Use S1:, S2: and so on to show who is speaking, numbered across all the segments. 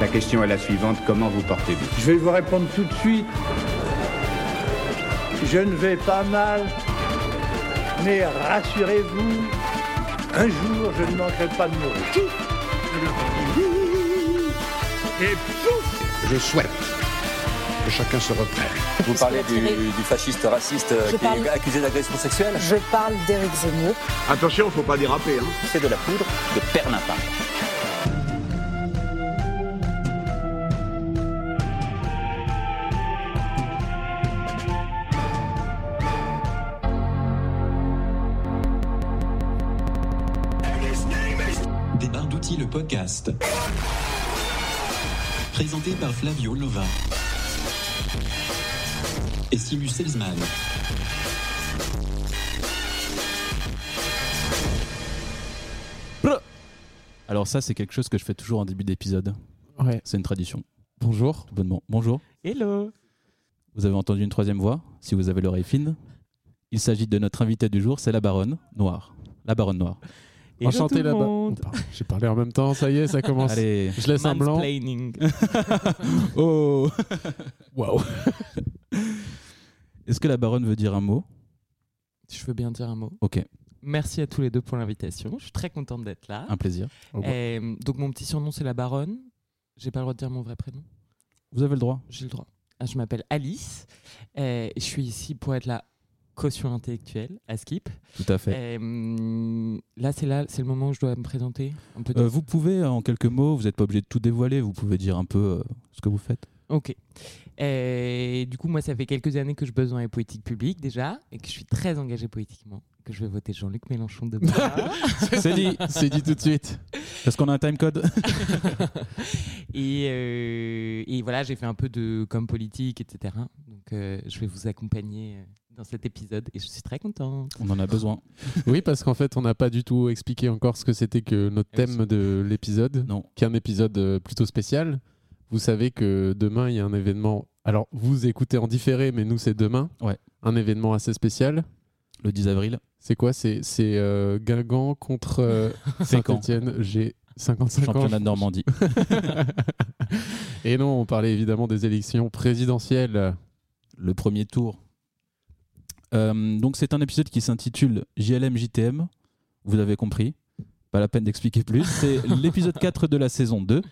S1: La question est la suivante, comment vous portez-vous
S2: Je vais vous répondre tout de suite. Je ne vais pas mal, mais rassurez-vous, un jour je ne manquerai pas de mourir.
S3: Je souhaite que chacun se reprenne.
S4: Vous parlez
S5: qu'il
S4: du,
S5: a tiré
S4: du fasciste raciste euh,
S5: Je
S4: qui
S5: parle-
S4: est accusé d'agression sexuelle
S5: Je parle d'Éric Zemmour.
S6: Attention, faut pas déraper. Hein.
S4: C'est de la poudre de perlimpin.
S7: Des barres d'outils, le podcast. Présenté par Flavio Lova. Et Simus Selzman.
S8: Alors ça, c'est quelque chose que je fais toujours en début d'épisode.
S9: Ouais.
S8: C'est une tradition,
S9: Bonjour.
S8: tout bonnement. Bonjour.
S9: Hello.
S8: Vous avez entendu une troisième voix, si vous avez l'oreille fine. Il s'agit de notre invitée du jour, c'est la baronne noire. La baronne noire.
S9: Enchanté là-bas. Oh,
S10: monde.
S9: pardon, J'ai parlé en même temps, ça y est, ça commence.
S8: Allez.
S9: Je laisse un blanc.
S10: Mansplaining.
S8: Oh
S9: Waouh.
S8: Est-ce que la baronne veut dire un mot
S10: Je veux bien dire un mot.
S8: Ok,
S10: Merci à tous les deux pour l'invitation. Je suis très contente d'être là.
S8: un plaisir.
S9: Oh, bon.
S10: Et, euh, donc mon petit surnom c'est la baronne. J'ai pas le droit de dire mon vrai prénom.
S8: Vous avez le droit.
S10: J'ai le droit. Ah, Je m'appelle Alice. Et je suis ici pour être la caution intellectuelle à Skip.
S8: Tout à fait.
S10: Et, hum, là c'est là c'est le moment où je dois me présenter un peu. de-
S8: Euh, vous pouvez, en quelques mots, vous n'êtes pas obligé de tout dévoiler, vous pouvez dire un peu euh, ce que vous faites.
S10: Ok. Et du coup, moi, ça fait quelques années que je bosse dans les politiques publiques déjà, et que je suis très engagé politiquement, que je vais voter Jean-Luc Mélenchon demain.
S8: C'est dit
S9: C'est dit tout de suite.
S8: Est-ce qu'on a un timecode
S10: et, euh, et voilà, j'ai fait un peu de com politique, etc. Donc, euh, je vais vous accompagner euh, dans cet épisode, et je suis très contente.
S8: On en a besoin.
S9: Oui, parce qu'en fait, on n'a pas du tout expliqué encore ce que c'était que notre
S10: Eh oui,
S9: thème de l'épisode.
S8: Non.
S9: qui est un épisode euh, plutôt spécial. Vous savez que demain, il y a un événement. Alors, vous écoutez en différé, mais nous, c'est demain.
S8: Ouais.
S9: Un événement assez spécial.
S8: Le 10 avril,
S9: C'est quoi C'est c'est, euh, Guingamp contre euh,
S8: Fécamp.
S9: Saint-Etienne. J'ai 55
S8: championnat de
S9: ans.
S8: Normandie.
S9: Et non, on parlait évidemment des élections présidentielles. Euh,
S8: le premier tour. Euh, donc c'est un épisode qui s'intitule JLM JTM. Vous avez compris. Pas la peine d'expliquer plus. C'est l'épisode 4 de la saison 2.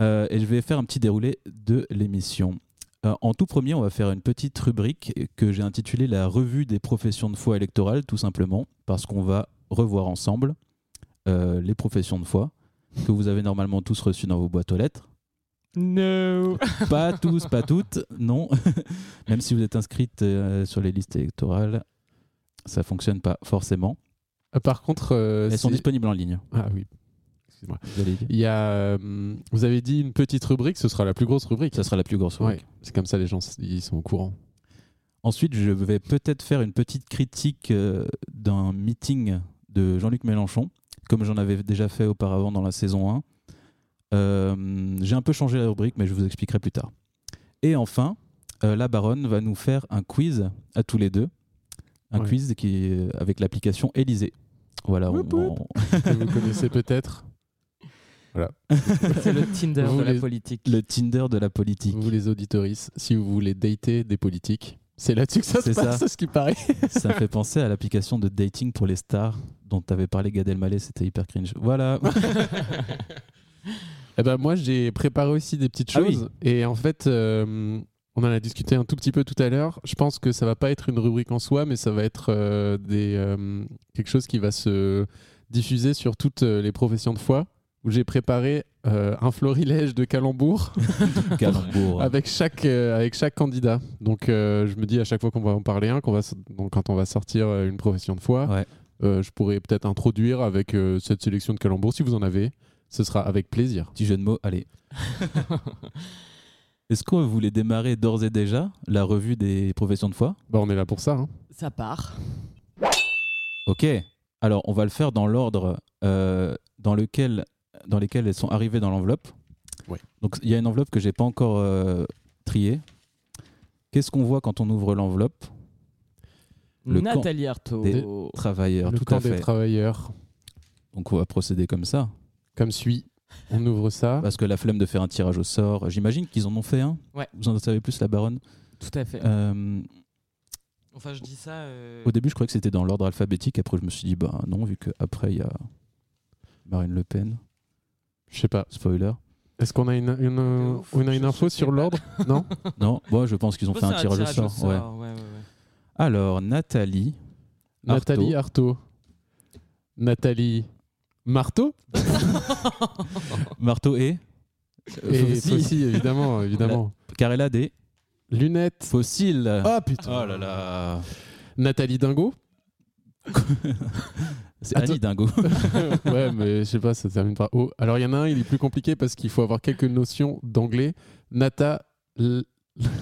S8: Euh, et je vais faire un petit déroulé de l'émission. Euh, en tout premier, on va faire une petite rubrique que j'ai intitulée La revue des professions de foi électorales, tout simplement, parce qu'on va revoir ensemble euh, les professions de foi que vous avez normalement tous reçues dans vos boîtes aux lettres.
S10: No
S8: Pas tous, pas toutes, non. Même si vous êtes inscrite euh, sur les listes électorales, ça fonctionne pas forcément.
S9: Euh, Par contre, euh,
S8: Elles sont
S9: c'est-
S8: disponibles en ligne.
S9: Ah oui. Excuse-moi.
S8: vous allez dire.
S9: Il y a, euh, vous avez dit une petite rubrique. Ce sera la plus grosse rubrique.
S8: Ça sera la plus grosse.
S9: Ouais.
S8: rubrique.
S9: C'est comme ça, les gens, ils sont au courant.
S8: Ensuite, je vais peut-être faire une petite critique euh, d'un meeting de Jean-Luc Mélenchon, comme j'en avais déjà fait auparavant dans la saison 1. Euh, J'ai un peu changé la rubrique, mais je vous expliquerai plus tard. Et enfin, euh, la baronne va nous faire un quiz à tous les deux. Un
S9: Ouais.
S8: quiz qui est, euh, avec l'application Élysée. Voilà, on-
S9: Woup, woup.
S8: on-
S9: Que vous connaissez peut-être.
S10: C'est le Tinder
S9: Vous
S10: de la
S9: les-
S10: politique.
S8: le Tinder de la politique.
S9: Vous les auditoristes, si vous voulez dater des politiques, c'est là-dessus que ça se
S8: C'est
S9: passe,
S8: ça.
S9: à ce qui paraît.
S8: Ça me fait penser à l'application de dating pour les stars dont tu avais parlé Gad Elmaleh, c'était hyper cringe. Voilà.
S9: Eh ben moi, j'ai préparé aussi des petites
S8: Ah oui.
S9: choses. Et en fait, euh, on en a discuté un tout petit peu tout à l'heure. Je pense que ça va pas être une rubrique en soi, mais ça va être euh, des, euh, quelque chose qui va se diffuser sur toutes euh, les professions de foi. Où j'ai préparé euh, un florilège de calembours
S8: Calembour.
S9: avec chaque euh, avec chaque candidat. Donc euh, je me dis à chaque fois qu'on va en parler un, qu'on va so- donc quand on va sortir euh, une profession de foi,
S8: Ouais.
S9: euh, je pourrais peut-être introduire avec euh, cette sélection de calembours si vous en avez. Ce sera avec plaisir.
S8: Petit jeu de mots, allez. Est-ce qu'on voulait démarrer d'ores et déjà la revue des professions de foi
S9: Bah on est là pour ça. hein.
S10: Ça part.
S8: Ok. Alors, on va le faire dans l'ordre euh, dans lequel dans lesquels elles sont arrivées dans l'enveloppe.
S9: Ouais.
S8: Donc, il y a une enveloppe que j'ai pas encore euh, triée. Qu'est-ce qu'on voit quand on ouvre l'enveloppe Le camp
S10: Nathalie Arthaud.
S8: des- Travailleurs,
S9: Le
S8: tout
S9: camp
S8: à
S9: des
S8: fait.
S9: travailleurs,
S8: Donc, on va procéder comme ça.
S9: comme suit. On ouvre ça.
S8: Parce que la flemme de faire un tirage au sort, j'imagine qu'ils en ont fait un.
S10: Ouais.
S8: Vous en savez plus, la baronne
S10: Tout à fait.
S8: Euh,
S10: Enfin, je dis ça. euh,
S8: Au début, je croyais que c'était dans l'ordre alphabétique. Après, je me suis dit, bah non, vu qu'après, il y a Marine Le Pen.
S9: Je sais pas.
S8: Spoiler.
S9: Est-ce qu'on a une, une,
S10: De ouf,
S9: on a une
S10: je-
S9: info
S10: je sais
S9: sur
S10: pas.
S9: l'ordre Non
S8: Non, moi, je pense qu'ils ont
S10: je
S8: fait
S10: pense
S8: un
S10: que c'est
S8: tirage, au sort. ouais.
S10: ouais, ouais, ouais.
S8: Alors, Nathalie.
S9: Nathalie
S8: Arthaud.
S9: Artaud. Nathalie Marteau
S8: Marteau et. Euh,
S9: Et
S8: Faucille.
S9: Faucille, évidemment. évidemment.
S8: Carella des.
S9: Lunettes.
S8: Fossiles.
S9: Ah putain.
S8: Oh là là.
S9: Nathalie Dingo.
S8: C'est
S9: Attends.
S8: Annie Dingo.
S9: ouais, mais je sais pas, ça termine par O. Alors il y en a un, il est plus compliqué parce qu'il faut avoir quelques notions d'anglais. Nata. L-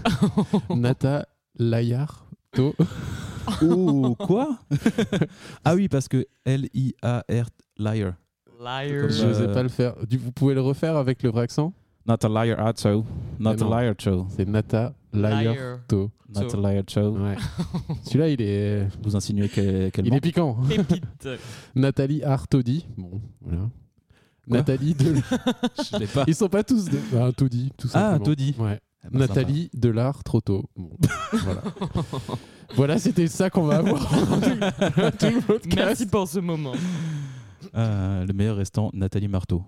S9: Nata Layard.
S8: Ouh, quoi Ah oui, parce que L-I-A-R, liar.
S10: Liar.
S8: Comme
S9: Je
S8: Euh,
S9: n'osais pas le faire. Du- vous pouvez le refaire avec le vrai accent
S8: Not a liar, Atto. Not
S9: Mais non.
S8: a liar, Cho.
S9: C'est Nata Layard.
S10: Liar.
S8: Not
S10: So.
S8: a liar, Cho.
S9: Ouais. Celui-là, il est,
S8: Vous insinuez que- qu'elle
S9: il
S8: ment
S9: est piquant. hein.
S10: Pépite.
S9: Nathalie Artodi. Bon, voilà.
S8: Quoi
S9: Nathalie de...
S8: Je l'ai pas.
S9: Ils sont pas tous. De... Ah, Todi, tout
S8: Ah,
S9: simplement.
S8: Toddy.
S9: Ouais. Nathalie Delard trop tôt. Bon, voilà. voilà, c'était ça qu'on va avoir. Tout le podcast.
S10: Merci pour ce moment.
S8: Euh, le meilleur restant, Nathalie Marteau.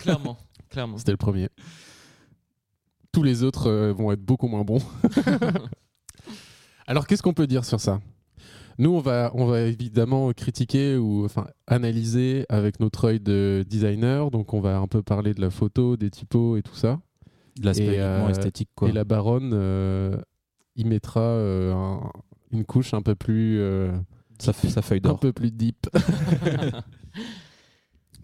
S10: Clairement. Clairement.
S9: C'était le premier. Tous les autres euh, vont être beaucoup moins bons. Alors, qu'est-ce qu'on peut dire sur ça Nous, on va, on va évidemment critiquer ou enfin, analyser avec notre œil de designer. Donc, on va un peu parler de la photo, des typos et tout ça.
S8: De l'aspect
S9: Et,
S8: uniquement
S9: euh,
S8: esthétique, quoi.
S9: Et la baronne, euh, il mettra euh, un- une couche un peu plus, euh,
S8: Sa, sa feuille
S9: un
S8: d'or.
S9: peu plus deep.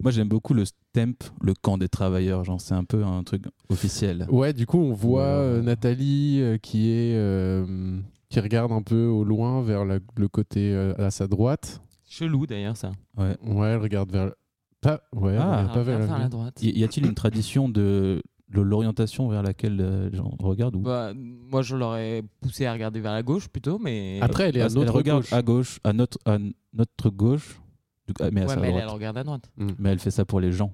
S8: Moi, j'aime beaucoup le STEMP, le camp des travailleurs. Genre, c'est un peu un truc officiel.
S9: Ouais, du coup, on voit
S8: Euh,
S9: euh, Nathalie euh, qui est euh, qui regarde un peu au loin vers la- le côté euh, à sa droite.
S10: Chelou d'ailleurs ça.
S9: Ouais, elle regarde vers le- pas ouais, elle
S8: Ah.
S9: regarde
S10: Alors,
S9: pas vers
S10: vers
S9: la
S10: la
S9: ville.
S10: droite.
S8: Y y a-t-il une tradition de de l'orientation vers laquelle euh, les gens regardent ou
S10: Bah, moi, je l'aurais poussé à regarder vers la gauche plutôt, mais.
S9: Après, elle est à
S8: Parce qu'elle
S9: notre
S8: regarde
S9: gauche.
S8: à gauche, à notre, à notre gauche, du- ah, mais à
S10: ouais,
S8: sa
S10: mais elle,
S8: droite.
S10: elle regarde à droite.
S8: Mais elle fait ça pour les gens,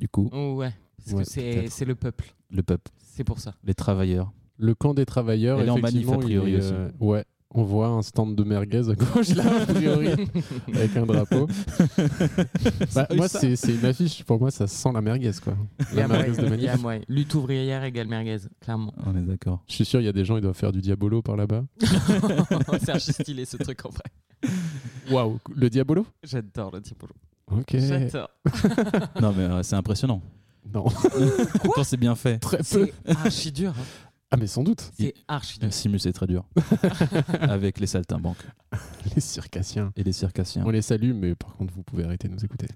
S8: du coup,
S10: Oh, ouais. Parce
S9: Ouais,
S10: que c'est,
S9: peut-être.
S10: c'est le peuple.
S8: le peuple,
S10: C'est pour ça.
S8: les travailleurs.
S9: Le camp des travailleurs.
S8: Elle est en manif,
S9: effectivement,
S8: a priori,
S9: il est, euh, ouais, on voit un stand de merguez à gauche là, a priori, avec un drapeau. Bah, moi, c'est c'est une affiche. Pour moi, ça sent la merguez quoi.
S10: Il y
S9: La
S10: a moyen,
S9: merguez de
S10: il y
S9: manif.
S10: a moyen. Lutte ouvrière égale merguez, clairement.
S8: On est d'accord.
S9: Je suis sûr, il y a des gens, ils doivent faire du diabolo par là-bas.
S10: c'est archi stylé ce truc en vrai.
S9: Waouh, le diabolo
S10: J'adore le typologie.
S9: Ok.
S10: J'adore.
S8: non, mais euh, c'est impressionnant.
S9: Non,
S8: Quand c'est bien fait.
S9: très peu.
S10: C'est archi dur. hein.
S9: Ah, mais sans doute.
S10: C'est archi dur.
S8: Le Simus est très dur. Avec les saltimbanques
S9: Les circassiens.
S8: et les circassiens.
S9: On les salue, mais par contre, vous pouvez arrêter de nous écouter.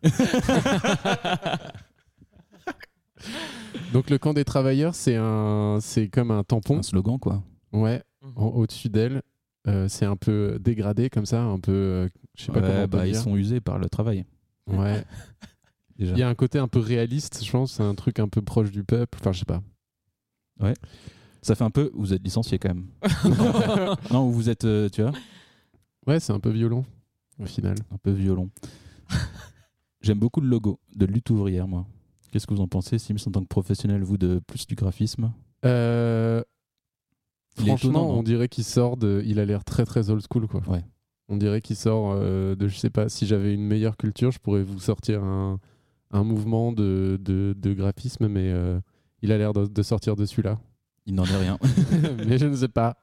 S9: Donc, le camp des travailleurs, c'est un, c'est comme un tampon.
S8: Un slogan, quoi.
S9: Ouais, en- au-dessus d'elle, Euh, c'est un peu dégradé comme ça, un peu, euh, je sais
S8: Ouais,
S9: pas comment on peut
S8: bah, ils
S9: dire.
S8: sont usés par le travail.
S9: Ouais.
S8: Déjà.
S9: Il y a un côté un peu réaliste, je pense, c'est un truc un peu proche du peuple. Enfin, je sais pas.
S8: Ça fait un peu, vous êtes licencié quand même. non, ou vous êtes, euh, tu vois,
S9: Ouais, c'est un peu violent au final.
S8: un peu violon. J'aime beaucoup le logo de lutte ouvrière, moi. Qu'est-ce que vous en pensez, Sims, en tant que professionnel, vous, de plus du graphisme
S9: Euh,
S8: Il est
S9: Franchement,
S8: étonnant, non
S9: on dirait qu'il sort de. Il a l'air très très old school quoi.
S8: Ouais.
S9: On dirait qu'il sort euh, de. Je sais pas, si j'avais une meilleure culture, je pourrais vous sortir un, un mouvement de, de, de graphisme, mais euh, il a l'air de, de sortir de celui-là.
S8: Il n'en est rien.
S9: mais je ne sais pas.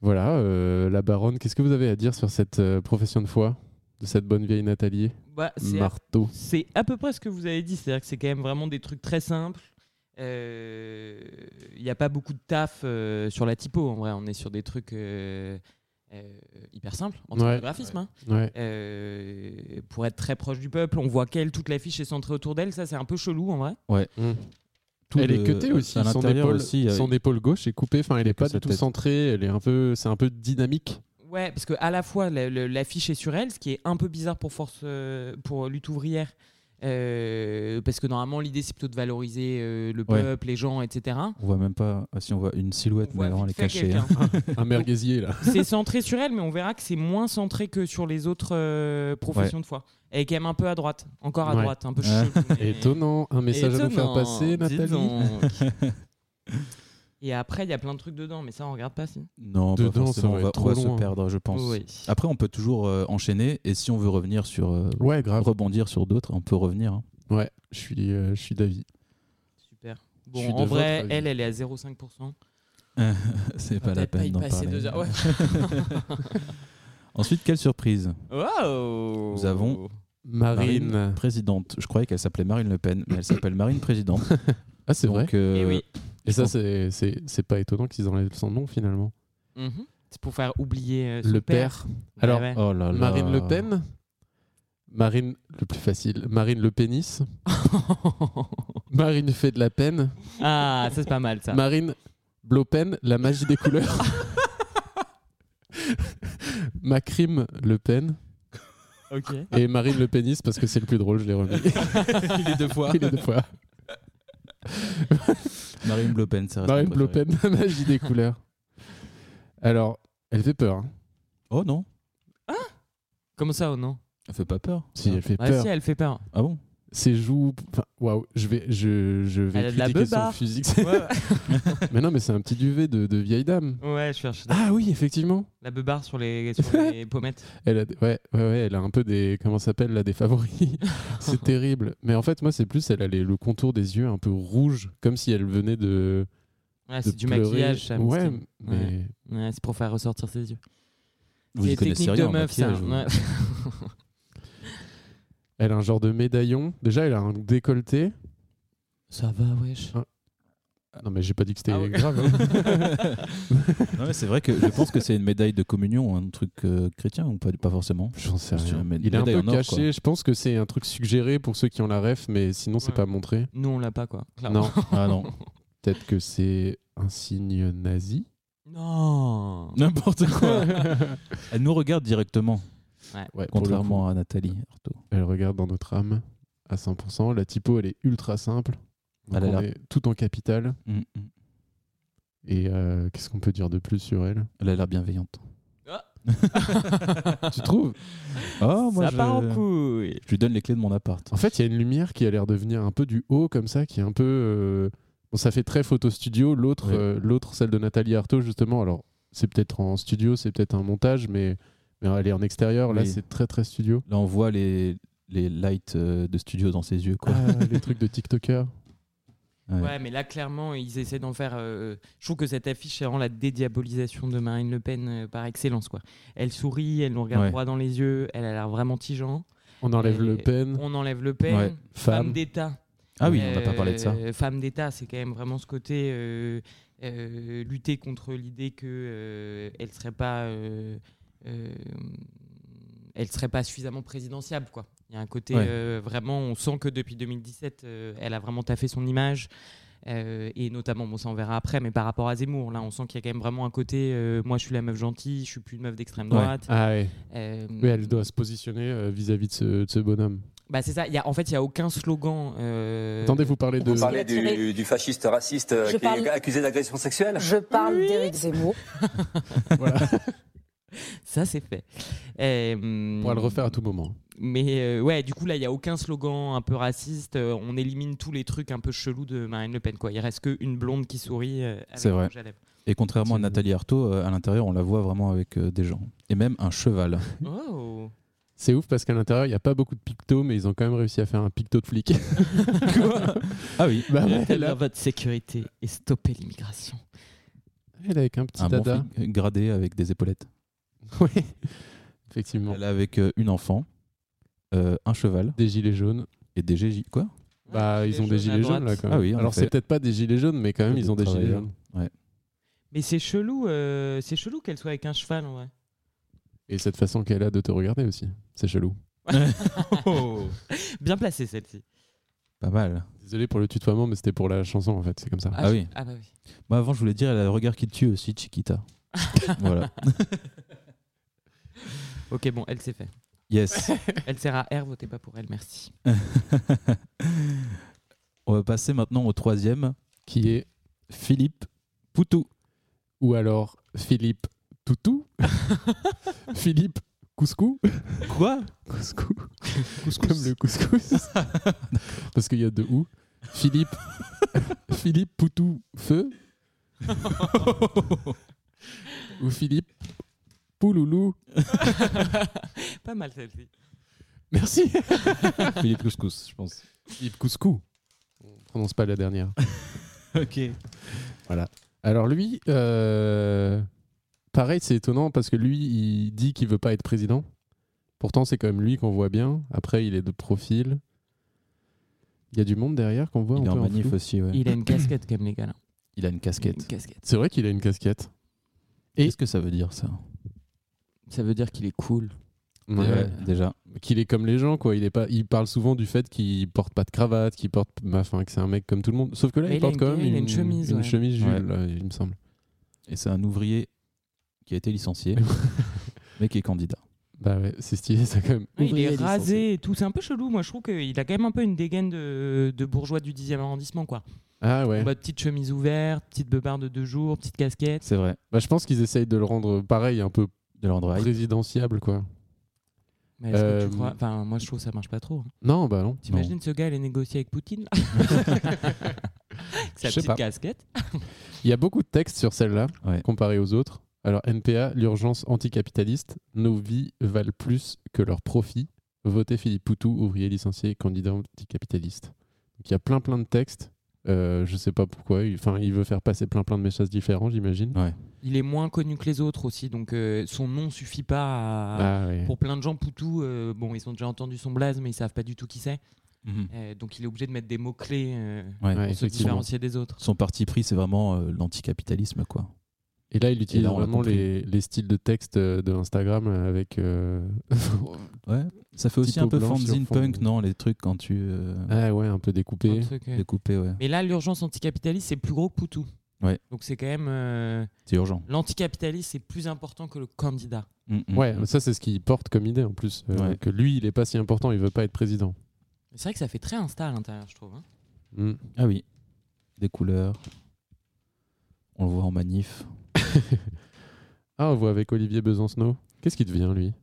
S9: Voilà, euh, la baronne, qu'est-ce que vous avez à dire sur cette euh, profession de foi de cette bonne vieille Nathalie
S10: Bah, c'est
S9: Marteau
S10: C'est à peu près ce que vous avez dit, c'est-à-dire que c'est quand même vraiment des trucs très simples. Euh, Il n'y a pas beaucoup de taf euh, sur la typo, en vrai, on est sur des trucs euh, euh, hyper simples en termes
S9: Ouais.
S10: de graphisme. hein.
S9: Ouais.
S10: Euh, pour être très proche du peuple, on voit qu'elle, toute l'affiche est centrée autour d'elle, ça c'est un peu chelou en vrai.
S8: Tout
S9: elle
S8: le-
S9: est cutée aussi,
S8: à
S9: son
S8: l'intérieur
S9: épaule,
S8: aussi. euh,
S9: son épaule gauche est coupée, enfin elle est pas
S8: sa
S9: du tout
S8: tête.
S9: centrée, elle est un peu, c'est un peu dynamique.
S10: Ouais, parce que à la fois le- le- l'affiche est sur elle, ce qui est un peu bizarre pour force euh, pour lutte ouvrière, Euh, parce que normalement, l'idée, c'est plutôt de valoriser euh, le
S8: Ouais.
S10: peuple, les gens, etc.
S8: On voit même pas ah, si on voit une
S10: On
S8: silhouette, mais
S10: voit
S8: alors
S10: vite
S8: elle est
S10: fait
S8: cachée.
S10: quelqu'un.
S8: hein.
S9: Un merguezier, là.
S10: c'est centré sur elle, mais on verra que c'est moins centré que sur les autres euh, professions de foi. Elle est quand même un peu à droite, encore à
S9: Ouais.
S10: droite, un peu
S8: Ouais.
S10: chelou. mais-
S9: Étonnant. Un message à nous faire
S10: Étonnant,
S9: passer,
S10: dis
S9: Nathalie.
S10: donc. Et après, il y a plein de trucs dedans, mais ça, on regarde pas. Si.
S8: Non, pas
S9: Dedans, ça
S8: forcément,
S9: va
S8: on
S9: être
S8: va,
S9: trop
S8: on va se
S9: loin.
S8: perdre, je pense.
S10: Oui.
S9: Ah.
S8: Après, on peut toujours euh, enchaîner, et si on veut revenir sur, euh,
S9: Ouais, grave.
S8: rebondir sur d'autres, on peut revenir. hein.
S9: Ouais, je suis, euh, je suis d'avis.
S10: Super.
S9: Je
S10: Bon,
S9: suis
S10: en
S9: de
S10: vrai,
S9: votre avis.
S10: elle, elle est à 0,5%.
S8: C'est pas la
S10: Ah, Peut-être
S8: peine
S10: y
S8: d'en
S10: passer
S8: parler.
S10: deux heures. Ouais.
S8: Ensuite, quelle surprise
S10: Wow
S8: Nous avons-
S9: Marine.
S8: présidente. Je croyais qu'elle s'appelait Marine Le Pen, mais elle s'appelle Marine présidente.
S9: Ah, c'est vrai.
S8: Donc, euh,
S10: Eh oui.
S9: Et ça, c'est- c'est c'est pas étonnant qu'ils enlèvent son nom, finalement.
S10: Mhm. C'est pour faire oublier euh, son
S9: euh, Le
S10: père.
S9: père. Alors,
S10: Ouais, ouais.
S8: oh là là.
S9: Marine Le Pen. Marine, le plus facile. Marine Le Pénis. oh. Marine fait de la peine.
S10: ah, ça c'est pas mal ça.
S9: Marine Blopen, la magie des couleurs. Macrim Le Pen
S10: Ok.
S9: et Marine Le Pénis parce que c'est le plus drôle, je l'ai remis.
S8: Il est deux fois.
S9: Il est deux fois.
S8: Marine Le Pen, ça reste
S9: Marine
S8: mon préféré.
S9: Blopen, la magie des couleurs. Alors, elle fait peur. hein.
S8: Oh non,
S10: Comment ça, oh non
S8: elle fait pas peur.
S9: Si, elle fait
S10: Ah
S9: peur.
S10: si, elle fait peur.
S8: Ah bon
S9: Ses joues. enfin, Waouh, je vais, je, je vais
S10: Elle a de la
S9: critiquer son
S10: beubare.
S9: physique.
S10: Ouais,
S9: mais non, mais c'est un petit duvet de, de vieille dame.
S10: ouais, je cherche
S9: Ah oui, effectivement.
S10: la beubare sur les, sur les pommettes.
S9: Elle a, des- ouais, ouais, ouais, elle a un peu des. Comment ça s'appelle là Des favoris. c'est terrible. Mais en fait, moi, c'est plus. Elle a les- le contour des yeux un peu rouge, comme si elle venait de.
S10: Ouais,
S9: de
S10: Ah, c'est du
S9: pleurer.
S10: maquillage, ça. me
S9: Ouais,
S10: semble.
S9: mais.
S10: Ouais, c'est pour faire ressortir ses yeux.
S8: Vous
S10: C'est
S8: y
S10: une
S8: connaissez
S10: technique
S8: rien
S10: de
S8: en
S10: meuf, ça.
S8: maquillage, vous.
S10: Ouais.
S9: Elle a un genre de médaillon. Déjà, elle a un décolleté.
S10: Ça va, wesh.
S9: Non, mais j'ai pas dit que c'était
S10: Ah ouais.
S9: grave. hein.
S8: Non, mais c'est vrai que je pense que c'est une médaille de communion, un truc euh, chrétien ou pas, pas forcément.
S9: J'en sais
S8: C'est
S9: rien.
S8: une mé-
S9: Il est un
S8: médaille en
S9: peu
S8: or,
S9: caché.
S8: quoi.
S9: Je pense que c'est un truc suggéré pour ceux qui ont la ref, mais sinon, c'est
S10: Ouais.
S9: pas montré.
S10: Nous, on l'a pas, quoi. clairement.
S9: Non.
S8: Ah non,
S9: Peut-être que c'est un signe nazi.
S10: Non.
S8: n'importe quoi.
S9: ouais,
S8: Elle nous regarde directement,
S9: pour le coup.
S8: contrairement à Nathalie. Arthaud.
S9: Elle regarde dans notre âme à 100%. La typo, elle est ultra simple. Donc
S8: Elle a
S9: on
S8: l'air-
S9: est tout en capital.
S8: Mm, mm.
S9: Et euh, qu'est-ce qu'on peut dire de plus sur elle
S8: Elle a l'air bienveillante.
S9: Tu trouves
S8: Oh, moi,
S10: ça
S8: je...
S10: part en couille.
S8: je lui donne les clés de mon appart.
S9: En fait, il y a une lumière qui a l'air de venir un peu du haut, comme ça, qui est un peu. euh, Bon, ça fait très photo studio. L'autre,
S8: Oui.
S9: euh, l'autre, celle de Nathalie Arthaud, justement. Alors, c'est peut-être en studio, c'est peut-être un montage, mais, mais elle est en extérieur. Là,
S8: Oui.
S9: c'est très, très studio.
S8: Là, on voit les, les lights euh, de studio dans ses yeux. Quoi.
S9: Ah, les trucs de TikToker.
S8: Ouais.
S10: Ouais, mais là, clairement, ils essaient d'en faire. euh, Je trouve que cette affiche, c'est vraiment la dédiabolisation de Marine Le Pen euh, par excellence, quoi. Elle sourit, elle nous regarde
S8: Ouais.
S10: droit dans les yeux, elle a l'air vraiment tigeant.
S9: On enlève
S10: Et
S9: Le Pen,
S10: On enlève Le Pen.
S8: Mm. Ouais.
S10: Femme
S9: femme.
S10: d'État.
S8: Ah oui, on n'a pas parlé de ça.
S10: Euh, Femme d'État, c'est quand même vraiment ce côté euh, euh, lutter contre l'idée que euh, elle serait pas, euh, euh, elle serait pas suffisamment présidentiable, quoi. Il y a un côté
S8: Ouais.
S10: euh, vraiment, on sent que depuis 2017, euh, elle a vraiment taffé son image. euh, et notamment, bon, ça on verra après, mais par rapport à Zemmour, là, on sent qu'il y a quand même vraiment un côté. euh, moi, je suis la meuf gentille, je suis plus une meuf d'extrême droite.
S9: Ah ouais.
S10: Euh,
S9: Oui, elle doit se positionner euh, vis-à-vis de, ce, de ce bonhomme.
S10: Bah, c'est ça. il Y a, en fait, il y a aucun slogan. euh,
S9: Attendez, vous parlez de.
S4: Vous parlez
S5: Je vais
S4: du, du fasciste raciste euh,
S5: Je
S4: qui
S5: parle-
S4: est accusé d'agression sexuelle
S5: Je parle d'Éric Zemmour.
S9: Voilà.
S10: Ça, c'est fait. Euh,
S9: On pourra le refaire à tout moment.
S10: Mais euh, ouais, du coup, là, il n'y a aucun slogan un peu raciste. Euh, on élimine tous les trucs un peu chelous de Marine Le Pen. Quoi. Il reste qu'une blonde qui sourit euh, avec
S8: C'est vrai.
S10: un rouge à lèvres.
S8: Et contrairement à
S9: C'est-
S8: Nathalie Arthaud, euh, à l'intérieur, on la voit vraiment avec euh, des gens. Et même un cheval.
S10: Oh.
S9: C'est ouf parce qu'à l'intérieur, il n'y a pas beaucoup de pictos, mais ils ont quand même réussi à faire un picto de flic.
S8: Ah oui,
S9: bah, ouais, elle,
S10: Rétablir
S9: a,
S10: votre sécurité et stopper l'immigration.
S9: elle a avec un petit
S8: un bon
S9: dada.
S8: flic gradé avec des épaulettes.
S9: Oui, effectivement.
S8: Elle est avec euh, une enfant, euh, un cheval
S9: Des gilets jaunes.
S8: et des GJ. Quoi
S9: Bah,
S10: Ouais,
S9: ils ont des gilets
S10: à
S9: jaunes là
S10: droite.
S9: quand
S8: Ah
S9: même.
S8: oui, en
S9: Alors,
S8: effet.
S9: c'est peut-être pas des gilets jaunes, mais quand même,
S8: Des
S9: ils ont des gilets
S8: travailleurs.
S9: jaunes.
S10: Mais c'est chelou, euh, c'est chelou qu'elle soit avec un cheval. Ouais.
S9: Et cette façon qu'elle a de te regarder aussi. C'est chelou.
S10: Oh. Bien placée celle-ci.
S8: Pas mal.
S9: Désolé pour le tutoiement, mais c'était pour la chanson en fait. C'est comme ça.
S8: Ah
S10: je-
S8: oui.
S10: Ah bah oui.
S8: Moi, avant, je voulais dire, elle a le regard qui tue aussi, Chiquita. voilà.
S10: Ok, bon, elle s'est fait.
S8: Yes.
S10: Elle sert à R, votez pas pour elle, merci.
S8: On va passer maintenant au troisième,
S9: qui est
S8: Philippe Poutou.
S9: ou alors Philippe Toutou, Philippe Couscous,
S8: Quoi
S9: Couscous, comme le couscous, parce qu'il y a deux ou. Philippe, Philippe Poutou Feu ou Philippe Pouloulou.
S10: Pas mal celle-ci.
S9: Merci.
S8: Philippe Couscous, je pense.
S9: Philippe Couscous. On prononce pas la dernière.
S8: Ok.
S9: Alors lui, euh, pareil, c'est étonnant parce que lui, il dit qu'il veut pas être président. Pourtant, c'est quand même lui qu'on voit bien. Après, il est de profil. Il y a du monde derrière qu'on voit. un
S8: Il est en
S9: peu en
S8: manif
S9: flou.
S8: aussi, ouais.
S10: Il a une casquette comme les gars là.
S8: Il a une
S10: Une
S8: casquette.
S10: casquette.
S9: C'est vrai qu'il a une casquette.
S8: Qu'est-ce que ça veut dire, ça
S10: Ça veut dire qu'il est cool.
S9: Ouais.
S8: Ouais, Déjà.
S9: euh, Qu'il est comme les gens, quoi. Il est pas. Il parle souvent du fait qu'il porte pas de cravate, qu'il porte, bah, enfin, que c'est un mec comme tout le monde. Sauf que là,
S10: Mais
S9: il,
S10: il a
S9: porte
S10: une-
S9: quand même
S10: il
S9: une,
S10: a une chemise,
S9: une
S10: ouais.
S9: chemise Jules,
S8: Ouais.
S9: là, il me semble.
S8: Et c'est un ouvrier qui a été licencié, mais qui est candidat.
S9: Bah ouais, c'est stylé, ça quand même.
S10: il
S9: Ouvrier
S10: est
S9: licencié.
S10: rasé et tout. C'est un peu chelou. Moi, je trouve qu'il a quand même un peu une dégaine de, de bourgeois du 10e arrondissement, quoi.
S9: Ah ouais.
S10: En bas de petite chemise ouverte, petite beubare de deux jours, petite casquette.
S8: C'est vrai.
S9: Bah, je pense qu'ils essayent de le rendre pareil, un peu
S8: De l'endroit.
S9: présidentiable, quoi.
S10: Mais est-ce que
S9: Euh,
S10: tu crois Enfin, moi, je trouve que ça marche pas trop. hein.
S9: Non, bah non.
S10: T'imagines ce gars, il est négocié avec Poutine là Avec
S9: Je sais
S10: Sa petite
S9: pas.
S10: casquette.
S9: Il y a beaucoup de textes sur celle-là,
S8: Ouais.
S9: comparé aux autres. Alors, NPA, l'urgence anticapitaliste, nos vies valent plus que leurs profits. Votez Philippe Poutou, ouvrier licencié, candidat anticapitaliste. Donc, il y a plein, plein de textes. Euh, je sais pas pourquoi. Il- Enfin, il veut faire passer plein, plein de messages différents, j'imagine.
S10: Il est moins connu que les autres aussi, donc euh, son nom suffit pas à,
S9: Ah, ouais.
S10: Pour plein de gens, Poutou, euh, bon, ils ont déjà entendu son blaze, mais ils savent pas du tout qui c'est.
S8: Mhm.
S10: Euh, donc il est obligé de mettre des mots-clés euh,
S8: Ouais.
S9: Ouais,
S10: pour se
S9: effectivement.
S10: différencier des autres.
S8: Son parti pris, c'est vraiment euh, l'anticapitalisme, quoi.
S9: Et là, il utilise
S8: Et là, on l'a
S9: vraiment
S8: compris.
S9: les, les styles de texte euh, de Instagram avec. euh,
S8: Ça fait aussi
S9: Typo
S8: un peu
S9: blanc sur
S8: fanzine
S9: fond.
S8: punk, non Les trucs quand tu euh,
S9: ah ouais, un peu découpé.
S10: Un truc, euh.
S8: découpé, ouais.
S10: Mais là, l'urgence anticapitaliste, c'est plus gros que Poutou.
S8: Ouais.
S10: Donc c'est quand même. euh,
S8: C'est urgent.
S10: L'anticapitaliste, c'est plus important que le candidat.
S8: Mm, mm,
S9: Ouais,
S8: mm.
S9: ça, c'est ce qu'il porte comme idée en plus. euh,
S8: Ouais.
S9: Que lui, il est pas si important, il veut pas être président.
S10: C'est vrai que ça fait très Insta à l'intérieur, je trouve. hein.
S9: Hmm.
S8: Ah oui. Des couleurs. On le voit en manif.
S9: Ah, on voit avec Olivier Besancenot. Qu'est-ce qu'il devient, lui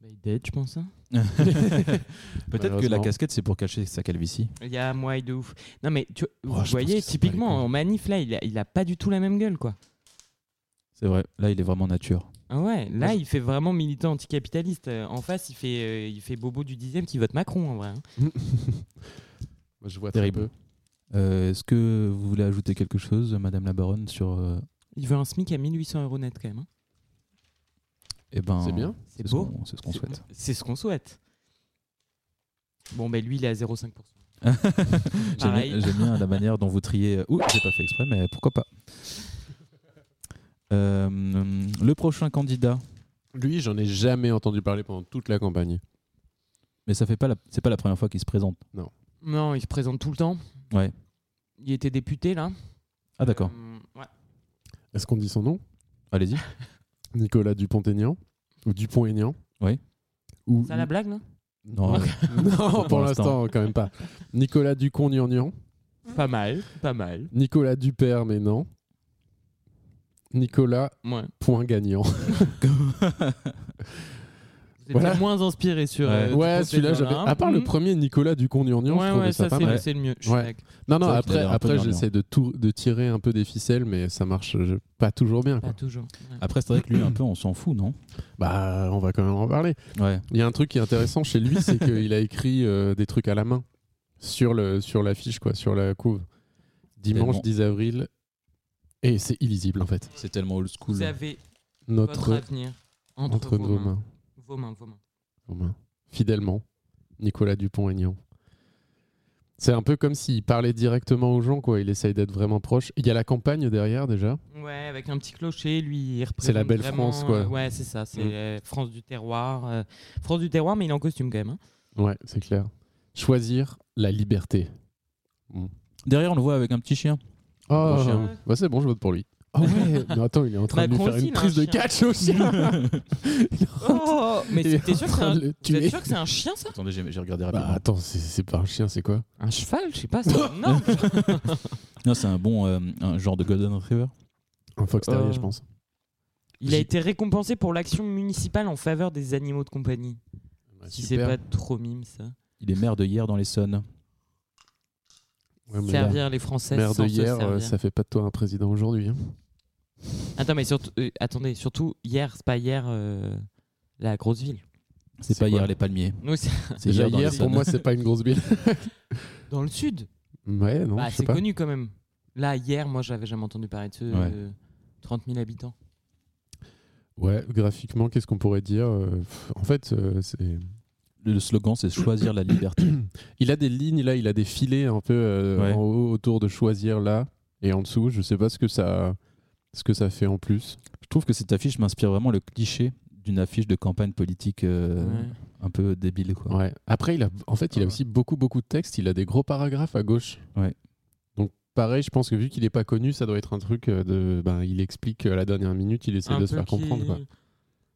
S10: Bah, il date, je pense. hein.
S8: Peut-être que la
S9: Malheureusement.
S8: casquette, c'est pour cacher sa calvitie.
S10: Il y a moi et de ouf. Non, mais tu, vous
S8: pense
S10: voyez,
S8: qu'il s'en bat les
S10: typiquement,
S8: couilles.
S10: en manif, là, il a, il a pas du tout la même gueule, quoi.
S8: C'est vrai. Là, il est vraiment nature.
S10: Ah ouais, là, il fait vraiment militant anticapitaliste. Euh, En face, il fait, euh, il fait bobo du dixième qui vote Macron, en vrai. hein.
S9: Moi, je vois
S8: Terrible. Euh, Est-ce que vous voulez ajouter quelque chose, Madame la Baronne, sur euh,
S10: Il veut un SMIC à 1800 euros net, quand même. hein.
S8: eh ben,
S9: C'est bien.
S10: C'est
S8: ce
S10: beau.
S8: qu'on- C'est ce qu'on
S10: C'est-
S8: souhaite.
S10: C'est ce qu'on souhaite. Bon, ben lui, il est à 0,5%.
S8: J'aime
S10: Pareil.
S8: bien- j'aime bien la manière dont vous triez. Ouh, j'ai pas fait exprès, mais pourquoi pas. Euh, le prochain candidat,
S9: Lui, j'en ai jamais entendu parler pendant toute la campagne.
S8: mais ça fait pas la, c'est pas la première fois qu'il se présente.
S10: Non, il se présente tout le temps.
S8: Ouais.
S10: Il était député, là.
S8: Ah d'accord.
S10: Euh, ouais.
S9: Est-ce qu'on dit son nom
S8: Allez-y.
S9: Nicolas Dupont-Aignan Ou Dupont-Aignan
S8: Oui.
S9: Ou...
S10: Ça, la blague, là
S8: Non, euh,
S9: Non, pour
S8: Pour
S9: l'instant, quand même pas. Nicolas Ducon-Nian-Nian
S10: Pas mal, pas mal.
S9: Nicolas Dupère, mais non. Nicolas
S10: Ouais.
S9: Point Gagnant.
S10: Vous êtes
S9: Voilà.
S10: moins inspiré sur. euh,
S9: ouais,
S10: tout ces
S9: celui-là, j'avais.
S10: gens-là.
S9: À part le
S10: Mhm.
S9: premier Nicolas Ducon-Nian-Nian, je
S10: Ouais,
S9: trouvais
S10: ouais,
S9: ça,
S10: ça,
S9: pas
S10: c'est
S9: mal.
S10: le- c'est le mieux. Je suis
S9: Ouais.
S10: d'accord.
S9: Non, non,
S8: C'est vrai qu'il a
S9: après,
S8: l'air un peu
S9: après
S8: gnangnan.
S9: j'essaie de, tout- de tirer un peu des ficelles, mais ça marche euh, pas toujours bien.
S10: Pas
S9: quoi.
S10: toujours. Ouais.
S8: Après c'est vrai que lui un peu on s'en fout non
S9: Bah, on va quand même en parler.
S8: Ouais.
S9: Il y a un truc qui est intéressant chez lui, c'est qu'il a écrit euh, des trucs à la main sur le sur l'affiche quoi, sur la couve. Dimanche
S8: Tellement.
S9: 10 avril. Et c'est illisible en fait.
S8: C'est tellement old school.
S10: Vous avez
S9: Notre
S10: votre avenir entre, hein.
S9: entre nos mains.
S10: Vos mains, vos mains.
S9: Aux mains. Fidèlement, Nicolas Dupont-Aignan. C'est un peu comme s'il parlait directement aux gens quoi. Il essaye d'être vraiment proche. Il y a la campagne derrière déjà.
S10: Ouais, avec un petit clocher, lui, il représente.
S9: C'est la belle
S10: vraiment,
S9: France, quoi.
S10: euh, ouais, c'est ça, c'est
S9: Mm.
S10: euh, France du terroir. euh, France du terroir, mais il est en costume quand même. hein.
S9: Ouais, c'est clair. Choisir la liberté.
S8: Derrière on le voit avec un petit chien.
S9: Ah,
S8: Bon chien.
S9: bah c'est bon, je vote pour lui. Ah ouais Mais attends, il est en train de lui
S10: Macron
S9: faire
S10: aussi,
S9: une
S10: il a un
S9: prise de
S10: chien.
S9: catch au chien Il est en train-
S10: Oh, mais
S9: Il est
S10: t'es sûr
S9: en
S10: que c'est
S9: train
S10: un...
S9: de le
S10: Vous êtes
S9: tuer.
S10: sûr que c'est un chien, ça
S8: Attendez, j'ai j'ai regardé
S9: Bah
S8: rapidement.
S9: attends, c'est- c'est pas un chien, c'est quoi
S10: Un cheval Je sais pas, c'est énorme.
S8: Non, c'est un bon euh, un genre de Golden Retriever.
S9: Un fox terrier,
S10: Euh.
S9: je pense.
S10: Il a été récompensé pour l'action municipale en faveur des animaux de compagnie. si c'est
S9: Super.
S10: pas trop mime, ça.
S8: Il est maire de hier dans l'Essonne.
S9: Ouais, mais
S10: servir les Français
S9: la Mère
S10: sans
S9: de
S10: se
S9: hier, euh,
S10: servir.
S9: ça fait pas de toi un président aujourd'hui. hein.
S10: Attends, mais surtout, euh, attendez, surtout hier, c'est pas hier euh, la grosse ville.
S8: C'est
S9: C'est
S8: pas
S9: quoi
S8: hier les palmiers.
S10: Nous, c'est
S8: C'est
S9: Déjà
S8: hier dans
S9: hier, pour
S8: l'Essonne.
S9: moi, c'est pas une grosse bille.
S10: dans le sud.
S9: ouais, non,
S10: bah,
S9: je sais
S10: c'est
S9: pas.
S10: connu quand même. Là, hier, moi, j'avais jamais entendu parler de ce
S8: Ouais.
S10: euh, 30 000 habitants.
S9: Ouais, graphiquement, qu'est-ce qu'on pourrait dire Euh, pff, En fait, euh, c'est...
S8: Le le slogan, c'est choisir la liberté.
S9: il a des lignes là, il a des filets un peu euh,
S8: Ouais.
S9: en haut autour de choisir là et en dessous. Je sais pas ce que ça, ce que ça fait en plus.
S8: Je trouve que cette affiche m'inspire vraiment le cliché d'une affiche de campagne politique euh,
S10: Ouais.
S8: un peu débile. Quoi.
S9: Ouais. Après, il a, en fait, il a aussi beaucoup beaucoup de textes. Il a des gros paragraphes à gauche.
S8: Ouais.
S9: Donc pareil, je pense que vu qu'il est pas connu, ça doit être un truc euh, de, ben, il explique euh, à la dernière minute, il essaie
S10: Un
S9: de se
S10: peu
S9: faire
S10: qui-
S9: comprendre. Quoi.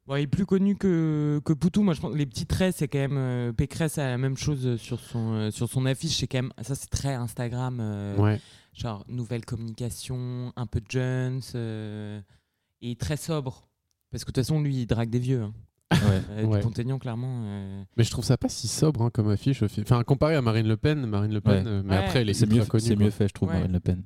S10: Ouais, il est plus connu que, que Poutou. Moi, je pense que les petits traits, c'est quand même. euh, Pécresse a la même chose sur son, euh, sur son affiche. C'est quand même. Ça, c'est très Instagram. euh,
S9: Ouais.
S10: Genre, nouvelle communication, un peu de jeunes. euh, et très sobre. Parce que de toute façon, lui, il drague des vieux. Hein.
S8: Ouais.
S10: Euh,
S9: Ouais.
S10: Dupont-Aignan, clairement. euh,
S9: Mais je trouve ça pas si sobre hein, comme affiche. au fi- Enfin, comparé à Marine Le Pen, Marine Le Pen,
S8: Ouais.
S9: euh, mais
S10: Ouais.
S9: après, elle est,
S8: C'est mieux,
S9: ultra connue,
S8: c'est
S9: quoi.
S8: mieux fait, je trouve,
S10: Ouais.
S8: Marine Le Pen.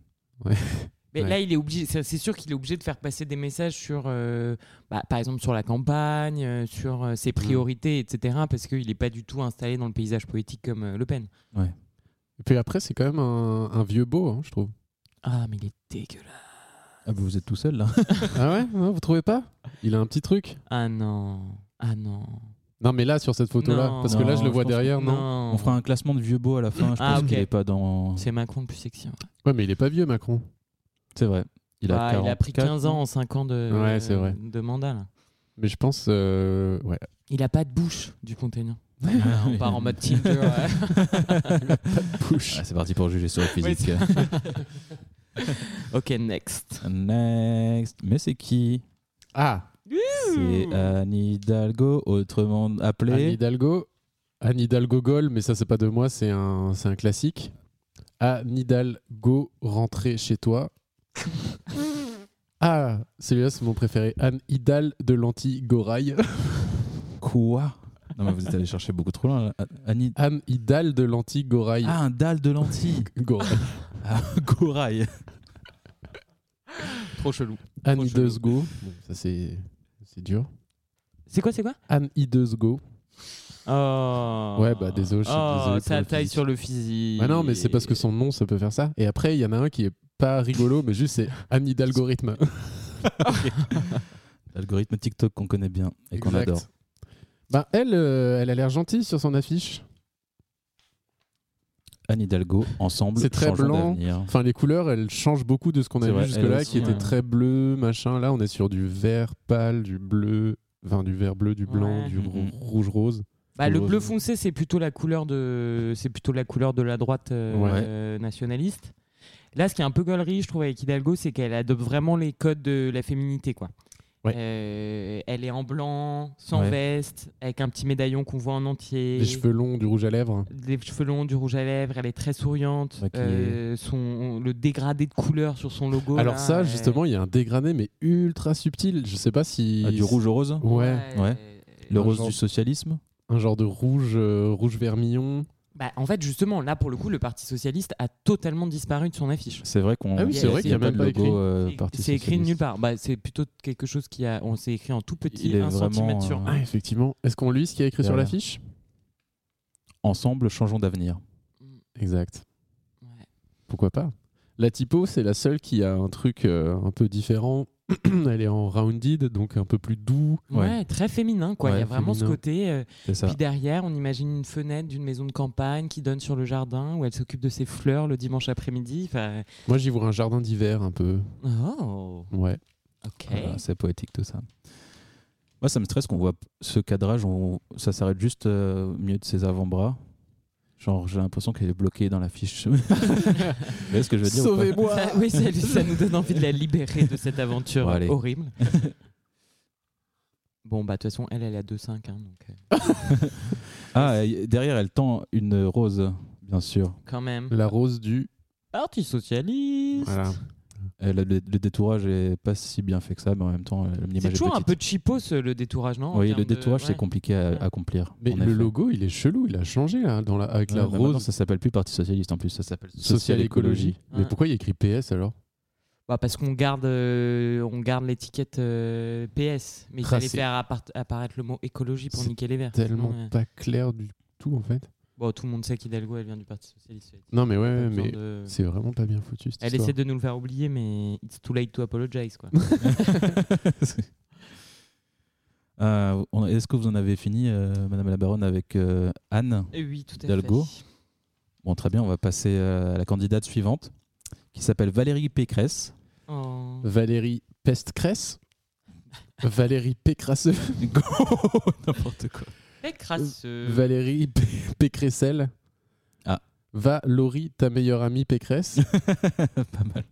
S10: Mais
S9: Ouais.
S10: là, il est obligé. C'est c'est sûr qu'il est obligé de faire passer des messages sur, euh, bah, par exemple, sur la campagne, euh, sur euh, ses
S9: Mm.
S10: priorités, etc. Parce qu'il n'est pas du tout installé dans le paysage politique comme euh, Le Pen.
S9: Et puis après, c'est quand même un, un vieux beau, hein, je trouve.
S10: Ah, mais il est dégueulasse.
S8: Ah, bah, vous êtes tout seul là.
S9: ah ouais, non, vous trouvez pas Il a un petit truc.
S10: Ah non. Ah non.
S9: Non, mais là, sur cette photo-là,
S10: Non.
S9: parce que là,
S8: Non,
S9: je le
S8: je
S9: vois
S8: pense
S9: derrière, non.
S8: On fera un classement de vieux beaux à la fin. Je
S10: Ah,
S8: pense
S10: ok.
S8: qu'il est pas dans.
S10: C'est Macron le plus sexy. hein.
S9: Ouais, mais il est pas vieux, Macron.
S8: C'est vrai. Il a,
S10: Bah, il a pris
S8: 44,
S10: 15 ans en 5 ans de,
S9: Ouais, c'est vrai.
S10: de mandat. là.
S9: Mais je pense, euh, ouais,
S10: Il a pas de bouche du contenant.
S8: Ah,
S10: on
S8: oui.
S10: part en mode Tinder. ouais.
S9: push.
S8: Ah, c'est parti pour juger sur le physique.
S10: ok, next.
S8: Next. Mais c'est qui
S9: Ah,
S8: C'est Anne Hidalgo, autrement
S9: Anne
S8: appelée.
S9: Hidalgo. Anne Hidalgo Gol, mais ça, c'est pas de moi, c'est un, c'est un classique. Anne Hidalgo, rentrez chez toi. ah, celui-là, c'est mon préféré. Anne Hidal de l'anti-gorail.
S8: Quoi Non, mais vous êtes allé chercher beaucoup trop loin. là. Anne
S9: Anne Hidal de l'anti-gorail.
S8: Ah, un dalle de lentilles.
S9: Gorail.
S8: Ah, Gorail.
S10: Trop chelou.
S9: Anne
S8: Oh,
S10: Trop
S9: Hidesgo. Bon, ça, c'est c'est dur.
S10: C'est quoi, c'est quoi
S9: Anne Hidesgo.
S10: Oh.
S9: Ouais, bah, désolé, je suis
S10: Oh,
S9: désolé pour
S10: ça
S9: le
S10: taille
S9: physique.
S10: sur le physique.
S9: Ah non, mais c'est parce que son nom, ça peut faire ça. Et après, il y en a un qui est pas rigolo, mais juste c'est Anne Hidalgorithme.
S8: L'algorithme TikTok qu'on connaît bien et qu'on
S9: Exact.
S8: adore.
S9: Bah, elle, euh, elle a l'air gentille sur son affiche.
S8: Anne Hidalgo, ensemble,
S9: C'est très
S8: changeons
S9: blanc.
S8: d'avenir.
S9: Enfin, les couleurs, elles changent beaucoup de ce qu'on a
S8: C'est
S9: vu
S8: vrai,
S9: jusque-là,
S8: elle
S9: qui
S10: aussi,
S9: était
S10: ouais.
S9: très bleu, machin. Là, on est sur du vert pâle, du bleu, enfin, du vert bleu, du blanc,
S10: Ouais.
S9: du rou-
S8: Mhm.
S9: rouge rose.
S10: Bah, le
S9: Rose.
S10: bleu foncé, c'est plutôt la couleur de, c'est plutôt la couleur de la droite euh,
S9: Ouais.
S10: euh, nationaliste. Là, ce qui est un peu gaulerie, je trouve, avec Hidalgo, c'est qu'elle adopte vraiment les codes de la féminité, quoi.
S9: Ouais.
S10: Euh, elle est en blanc, sans
S8: Ouais.
S10: veste, avec un petit médaillon qu'on voit en entier.
S9: Les cheveux longs, du rouge à lèvres.
S10: des cheveux longs, du rouge à lèvres, elle est très souriante.
S8: Maquillée.
S10: Euh, son, le dégradé de couleur sur son logo.
S9: Alors
S10: là,
S9: ça,
S10: euh,
S9: justement, il y a un dégradé, mais ultra subtil. Je sais pas si...
S8: Ah, du rouge au rose
S9: Ouais,
S8: Ouais. Le
S9: Un
S8: rose
S9: genre-
S8: du socialisme
S9: un genre de rouge, euh, rouge vermillon.
S10: Bah, en fait, justement, là, pour le coup, le Parti Socialiste a totalement disparu de son affiche.
S8: C'est vrai qu'on.
S9: Ah oui,
S10: c'est vrai qu'il y a
S9: même pas
S8: de logo
S9: écrit.
S8: euh,
S10: C'est-
S8: Parti
S10: C'est écrit
S8: Socialiste.
S10: nulle part. Bah, c'est plutôt quelque chose qui a. On s'est écrit en tout petit,
S8: Il est
S10: 1
S8: vraiment,
S10: cm sur
S8: euh,
S10: un.
S9: Ah, effectivement. Est-ce qu'on lit ce qu'il y a écrit sur
S8: Derrière.
S9: l'affiche
S8: Ensemble, changeons d'avenir.
S9: Exact.
S10: Ouais.
S8: euh,
S9: Pourquoi pas La typo, c'est la seule qui a un truc euh, un peu différent. Elle est en rounded, donc un peu plus doux.
S10: Ouais, très féminin, quoi. Il y
S9: Ouais,
S10: a vraiment
S9: féminin.
S10: ce côté. euh,
S8: C'est ça.
S10: Puis derrière, on imagine une fenêtre d'une maison de campagne qui donne sur le jardin où elle s'occupe de ses fleurs le dimanche après-midi. Enfin,
S9: Moi, j'y vois un jardin d'hiver un peu.
S10: Oh,
S9: Ouais.
S10: ok.
S8: Voilà, c'est poétique tout ça. Moi, ça me stresse qu'on voit p- ce cadrage, on- ça s'arrête juste euh, au milieu de ses avant-bras. Je Genre, j'ai l'impression qu'elle est bloquée dans la fiche. Vous voyez ce que je veux dire ou pas
S9: Sauvez-moi
S10: Ça- oui, ça, ça nous donne envie de la libérer de cette aventure
S8: Bon, allez.
S10: horrible. Bon, bah, de toute façon, elle, elle a 2,5. Hein, donc, euh,
S8: Ah, et derrière, elle tend une rose, bien sûr.
S10: quand même.
S9: La rose du.
S10: Parti socialiste.
S9: Voilà.
S8: Euh, Le, le- le détourage est pas si bien fait que ça, mais en même temps, l'image
S10: C'est
S8: est
S10: toujours un
S8: petite.
S10: peu cheapo, ce- le détourage, non en
S8: Oui,
S10: termes
S8: le
S10: de-
S8: détourage,
S10: ouais.
S8: c'est compliqué à, à accomplir.
S9: Mais
S8: en
S9: le
S8: effet.
S9: logo, il est chelou, il a changé là, dans la, avec
S8: Ouais,
S9: la
S8: mais maintenant,
S9: rose
S8: ça s'appelle plus Parti Socialiste en plus, ça s'appelle
S9: social écologie. Mais
S10: Ouais.
S9: pourquoi il y a écrit PS alors
S10: Bah, parce qu'on garde, euh, on garde l'étiquette euh, PS. Mais il fallait
S9: Tracé.
S10: faire appart- apparaître le mot écologie pour
S9: Ah, C'est
S10: niquer les verts.
S9: Tellement
S10: sinon, ouais.
S9: pas clair du tout en fait.
S10: Bon, tout le monde sait qu'Hidalgo, elle vient du Parti Socialiste.
S9: Non mais
S10: Pas
S9: ouais,
S10: besoin
S9: mais
S10: de-
S9: c'est vraiment pas bien foutu cette
S10: Elle
S9: histoire.
S10: essaie de nous le faire oublier, mais it's too late to apologize. Quoi.
S8: Euh, on- Est-ce que vous en avez fini, euh, Madame la Baronne, avec euh, Anne
S10: Et Eh oui, tout à
S8: Hidalgo.
S10: fait.
S8: Bon, très bien, on va passer euh, à la candidate suivante, qui s'appelle Valérie Pécresse.
S10: Oh.
S9: Euh, Valérie Peste-Cresse Valérie Pécrasseux
S8: N'importe quoi.
S9: euh,
S10: Pécrasseux.
S9: Valérie P- Pécressel
S8: Euh. Ah.
S9: Va Laurie, ta meilleure amie Pécresse
S8: pas mal.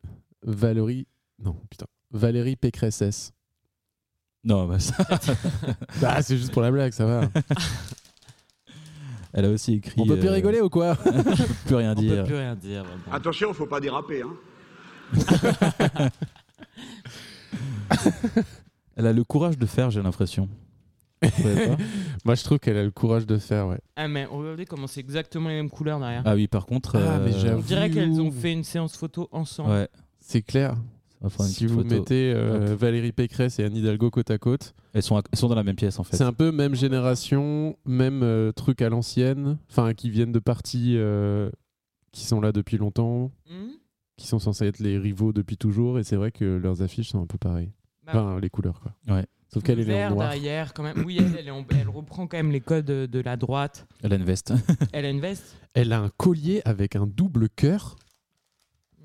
S9: Valérie... Non, putain. Valérie Pécresse.
S8: Non, bah, ça,
S9: Ah, c'est juste pour la blague, ça va.
S8: elle a aussi écrit.
S9: On peut plus
S8: euh,
S9: rigoler ou quoi
S8: on peut plus rien
S10: On peut
S8: dire.
S10: plus rien dire. vraiment.
S6: Attention, faut pas déraper. Hein.
S8: Elle a le courage de faire, j'ai l'impression. Vous trouvez pas
S9: Moi, je trouve qu'elle a le courage de faire, ouais.
S10: Ah, mais regardez comment c'est exactement les mêmes couleurs derrière.
S8: ah oui, par contre.
S9: Ah, mais
S8: euh,
S10: On
S9: j'avoue.
S10: dirait
S9: vous-
S10: qu'elles ont fait une séance photo ensemble.
S8: Ouais,
S9: C'est clair.
S8: on va faire une
S9: si
S8: petite
S9: vous
S8: photo.
S9: mettez euh, Valérie Pécresse et Anne Hidalgo côte à côte,
S8: Elles sont, à- elles sont dans la même pièce en fait.
S9: c'est un peu même génération, même euh, truc à l'ancienne, enfin qui viennent de partis euh, qui sont là depuis longtemps,
S10: Hmm
S9: qui sont censés être les rivaux depuis toujours, et c'est vrai que leurs affiches sont un peu pareilles.
S10: Bah,
S9: Enfin, les couleurs, quoi.
S8: Ouais.
S9: Sauf qu'elle elle est
S10: vert
S9: en noir.
S10: derrière, quand même. Oui, elle, elle est en- elle reprend quand même les codes de, de la droite.
S8: Elle a une veste.
S10: Elle a une veste
S9: Elle a un collier avec un double cœur.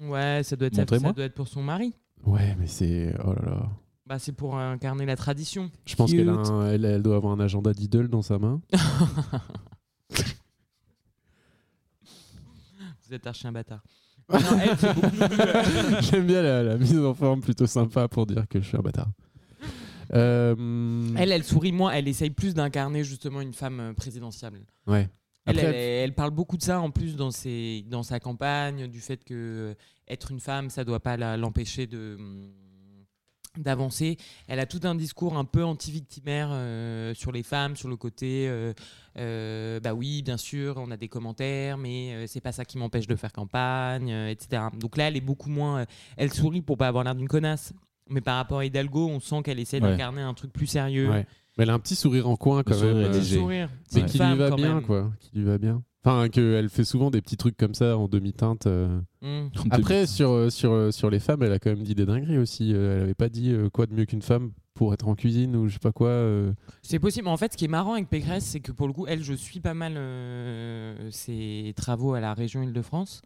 S10: Ouais, ça doit être, ça,
S8: Montrez-moi.
S10: ça doit être pour son mari.
S9: Ouais, mais c'est. Oh là là.
S10: Bah, c'est pour incarner la tradition.
S9: Je pense qu'elle a
S8: Cute.
S9: un- elle, elle doit avoir un agenda d'idole dans sa main.
S10: Vous êtes archi un bâtard. Non, elle, c'est beaucoup plus-
S9: J'aime bien la, la mise en forme plutôt sympa pour dire que je suis un bâtard. Euh,
S10: elle, elle sourit moins. Elle essaye plus d'incarner justement une femme euh, présidentiable.
S9: Ouais.
S10: Elle,
S9: Après,
S10: elle- elle parle beaucoup de ça en plus dans, ses, dans sa campagne, du fait que euh, être une femme, ça doit pas la- l'empêcher de hum, d'avancer. Elle a tout un discours un peu anti-victimaire euh, sur les femmes, sur le côté, euh, euh, bah oui, bien sûr, on a des commentaires, mais euh, c'est pas ça qui m'empêche de faire campagne, euh, etc. Donc là, elle est beaucoup moins, euh, elle sourit pour pas avoir l'air d'une connasse. Mais par rapport à Hidalgo, on sent qu'elle essaie
S8: Ouais.
S10: d'incarner un truc plus sérieux.
S9: ouais. Mais elle a un petit sourire en coin quand
S8: sourire est
S9: même.
S10: Un
S9: euh,
S10: petit
S8: léger.
S10: sourire. C'est
S9: Mais
S10: une
S9: qui lui
S10: femme,
S9: va
S10: quand
S9: bien,
S10: même.
S9: quoi. Qui lui va bien. Enfin, qu'elle fait souvent des petits trucs comme ça en demi-teinte. euh.
S10: Hum.
S9: Après, sur, euh, sur, euh, sur les femmes, elle a quand même dit des dingueries aussi. Euh, Elle avait pas dit euh, quoi de mieux qu'une femme pour être en cuisine ou je sais pas quoi. euh.
S10: C'est possible. En fait, ce qui est marrant avec Pécresse, c'est que pour le coup, elle, je suis pas mal euh, ses travaux à la région Île-de-France.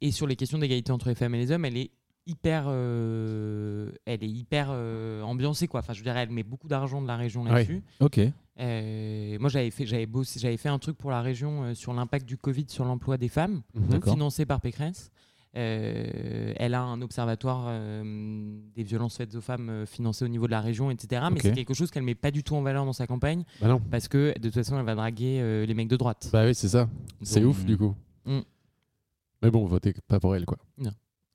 S10: Et sur les questions d'égalité entre les femmes et les hommes, elle est hyper, euh, elle est hyper euh, ambiancée quoi. Enfin, je veux dire, elle met beaucoup d'argent de la région là-dessus.
S8: Ok.
S10: Euh, moi, j'avais fait, j'avais bossé, j'avais fait un truc pour la région euh, sur l'impact du Covid sur l'emploi des femmes
S9: Mhm.
S8: D'accord.
S10: financée par Pécresse. Euh, elle a un observatoire euh, des violences faites aux femmes euh, financées au niveau de la région, etc. Mais
S8: Ok.
S10: c'est quelque chose qu'elle met pas du tout en valeur dans sa campagne
S9: Bah non.
S10: parce que de toute façon elle va draguer euh, les mecs de droite.
S9: Bah oui, c'est ça. C'est
S8: Donc,
S9: ouf du coup.
S10: Mm.
S9: Mais bon, votez pas pour elle quoi.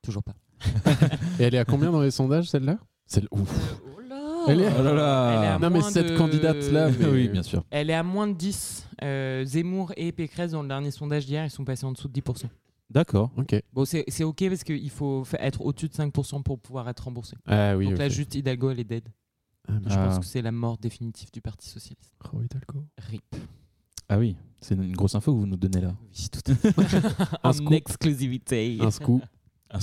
S10: Toujours pas.
S9: Et elle est à combien dans les sondages celle-là Celle ouf.
S10: oh là
S9: Elle est-
S8: Oh là là
S10: Elle est à
S9: Non mais
S10: moins
S9: cette
S10: de-
S9: candidate là.
S10: Oui,
S8: Oui, bien sûr.
S10: Elle est à moins de 10. Euh, Zemmour et Pécresse, dans le dernier sondage d'hier, ils sont passés en dessous de 10%.
S8: D'accord.
S9: Ok.
S10: Bon, c'est c'est OK parce qu'il faut fa- être au-dessus de 5% pour pouvoir être remboursé.
S9: Ah oui.
S10: Donc là,
S9: ok.
S10: juste Hidalgo, elle est dead.
S9: Ah, mais
S10: Je
S8: Ah.
S10: pense que c'est la mort définitive du Parti Socialiste.
S9: je- Oh, Hidalgo.
S10: RIP.
S8: Ah oui, c'est une grosse info que vous nous donnez là.
S10: Oui, tout à fait.
S9: Un
S10: en
S9: scoop.
S10: exclusivité.
S9: Un scoop. Ah,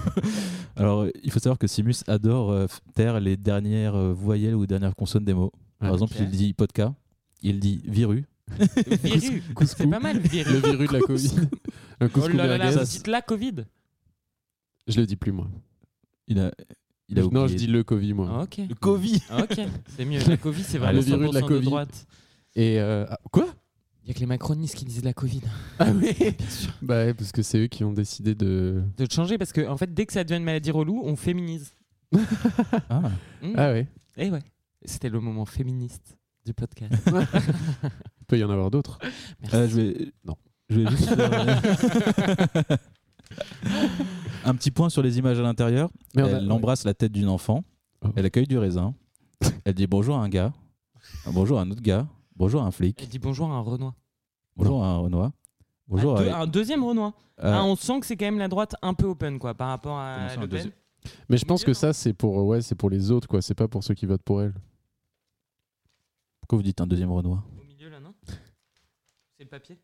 S8: Alors, euh, il faut savoir que Simus adore euh, f- taire les dernières euh, voyelles ou dernières consonnes des mots. Par
S9: Ouais.
S8: exemple,
S10: Ok.
S8: il dit podcast, il dit viru.
S10: Viru. C'est pas mal,
S9: Le
S10: Viru.
S9: virus de la Covid. Un
S10: Oh
S9: couscous
S10: là là là,
S9: merguez.
S10: vous dites la Covid.
S9: Je le dis plus moi.
S8: Il a, il a oublié. Ah.
S9: Non, je dis le Covid moi.
S10: ok.
S8: le Covid.
S10: Ok, c'est mieux. La Covid, c'est vraiment
S9: le virus de la
S10: 100%
S9: Covid.
S10: droite.
S9: Et euh, ah, quoi
S10: Il y a que les macronistes qui disent la Covid.
S9: Ah oui Bah ouais, parce que c'est eux qui ont décidé de.
S10: De te changer parce que en fait, dès que ça devient une maladie relou, on féminise.
S8: Ah.
S10: Hmm.
S9: Ah ouais,
S10: Eh ouais. C'était le moment féministe du podcast.
S9: il peut y en avoir d'autres.
S10: Merci.
S8: Euh, je vais.
S9: Non.
S8: Je vais juste. faire- Un petit point sur les images à l'intérieur.
S9: Mais on a-
S8: Elle embrasse la tête d'une enfant.
S9: Oh.
S8: Elle accueille du raisin. Elle dit bonjour à un gars. un Bonjour à un autre gars. Bonjour à un flic.
S10: Elle dit bonjour à un Renoir.
S8: Bonjour à un Renoir. Bonjour
S10: un, deux-
S8: à.
S10: un deuxième Renoir.
S9: Euh.
S8: à-
S10: Ah, on sent que c'est quand même la droite un peu open quoi par rapport
S8: Comment
S10: à
S8: ça, un
S10: Le Pen.
S8: deuxième
S9: Mais je pense
S10: Milieu,
S9: que
S10: non
S9: ça, c'est pour, euh, ouais, c'est pour les autres, quoi. C'est pas pour ceux qui votent pour elle.
S8: Pourquoi vous dites un deuxième Renoir
S10: Au milieu là, non C'est le papier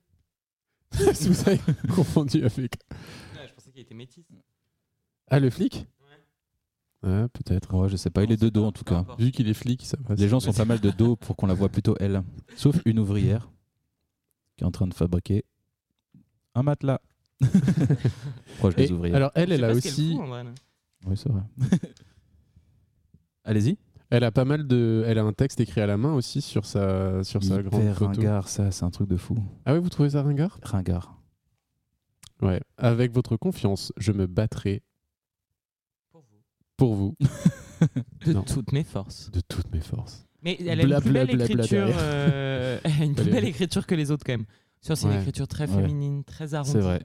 S9: Si vous avez confondu avec.
S10: Je pensais qu'il était métis.
S9: Ah, le flic Ouais, peut-être.
S8: Ouais, je sais pas. Il est de dos en tout cas.
S9: Vu qu'il est flic, ça va.
S8: Les gens sont pas mal de dos pour qu'on la voit plutôt elle. Sauf une ouvrière qui est en train de fabriquer un matelas. Proche
S9: Et
S8: des ouvrières.
S9: alors elle, elle a aussi,
S8: Oui, c'est vrai. Allez-y.
S9: elle a pas mal de, elle a un texte écrit à la main aussi sur sa, sur sa grande
S8: Hyper
S9: photo.
S8: ringard, ça, c'est un truc de fou.
S9: Ah ouais, vous trouvez ça ringard
S8: Ringard.
S9: Ouais. Avec votre confiance, je me battrai pour vous
S10: De
S9: Non.
S10: toutes mes forces.
S9: de toutes mes forces.
S10: Mais elle a
S9: Bla,
S10: une plus
S9: bla,
S10: belle
S9: bla, bla
S10: écriture.
S9: derrière.
S10: euh, Elle a une plus
S9: Allez.
S10: belle écriture que les autres quand même. Sur c'est
S9: Ouais.
S10: une écriture très
S8: Ouais.
S10: féminine, très arrondie.
S8: C'est vrai.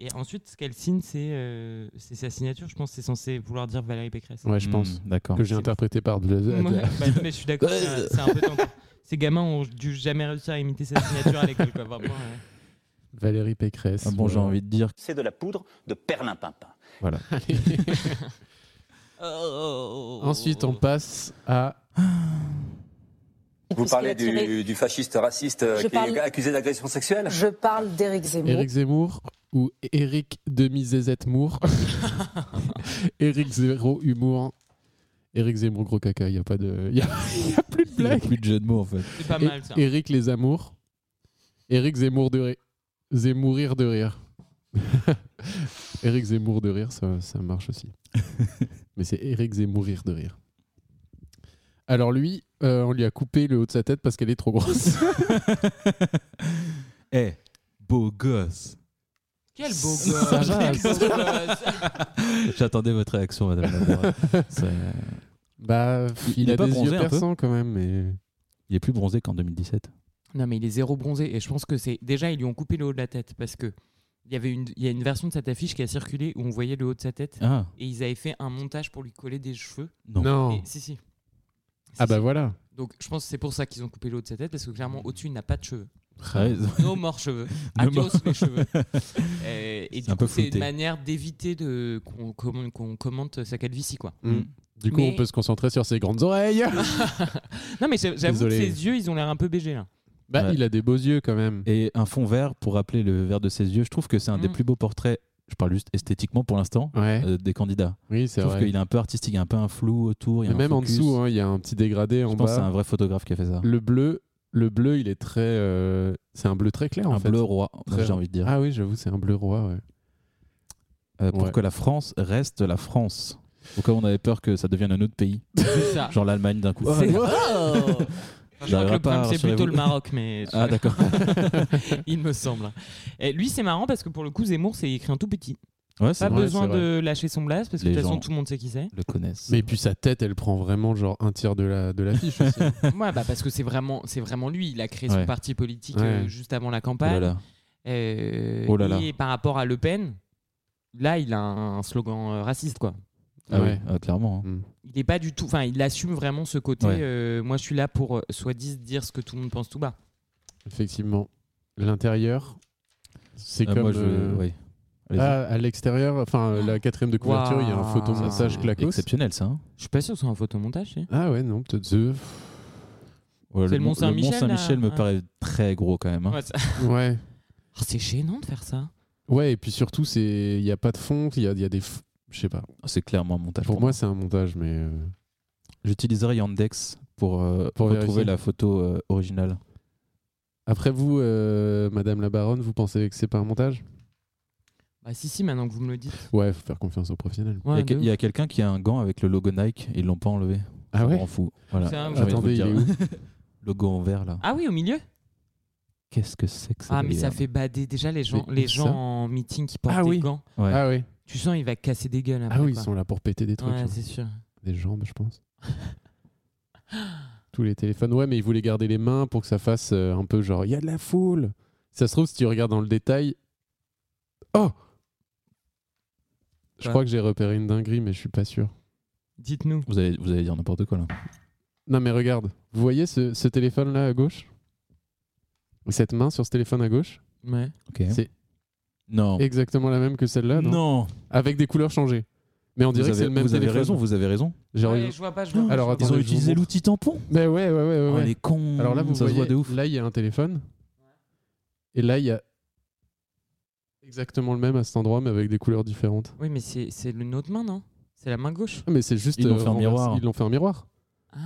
S10: Et ensuite, ce qu'elle signe, c'est euh, c'est sa signature. Je pense que c'est censé vouloir dire Valérie Pécresse.
S9: Ouais, je pense.
S8: Mm, D'accord.
S9: Que j'ai interprété par de la- de
S10: Ouais,
S9: la-
S10: bah, mais je suis d'accord, c'est un- c'est un peu tentant. Ces gamins ont dû jamais réussir à imiter sa signature à l'école. quoi, vraiment, ouais.
S9: Valérie Pécresse.
S8: Ah bon, j'ai envie de dire.
S4: C'est de la poudre de perlimpinpin.
S8: Voilà.
S9: Ensuite, on passe à
S4: Vous parlez
S5: Puisqu'il a tiré-
S4: du, du fasciste raciste euh,
S5: Je
S4: qui
S5: parle-
S4: est accusé d'agression sexuelle
S5: Je parle d'Éric Zemmour.
S9: Éric Zemmour ou Éric demi-zézette Moore. Éric Zéro Humour. Éric Zemmour gros caca, il n'y a pas de... Y a, y a plus de
S8: Il y a
S9: blague.
S8: plus de jeu de mots en fait.
S10: C'est pas mal ça.
S9: Éric les amours. Éric Zemmour de rire. Zemmour de rire. Éric Zemmour de rire, ça, ça marche aussi. Mais c'est Éric Zemmour rire de rire. Alors lui, euh, on lui a coupé le haut de sa tête parce qu'elle est trop grosse.
S8: Eh, beau gosse.
S10: Quel beau gosse.
S8: Ça va,
S10: Quel beau gosse.
S8: J'attendais votre réaction, madame. Laborde. C'est-
S9: bah,
S8: Il
S9: il,
S8: est
S9: a
S8: pas
S9: des
S8: bronzé
S9: yeux
S8: un peu
S9: perçants quand même, mais...
S8: Il est plus bronzé qu'en 2017.
S10: Non, mais il est zéro bronzé. Et je pense que c'est. Déjà, ils lui ont coupé le haut de la tête parce que. Il y, avait une, il y a une version de cette affiche qui a circulé où on voyait le haut de sa tête
S8: Ah,
S10: et ils avaient fait un montage pour lui coller des cheveux.
S8: non.
S9: Non.
S10: Et- si, si.
S9: Ah
S10: Si,
S9: bah
S10: si.
S9: voilà.
S10: Donc je pense que c'est pour ça qu'ils ont coupé le haut de sa tête parce que clairement au-dessus il n'a pas de cheveux.
S8: Ah, ils ont-
S10: No more cheveux. Adios
S8: mort.
S10: les cheveux. Euh, et
S8: un
S10: du
S8: peu
S10: coup c'est
S8: flouté.
S10: une manière d'éviter de qu'on qu'on- qu'on commente sa calvitie quoi.
S9: Mm. Du coup,
S10: Mais-
S9: on peut se concentrer sur ses grandes oreilles.
S10: Non mais j'a- j'avoue que
S9: Désolé.
S10: ses yeux ils ont l'air un peu bégés là.
S9: bah,
S8: Ouais.
S9: il a des beaux yeux quand même.
S8: Et un fond vert pour rappeler le vert de ses yeux. Je trouve que c'est un des
S10: Mm.
S8: plus beaux portraits. Je parle juste esthétiquement pour l'instant.
S9: Ouais.
S8: euh, des candidats.
S9: oui,
S8: Je
S9: c'est
S8: trouve
S9: vrai.
S8: qu'il est un peu artistique, il y a un peu un flou autour. Il y a
S9: Mais
S8: un
S9: même en
S8: focus.
S9: dessous, hein, il y a un petit dégradé
S8: Je
S9: en
S8: pense que c'est
S9: bas.
S8: un vrai photographe qui a fait ça.
S9: Le bleu, le bleu, il est très. euh, C'est un bleu très clair en
S8: Un
S9: fait.
S8: bleu roi,
S9: Très-
S8: j'ai envie de dire.
S9: Ah oui, j'avoue, c'est un bleu roi. ouais.
S8: Euh, pour
S9: Ouais.
S8: que la France reste la France. Au cas où on avait peur que ça devienne un autre pays,
S10: C'est ça.
S8: genre l'Allemagne d'un coup.
S10: C'est-
S8: Ah,
S10: Je crois que
S8: J'arriverai
S10: le
S8: pas à
S10: problème c'est
S8: rassurer
S10: plutôt
S8: vous.
S10: le Maroc mais
S8: Ah d'accord.
S10: il me semble. Et lui c'est marrant parce que pour le coup Zemmour c'est écrit en tout petit.
S8: Ouais, c'est
S10: Pas
S8: vrai.
S9: vrai,
S10: besoin
S9: c'est vrai.
S10: de lâcher son blase parce que
S8: Les
S10: de toute façon
S8: gens-
S10: tout le monde sait qui c'est.
S8: le connaissent.
S9: Mais puis sa tête, elle prend vraiment genre un tiers de la de l'affiche. aussi.
S10: Ouais, bah parce que c'est vraiment, c'est vraiment lui. Il a créé son
S8: Ouais.
S10: parti politique
S9: Ouais.
S10: euh, juste avant
S8: Oh
S10: la
S8: là
S10: campagne.
S8: là.
S10: Euh,
S8: Oh là là.
S10: Et par rapport à Le Pen, là, il a un, un slogan euh, raciste, quoi.
S8: Ah oui,
S9: Ouais.
S8: ah, clairement. hein.
S10: Il n'est pas du tout. Enfin, il assume vraiment ce côté.
S8: Ouais.
S10: euh, moi, je suis là pour euh, soit dit dire ce que tout le monde pense tout bas.
S9: Effectivement, l'intérieur, c'est
S8: Ah,
S9: comme.
S8: moi, je...
S9: euh,
S8: oui. Allez-y.
S9: ah, à l'extérieur, enfin euh, la quatrième de couverture, il y a un
S10: Waouh.
S9: photomontage
S10: Ça, c'est
S9: claquos.
S8: Exceptionnel ça. hein.
S10: Je suis pas sûr que ce soit un photomontage. si.
S9: Ah ouais, non, peut-être. euh,
S8: Ouais,
S10: C'est le
S8: Mont-
S10: Mont Saint-Michel,
S8: Mont Saint-Michel
S10: là.
S8: me
S10: Ouais.
S8: paraît très gros quand même. hein.
S10: Ouais, ça-
S9: Ouais.
S10: Oh, c'est gênant de faire ça.
S9: Ouais, et puis surtout, c'est il n'y a pas de fond, il y a, il y a des. f- Je sais pas.
S8: C'est clairement un montage.
S9: Pour, moi, c'est un montage, mais. euh,
S8: j'utiliserai Yandex pour, euh,
S9: Pour
S8: retrouver
S9: vérifier.
S8: la photo euh, originale.
S9: Après vous, euh, Madame la Baronne, vous pensez que c'est pas un montage
S10: Bah, si, si, maintenant que vous me le dites.
S9: Ouais, faut faire confiance aux professionnels.
S8: il
S10: Ouais,
S8: y a que-
S10: de
S8: il y a, quelqu'un qui a un gant avec le logo Nike, ils l'ont pas enlevé.
S9: Ah
S8: Je
S9: ouais
S8: m'en fous. Voilà.
S10: C'est un-
S8: j'ai envie de vous
S9: Attendez, il
S8: dire.
S9: est où
S8: Logo en vert là.
S10: Ah oui, au milieu
S8: Qu'est-ce que c'est que ça
S10: Ah, mais ça
S8: délire
S10: fait bader déjà les gens,
S9: Mais
S10: les
S9: où
S10: gens
S9: ça
S10: en meeting qui portent
S9: Ah
S10: des
S9: oui.
S10: gants.
S8: Ouais.
S9: Ah oui.
S10: Tu sens, il va casser des gueules après.
S9: Ah oui, ils
S10: quoi.
S9: sont là pour péter des trucs.
S10: Ouais,
S9: hein.
S10: c'est sûr.
S9: Des jambes, je pense. Tous les téléphones. Ouais, mais ils voulaient garder les mains pour que ça fasse euh, un peu genre, il y a de la foule. Si ça se trouve, si tu regardes dans le détail. Oh Je
S10: Quoi
S9: crois que j'ai repéré une dinguerie, mais je suis pas sûr.
S10: Dites-nous.
S8: Vous allez, vous allez dire n'importe quoi là.
S9: Non, mais regarde. Vous voyez ce, ce téléphone-là à gauche Cette main sur ce téléphone à gauche
S10: Ouais.
S8: Ok.
S9: C'est
S8: Non.
S9: exactement la même que celle-là, non,
S8: non.
S9: Avec des couleurs changées. Mais on
S8: Vous
S9: dirait que
S8: avez,
S9: c'est le même
S8: vous avez
S9: téléphone.
S8: raison, vous avez raison.
S9: J'ai
S10: Ouais,
S9: raison.
S10: je vois pas, je vois pas,
S9: Alors,
S10: je vois
S8: Ah, Ils ont
S10: pas.
S9: attendez, je vous
S8: utilisé
S9: montre.
S8: l'outil tampon.
S9: Mais ouais, ouais, ouais. ouais,
S8: Oh,
S9: ouais.
S8: les cons.
S9: Alors là, vous
S8: ça
S9: voyez,
S8: se voit de ouf.
S9: là, il y a un téléphone. Et là, il y a exactement le même à cet endroit, mais avec des couleurs différentes.
S10: Oui, mais c'est c'est une autre main, non C'est la main gauche.
S9: Ah, mais c'est juste.
S8: Ils l'ont
S9: euh,
S8: fait en
S9: renversé-
S8: miroir.
S9: Ils l'ont fait en miroir.
S10: Ah.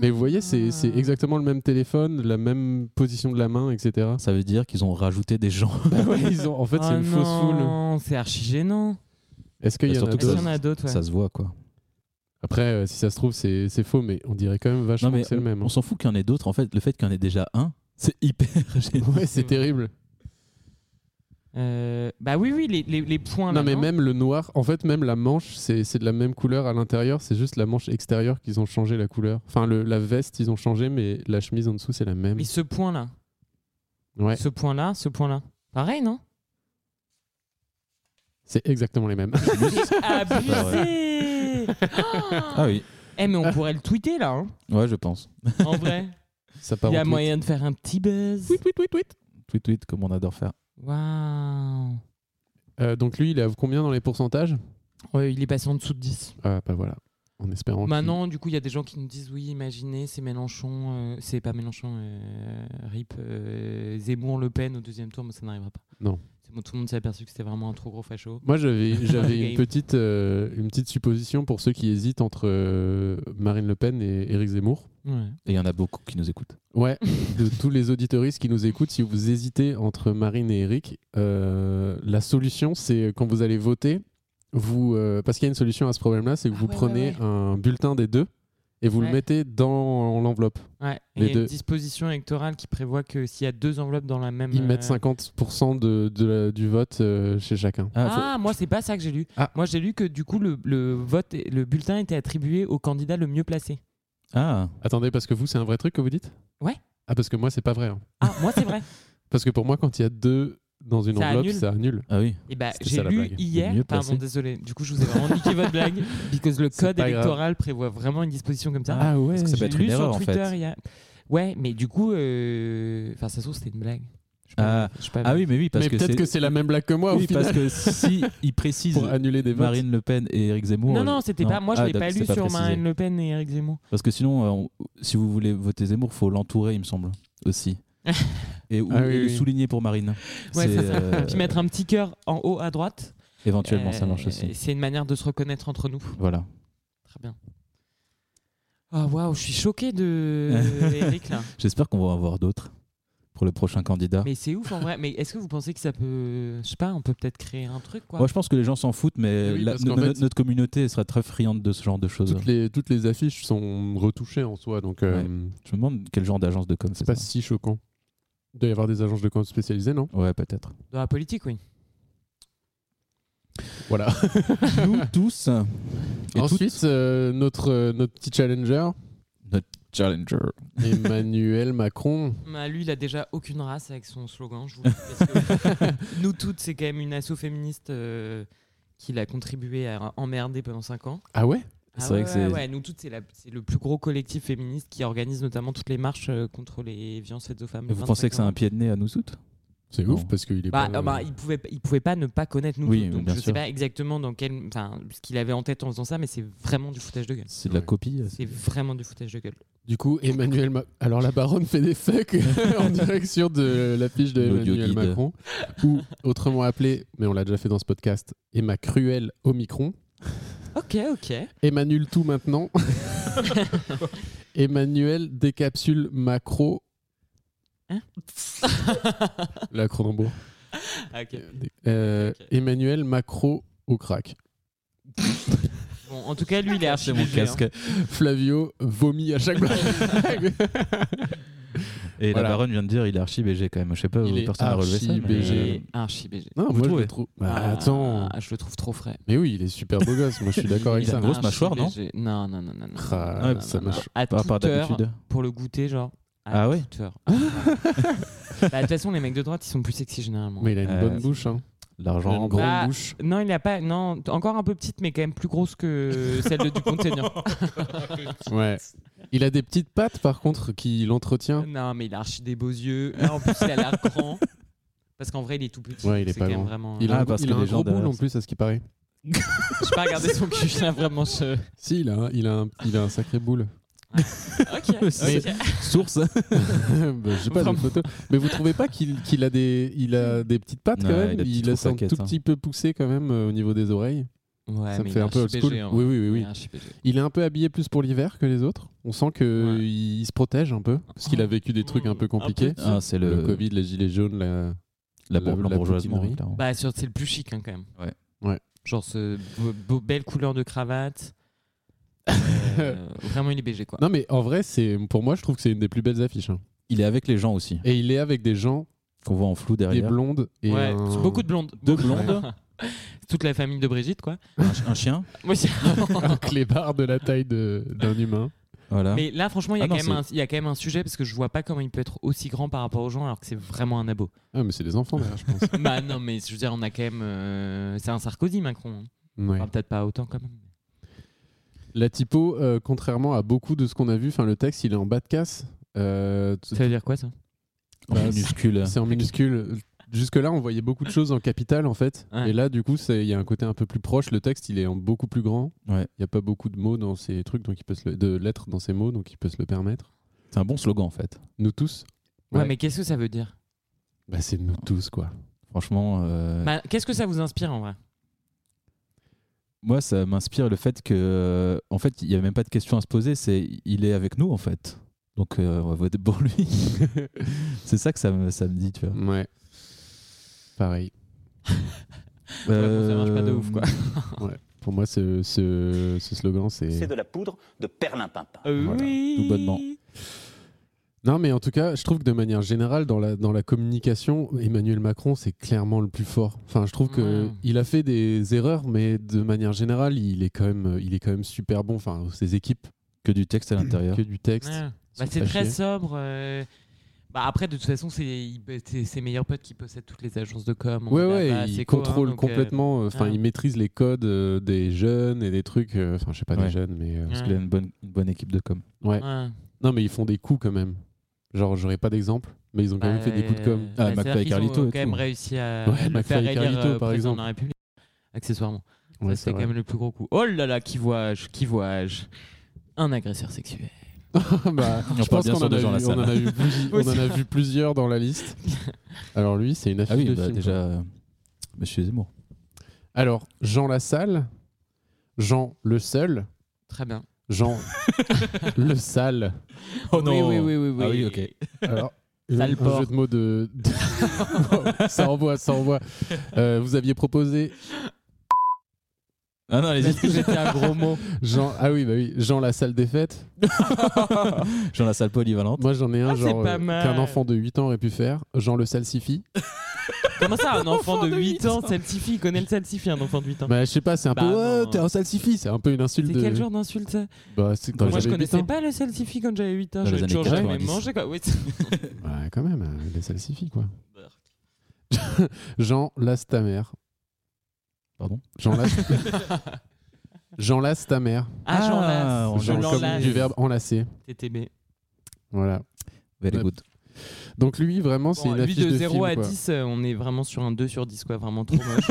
S9: Mais vous voyez, c'est c'est exactement le même téléphone, la même position de la main, etc.
S8: Ça veut dire qu'ils ont rajouté des gens.
S9: Bah ouais, ils ont- en fait, c'est
S10: Ah
S9: une fausse foule.
S10: non, c'est archi gênant.
S9: Est-ce qu'il y en a
S8: Bah, Surtout que
S10: Est-ce qu'il y en
S9: d'autres
S10: a d'autres ouais.
S8: Ça se voit quoi.
S9: Après, euh, si ça se trouve, c'est c'est faux, mais on dirait quand même vachement
S8: non mais
S9: que c'est
S8: on,
S9: le même. hein.
S8: on s'en fout qu'il y en ait d'autres. En fait, le fait qu'il y en ait déjà un, c'est hyper gênant.
S9: Ouais, c'est terrible.
S10: Euh, bah oui, oui, les, les, les points.
S9: Non,
S10: là,
S9: mais même le noir, en fait, même la manche, c'est c'est de la même couleur à l'intérieur, c'est juste la manche extérieure qu'ils ont changé la couleur. Enfin, le- la veste, ils ont changé, mais la chemise en dessous, c'est la même.
S10: Et ce point-là.
S9: Ouais,
S10: Ce point-là, ce point-là. Pareil, non
S9: c'est exactement les mêmes.
S10: Abusé
S8: Ah oui.
S10: Eh, mais on pourrait le tweeter, là, hein,
S8: Ouais, je pense.
S10: en vrai.
S9: Ça
S10: Il
S9: part
S10: y
S9: en
S10: a
S9: tweet.
S10: moyen de faire un petit buzz.
S9: Tweet, tweet, tweet, tweet.
S8: Tweet tweet comme on adore faire.
S10: Waouh.
S9: Euh, donc lui, il a combien dans les pourcentages
S10: Ouais, il est passé en dessous de 10.
S9: Ah, bah voilà. En espérant. qu'il-
S10: Maintenant, du coup, il y a des gens qui nous disent oui, imaginez, c'est Mélenchon, euh, c'est pas Mélenchon, euh, RIP, euh, Zemmour, Le Pen au deuxième tour, mais ça n'arrivera pas.
S9: Non.
S10: C'est bon, tout le monde s'est aperçu que c'était vraiment un trop gros facho.
S9: Moi, j'avais
S10: Game.
S9: j'avais une petite euh, une petite supposition pour ceux qui hésitent entre euh, Marine Le Pen et Éric Zemmour.
S10: Ouais.
S8: Et il y en a beaucoup qui nous écoutent.
S9: Ouais, de tous les auditoristes qui nous écoutent, si vous hésitez entre Marine et Eric, euh, la solution, c'est quand vous allez voter, vous, euh, parce qu'il y a une solution à ce problème-là, c'est que
S10: Ah
S9: vous
S10: ouais,
S9: prenez
S10: ouais,
S9: un bulletin des deux et vous
S10: Ouais.
S9: le mettez dans l'enveloppe.
S10: Ouais. Et il
S9: Les
S10: y a une
S9: deux.
S10: disposition électorale qui prévoit que s'il y a deux enveloppes dans la même.
S9: Ils mettent
S10: euh,
S9: 50% de, de la- du vote euh, chez chacun.
S10: Ah, moi, c'est pas ça que j'ai lu.
S9: Ah.
S10: Moi, j'ai lu que du coup, le, le vote, le bulletin était attribué au candidat le mieux placé.
S8: Ah,
S9: Attendez, parce que vous, c'est un vrai truc que vous dites
S10: Ouais.
S9: Ah, parce que moi, c'est pas vrai. hein.
S10: Ah, moi, c'est vrai.
S9: Parce que pour moi, quand il y a deux dans une
S10: Ça
S9: enveloppe,
S10: annule.
S9: ça annule.
S8: ah oui.
S10: Et bah,
S9: C'était
S10: j'ai
S9: ça, la
S10: lu
S9: blague.
S10: hier.
S8: Le mieux
S10: Pardon,
S8: placé.
S10: désolé. Du coup, je vous ai vraiment niqué votre blague. Parce que le
S9: C'est
S10: code
S9: pas grave.
S10: électoral prévoit vraiment une disposition comme ça.
S9: Ah ouais.
S8: Parce que ça peut
S10: J'ai
S8: être
S10: lu
S8: une
S10: sur
S8: erreur, en
S10: Twitter,
S8: fait.
S10: il y a- Ouais, mais du coup, euh, enfin, ça se trouve, c'était une blague. Je sais pas,
S8: Ah.
S10: je sais pas.
S8: Ah oui, mais oui, parce
S9: Mais
S8: que
S9: peut-être
S8: c'est.
S9: que c'est la même blague que moi, au
S8: oui,
S9: final,
S8: parce que si ils précisent
S9: pour annuler des votes.
S8: Marine Le Pen et Éric Zemmour.
S10: Non,
S8: euh,
S10: non, c'était pas. Moi, je
S8: Ah,
S10: l'ai pas
S8: d'accord,
S10: lu
S8: c'est
S10: sur
S8: précisé.
S10: Marine Le Pen et Eric Zemmour.
S8: Parce que sinon, euh, on- si vous voulez voter Zemmour, faut l'entourer, il me semble, aussi. Et, ou-
S9: Ah
S8: et
S9: oui,
S8: le
S9: oui.
S8: souligner pour Marine.
S10: Ouais,
S8: C'est,
S10: c'est ça.
S8: euh,
S10: Puis mettre un petit cœur en haut à droite.
S8: Éventuellement, ça
S10: Euh,
S8: marche aussi.
S10: C'est une manière de se reconnaître entre nous.
S8: Voilà.
S10: Très bien. Ah waouh, je suis choqué de Eric là.
S8: J'espère qu'on va en voir d'autres pour le prochain candidat.
S10: Mais c'est ouf en vrai. Mais est-ce que vous pensez que ça peut, je sais pas, on peut peut-être créer un truc quoi
S8: Moi, je pense que les gens s'en foutent, mais
S9: Mais Eh oui,
S8: la-
S9: parce
S8: no-
S9: qu'en
S8: no-
S9: fait-
S8: notre communauté serait très friande de ce genre de choses.
S9: toutes les, toutes les affiches sont retouchées en soi, donc euh,
S8: Ouais. Je me demande quel genre d'agence de com c'est.
S9: c'est pas
S8: ça.
S9: si choquant. Il doit y avoir des agences de com spécialisées, non
S8: Ouais, peut-être.
S10: Dans la politique, oui.
S9: Voilà.
S8: Nous tous. Et
S9: Ensuite, euh, notre, euh, notre petit challenger,
S8: toutes, Challenger.
S9: Emmanuel Macron.
S10: Bah, lui, il a déjà aucune race avec son slogan. Je vous le dis, parce que nous toutes, c'est quand même une asso féministe euh, qu'il a contribué à emmerder pendant 5 ans.
S9: Ah ouais
S10: Ah
S8: C'est vrai
S10: ouais,
S8: que
S10: ouais,
S8: c'est-
S10: ouais, nous toutes, c'est la- c'est le plus gros collectif féministe qui organise notamment toutes les marches euh, contre les violences faites aux femmes.
S8: Et
S10: le
S8: vous pensez
S10: 25
S8: que c'est un
S10: novembre.
S8: pied de nez à nous toutes
S9: C'est
S8: Non.
S9: ouf parce qu'il est
S10: bah,
S9: pas.
S10: euh, bah, il pouvait il pouvait pas ne pas connaître nous
S8: Oui,
S10: toutes, donc
S8: bien
S10: je sais
S8: sûr.
S10: pas exactement dans quel enfin ce qu'il avait en tête en faisant ça mais c'est vraiment du foutage de gueule
S8: C'est de la
S9: Ouais.
S8: copie euh,
S10: c'est vraiment du foutage de gueule
S9: Du coup, Emmanuel Ma- Alors la baronne fait des fucks en direction de l'affiche de
S8: L'audio
S9: Emmanuel
S8: guide.
S9: Macron, ou autrement appelé, mais on l'a déjà fait dans ce podcast, Emma Cruel Omicron.
S10: ok ok
S9: Emmanuel tout maintenant. Emmanuel décapsule Macro.
S10: Hein
S9: La Cronenbourg.
S10: Ah, ok
S9: Euh,
S10: Ok, ok.
S9: Emmanuel Macro au crack.
S10: bon en tout cas lui il est hein. archi
S8: mon
S10: léger, hein.
S8: casque.
S9: Flavio vomit à chaque blague.
S8: Et
S9: Voilà.
S8: la baronne vient de dire il est archi BG quand même. Je sais pas,
S9: Il est
S8: personne n'a relevé ça. mais-
S9: archi-BG.
S10: Et archi BG.
S9: Non,
S8: Vous
S9: moi je
S8: trouvez
S9: le trouve. Bah, attends.
S10: Ah, je le trouve trop frais.
S9: Mais oui, il est super beau gosse. Moi je suis d'accord avec
S10: Il a
S9: ça.
S10: un
S8: grosse
S10: archi
S8: mâchoire, non
S10: BG. Non, non, non, non.
S8: euh,
S10: non.
S9: Ah,
S10: Non,
S9: ouais,
S10: non,
S9: ça
S10: non,
S9: mâche-
S10: non. À
S8: Par rapport à
S10: toute heure,
S8: d'habitude.
S10: pour le goûter, genre. À
S8: Ah ouais
S10: toute heure. Ah, ouais. Bah, De toute façon, les mecs de droite, ils sont plus sexy généralement.
S9: Mais il a une
S8: Euh,
S9: bonne bouche. Hein. Il a
S8: L'argent.
S9: une
S8: gros.
S9: grande
S10: Bah,
S9: bouche.
S10: Non, il a pas. Non, t- encore un peu petite, mais quand même plus grosse que celle de Dupont Seigneur.
S9: Ouais. Il a des petites pattes par contre qui l'entretient.
S8: Ah,
S10: non, mais il a archi des beaux yeux. Là, en plus, il a l'air grand. Parce qu'en vrai, il est tout petit.
S9: Ouais, il est
S10: C'est
S9: pas
S10: quand même
S9: grand.
S10: Vraiment... euh,
S9: Il a,
S8: Ah,
S9: un-
S8: parce
S9: il
S8: que
S9: a un
S8: les gens
S9: gros boule
S8: derrière,
S9: en plus à ce qui paraît.
S10: Je pas regardé son cul, là, vraiment. Je...
S9: Si, il a, un- il a, un, il a un sacré boule.
S10: Ok.
S8: C'est-
S10: ok.
S8: Source.
S9: bah, j'ai pas de
S10: Vraiment.
S9: photo. Mais vous trouvez pas qu'il qu'il a, des, il a des petites pattes quand
S8: Ouais,
S9: même
S8: il a des
S9: Il
S8: petites
S9: laisse un
S8: croquettes,
S9: tout
S8: hein.
S9: petit peu poussé quand même euh, au niveau des oreilles.
S10: Ouais,
S9: ça
S10: mais
S9: me
S10: il
S9: fait
S10: est
S9: un peu old
S10: archi
S9: school.
S10: BG, en
S9: Oui,
S10: vrai.
S9: oui, oui,
S10: hein. Il
S9: oui.
S10: est archi BG.
S9: Il est un peu habillé plus pour l'hiver que les autres. On sent que
S10: Ouais.
S9: il, il se protège un peu parce qu'il a vécu des trucs un peu
S10: Un peu
S9: compliqués.
S10: de-
S8: Ah, c'est
S9: le...
S8: le,
S9: Covid, les gilets jaunes, la...
S8: la,
S9: la-
S8: bour-
S9: la
S8: l'embourgeoisement,
S9: poutinerie.
S8: clairement.
S10: Bah, sur- c'est le plus chic hein, quand même.
S8: Ouais.
S9: Ouais.
S10: Genre, ce beau- beau- belle couleur de cravate. Euh, vraiment, il est BG quoi.
S9: Non mais en vrai, c'est pour moi, je trouve que c'est une des plus belles affiches. hein.
S8: Il est avec les gens aussi,
S9: Et il est avec des gens,
S8: qu'on voit en flou
S9: des
S8: derrière.
S9: blondes et
S10: ouais,
S9: un-
S10: beaucoup de blondes.
S8: Deux
S10: Beaucoup
S8: blondes.
S10: Toute la famille de Brigitte quoi.
S8: Un, ch- un chien.
S10: Moi, j'ai-
S9: un clébard de la taille de- d'un humain.
S8: Voilà.
S10: Mais là, franchement, il y, a
S8: Ah non,
S10: quand même un, il y a quand même un sujet parce que je vois pas comment il peut être aussi grand par rapport aux gens alors que c'est vraiment un abo.
S9: Ah mais c'est des enfants d'ailleurs, je pense.
S10: bah non, mais je veux dire, on a quand même. euh, c'est un Sarkozy, Macron. hein.
S9: Ouais.
S10: Enfin, Peut-être pas autant quand même.
S9: La typo, euh, contrairement à beaucoup de ce qu'on a vu, enfin le texte, il est en bas de casse. Euh, t-
S10: Ça veut dire quoi ça
S8: En
S9: bah,
S8: minuscule.
S9: c'est en minuscule. Jusque-là, on voyait beaucoup de choses en capital en fait.
S10: Ouais.
S9: Et là, du coup, c'est- il y a un côté un peu plus proche. Le texte, il est en beaucoup plus grand.
S8: Ouais.
S9: Il n'y a pas beaucoup de mots dans ces trucs, donc il peut se le- de lettres dans ces mots, donc il peut se le permettre.
S8: C'est un bon slogan en fait.
S9: Nous tous.
S10: ouais.
S9: Ouais.
S10: mais qu'est-ce que ça veut dire
S9: Bah, c'est nous tous quoi.
S8: Franchement, euh,
S10: Bah, Qu'est-ce que ça vous inspire en vrai
S8: moi ça m'inspire le fait que, euh, en fait, il n'y a même pas de question à se poser. C'est il est avec nous en fait. Donc euh, on va voter pour lui. c'est ça que ça me, ça me dit, tu vois.
S9: Ouais. Pareil.
S10: bon, ça marche pas de ouf, quoi.
S9: Pour moi, ce, ce, ce slogan,
S4: C'est
S9: c'est.
S4: de la poudre de perlimpinpin.
S9: Voilà,
S10: Oui.
S8: Euh, tout bonnement.
S9: Non, mais en tout cas, je trouve que de manière générale, dans la, dans la communication, Emmanuel Macron, c'est clairement le plus fort. Enfin, je trouve que
S10: Ouais.
S9: il a fait des erreurs, mais de manière générale, il est quand même, il est quand même super bon. Enfin, ses équipes,
S8: Que du texte à l'intérieur.
S9: que du texte.
S10: Ouais. Bah,
S9: sont
S10: c'est
S9: pas
S10: très
S9: chiés.
S10: sobre. euh, Bah, après, de toute façon, c'est il- c'est ses meilleurs potes qui possèdent toutes les agences de com.
S9: Ouais,
S10: Mandava,
S9: ouais, il
S10: Seco, hein,
S9: contrôle
S10: donc, euh,
S9: complètement. euh, Enfin,
S10: ouais.
S9: il maîtrise les codes euh, des jeunes et des trucs. euh, Enfin, je sais pas
S8: Ouais.
S9: des jeunes, mais euh,
S8: Parce qu'il a une bonne, une bonne équipe de com.
S9: ouais.
S10: ouais.
S9: Non, mais ils font des coups quand même. Genre, j'aurais pas d'exemple, mais ils ont quand même
S10: Bah,
S9: fait des coups de com.
S8: Ah,
S10: bah,
S8: McFly
S10: c'est-à-dire
S8: et
S10: qu'ils ont
S8: Carlito et
S10: quand même
S8: tout.
S10: réussi à
S9: Ouais,
S10: le
S9: McFly
S10: faire
S9: et
S10: élire
S9: Carlito,
S10: euh,
S9: par
S10: président
S9: exemple.
S10: de la République, accessoirement. ça, c'était
S9: Ouais, c'est
S10: quand
S9: vrai.
S10: même le plus gros coup. Oh là là, qui vois-je Qui vois-je Un agresseur sexuel.
S9: Bah,
S8: On
S9: je
S8: parle
S9: pense
S8: bien
S9: qu'on
S8: sûr
S9: en,
S8: de
S9: a
S8: Jean
S9: vu- on
S8: Lassalle.
S9: en a vu plus- on en a vu plusieurs dans la liste. Alors lui, c'est une affiche
S8: Ah oui,
S9: de
S8: bah,
S9: film,
S8: déjà,
S9: quoi.
S8: euh, Monsieur Zemmour.
S9: Alors Jean Lassalle, Jean le seul,
S10: Très bien.
S9: Jean le sale.
S8: Oh non.
S10: Oui, oui, oui, oui.
S8: Ah
S10: oui.
S8: oui, ok.
S9: Alors
S10: Sale
S9: un
S10: porc.
S9: jeu de mots de, de- ça envoie, ça envoie. Euh, vous aviez proposé
S8: Ah non, allez-y.
S9: c'était un gros mot. Jean ah oui bah oui Jean la salle des fêtes.
S8: Jean la salle polyvalente.
S9: Moi j'en ai un
S10: Ah, c'est
S9: genre
S10: pas
S9: euh,
S10: mal.
S9: qu'un enfant de 8 ans aurait pu faire. Jean le salsifi.
S10: Comment ça, un enfant de 8 ans salsifie Il connaît le salsifie, un enfant de 8 ans.
S9: Bah je sais pas c'est un
S10: Bah,
S9: peu
S10: non.
S9: ouais, t'es un salsifi c'est un peu une insulte.
S10: C'est
S9: de-
S10: quel genre d'insulte ça
S9: Bah c'est
S8: Dans
S9: quand
S8: les
S10: Moi, je
S9: j'avais 8 ans.
S10: connaissais pas le salsifie quand j'avais 8 ans.
S8: Dans les
S10: J'avais toujours
S8: années
S10: jamais
S8: 90.
S10: mangé quoi. Oui,
S9: Bah, quand même, euh, les salsifis, quoi. Jean Lastamer.
S8: Pardon
S9: Jean, Last... Jean Lastamer.
S10: Ah, j'en
S8: Ah,
S10: lasse.
S8: on
S10: Je
S9: Genre comme
S10: l'enlace.
S9: du verbe enlacer.
S10: TTB.
S9: Voilà.
S8: Very
S9: Ouais.
S8: good.
S9: Donc lui, vraiment, c'est
S10: Bon,
S9: une
S10: lui
S9: affiche
S10: de
S9: de
S10: 0
S9: film,
S10: à
S9: quoi.
S10: 10, euh, on est vraiment sur un 2 sur 10, quoi. Vraiment trop moche.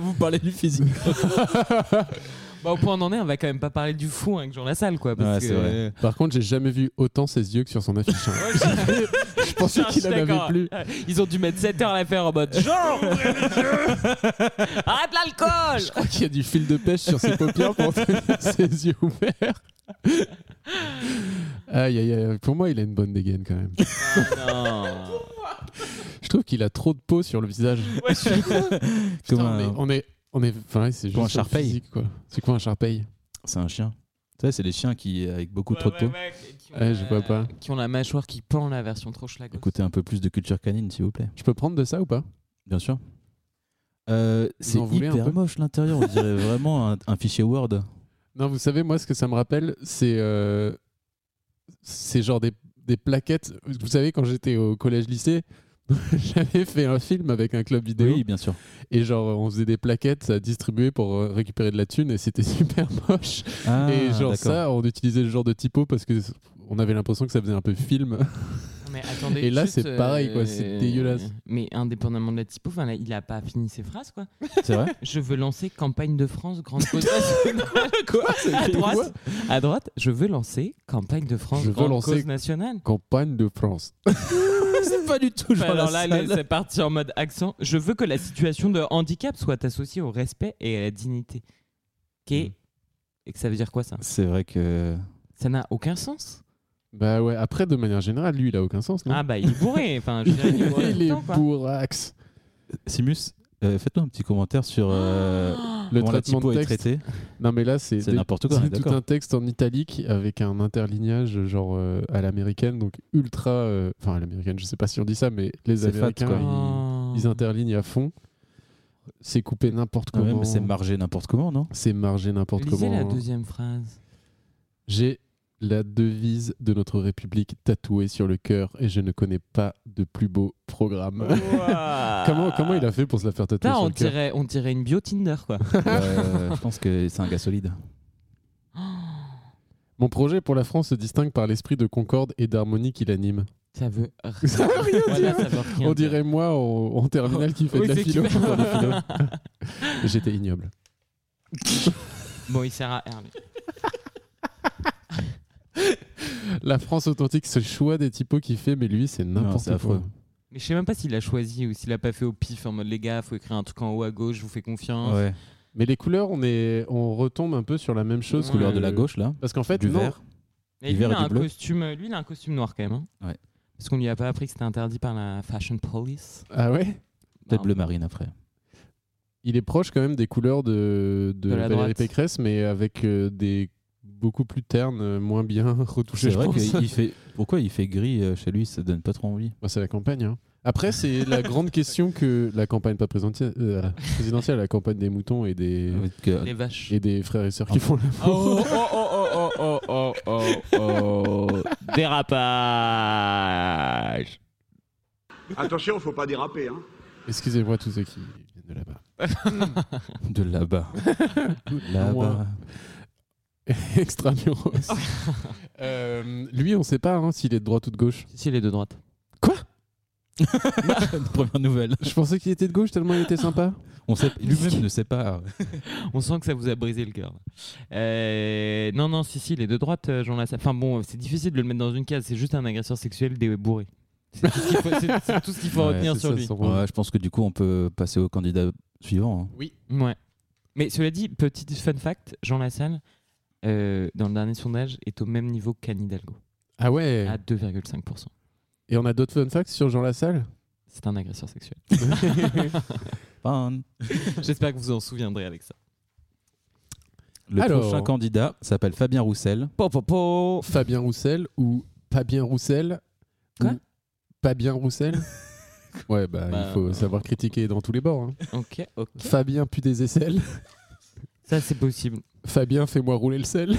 S8: Vous parlez du physique.
S10: bah, au point où on en est, on va quand même pas parler du hein, fond avec Jean Lassalle, quoi.
S8: Ouais,
S10: Parce
S8: c'est
S10: que...
S8: vrai.
S9: Par contre, j'ai jamais vu autant ses yeux que sur son affiche. hein. je pensais
S10: Ah, je
S9: qu'il
S10: suis
S9: en avait
S10: d'accord.
S9: plus.
S10: Ils ont dû mettre 7 heures à la faire en mode Jean, ouvrez les yeux Arrête l'alcool
S9: Je crois qu'il y a du fil de pêche sur ses paupières pour tenir ses yeux ouverts. Aïe, aïe, aïe. Pour moi, il a une bonne dégaine quand même.
S10: Non
S9: Je trouve qu'il a trop de peau sur le visage.
S8: Comme
S9: Putain,
S8: un-
S9: mais on est, on est, enfin, c'est juste
S8: Comme un
S9: le
S8: charpeille.
S9: physique, quoi. C'est quoi un charpeille
S8: C'est un chien. Tu sais, c'est les chiens qui avec beaucoup trop de peau.
S10: Ouais, ouais, ouais, qui qui ont,
S9: Ouais, je
S10: la-
S9: vois pas.
S10: qui ont la mâchoire qui pend la version trop schlagos.
S8: Écoutez un peu plus de culture canine, s'il vous plaît.
S9: Je peux prendre de ça ou pas
S8: Bien sûr. Euh, c'est
S9: en voulez un peu
S8: hyper moche l'intérieur, on dirait vraiment un, un fichier Word.
S9: Non, vous savez, moi, ce que ça me rappelle, c'est. euh, c'est genre des, des plaquettes. Vous savez, quand j'étais au collège-lycée, j'avais fait un film avec un club vidéo.
S8: Oui, bien sûr.
S9: Et genre, on faisait des plaquettes à distribuer pour euh, récupérer de la thune et c'était super moche.
S8: Ah,
S9: et genre,
S8: d'accord.
S9: ça, on utilisait le genre de typo parce que on avait l'impression que ça faisait un peu film.
S10: Mais attendez,
S9: Et là,
S10: juste, euh,
S9: c'est pareil, quoi, c'est dégueulasse.
S10: Mais indépendamment de la typo, enfin, là, il a pas fini ses phrases, quoi.
S8: C'est vrai
S10: Je veux lancer campagne de France grande cause nationale. quoi à
S9: écrit quoi
S10: droite, à droite, je veux lancer campagne de France
S9: Je veux
S10: grande
S9: lancer-
S10: cause nationale.
S9: Campagne de France.
S8: C'est pas du tout
S10: Enfin, alors là, le- c'est parti en mode accent. Je veux que la situation de handicap soit associée au respect et à la dignité. Ok
S9: Hmm.
S10: Et que ça veut dire quoi ça
S8: C'est vrai que.
S10: Ça n'a aucun sens.
S9: Bah ouais, après, de manière générale, lui, il a aucun sens, non
S10: Ah bah il est bourré. Enfin, je dirais, il est bourré tout
S9: Hmm. Il
S10: le
S9: est
S10: temps, quoi.
S9: bourrax.
S8: Simus, euh, faites-nous un petit commentaire sur euh,
S9: Ah. Le
S8: comment la
S9: traitement
S8: typo
S9: de
S8: est
S9: texte.
S8: traitée.
S9: Non, mais là, c'est
S8: C'est
S9: des-
S8: n'importe quoi, on est
S9: c'est tout
S8: d'accord.
S9: un texte en italique avec un interlignage, genre euh, à l'américaine, donc ultra. euh, Enfin, à l'américaine, je sais pas si on dit ça, mais les
S8: C'est fat,
S9: Américains,
S8: quoi.
S9: ils,
S10: Oh.
S9: ils interlignent à fond. C'est coupé n'importe
S8: Ah ouais,
S9: comment.
S8: mais c'est margé n'importe comment, non
S9: C'est margé n'importe
S10: Lisez
S9: comment.
S10: la
S9: hein.
S10: deuxième phrase.
S9: J'ai la devise de notre République tatouée sur le cœur et je ne connais pas de plus beau programme.
S8: Ah.
S9: comment, comment il a fait pour se la faire tatouer
S10: Putain,
S9: sur
S10: on
S9: le cœur
S10: dirait, on dirait une bio Tinder quoi.
S8: Euh, Je pense que c'est un gars solide.
S9: Mon projet pour la France se distingue par l'esprit de concorde et d'harmonie qui l'anime.
S10: Ça veut rien,
S9: Ça veut rien
S10: Voilà,
S9: dire.
S10: ça veut rien dire.
S9: On dirait moi en, en terminale qui fait
S10: Oui,
S9: de la
S10: c'est
S9: philo.
S10: clair.
S9: pour des philos. J'étais ignoble.
S10: Bon, il sert à rien. lui.
S9: La France authentique, ce choix des typos qu'il fait, mais lui, c'est
S8: Non,
S9: n'importe
S8: c'est
S9: quoi.
S8: affreux.
S10: Mais je sais même pas s'il a choisi ou s'il a pas fait au pif en mode les gars, faut écrire un truc en haut à gauche, je vous fais confiance.
S8: Ouais.
S9: Mais les couleurs, on, est, on retombe un peu sur la même chose.
S10: Ouais.
S9: que-
S8: Couleur de la gauche, là.
S9: Parce qu'en Euh, fait,
S8: du
S9: non.
S8: vert.
S10: Et
S8: Du
S10: lui,
S8: vert
S10: il
S8: et
S10: a
S8: du
S10: un
S8: bleu.
S10: costume, lui, il a un costume noir quand même. hein.
S8: Ouais.
S10: Parce qu'on lui a pas appris que c'était interdit par la Fashion Police.
S9: Ah ouais
S8: Peut-être
S10: Non.
S8: bleu marine après.
S9: Il est proche quand même des couleurs de, de
S10: De la
S9: Valérie
S10: droite.
S9: Pécresse, mais avec euh, des beaucoup plus ternes, euh, moins bien retouchées,
S8: C'est
S9: je
S8: vrai
S9: pense.
S8: qu'il fait. Pourquoi il fait gris euh, chez lui Ça donne pas trop envie.
S9: Bah, c'est la campagne. hein. Après, c'est la grande question que la campagne pas présidentielle, euh, présidentielle, la campagne des moutons et des,
S10: Ah
S8: Avec, euh,
S10: Les vaches.
S9: et des frères et sœurs qui font la
S10: Oh, oh, oh, oh, oh, oh, oh, oh, oh. Dérapage.
S6: Attention, faut pas déraper. Hein.
S9: Excusez-moi tous ceux qui viennent de là-bas.
S8: De là-bas.
S9: Loin.
S8: là-bas.
S9: Extramuros. Euh, lui, on sait pas hein, s'il est de droite ou de gauche.
S10: Si, les deux droites.
S8: Première nouvelle.
S9: Je pensais qu'il était de gauche tellement il était sympa.
S8: On sait, lui-même ne sait pas.
S10: On sent que ça vous a brisé le cœur. là. Euh, non, non, si, si, les deux droites, euh, Jean Lassalle. Enfin bon, euh, c'est difficile de le mettre dans une case, c'est juste un agresseur sexuel des bourrés. C'est tout ce qu'il faut, c'est- c'est tout ce qu'il faut
S8: Ouais,
S10: retenir
S9: c'est
S10: sur
S9: ça,
S10: lui.
S9: son rôle.
S8: Ouais, je pense que du coup, on peut passer au candidat suivant. hein.
S10: Ouais. Mais cela dit, petit fun fact, Jean Lassalle, euh, dans le dernier sondage, est au même niveau qu'Anne Hidalgo,
S9: Ah ouais.
S10: à 2,5%.
S9: Et on a d'autres fun facts sur Jean Lassalle
S10: C'est un agresseur sexuel.
S8: Pan.
S10: J'espère que vous en souviendrez avec ça.
S8: Le
S9: Alors.
S8: prochain candidat s'appelle Fabien Roussel.
S10: Po, po, po.
S9: Fabien Roussel ou Fabien Roussel
S10: Quoi
S9: Ou Fabien Roussel Ouais, bah,
S10: Bah,
S9: il faut savoir critiquer dans tous les bords. hein.
S10: Ok, ok.
S9: Fabien pue des aisselles.
S10: Ça, c'est possible.
S9: Fabien fais-moi rouler le sel.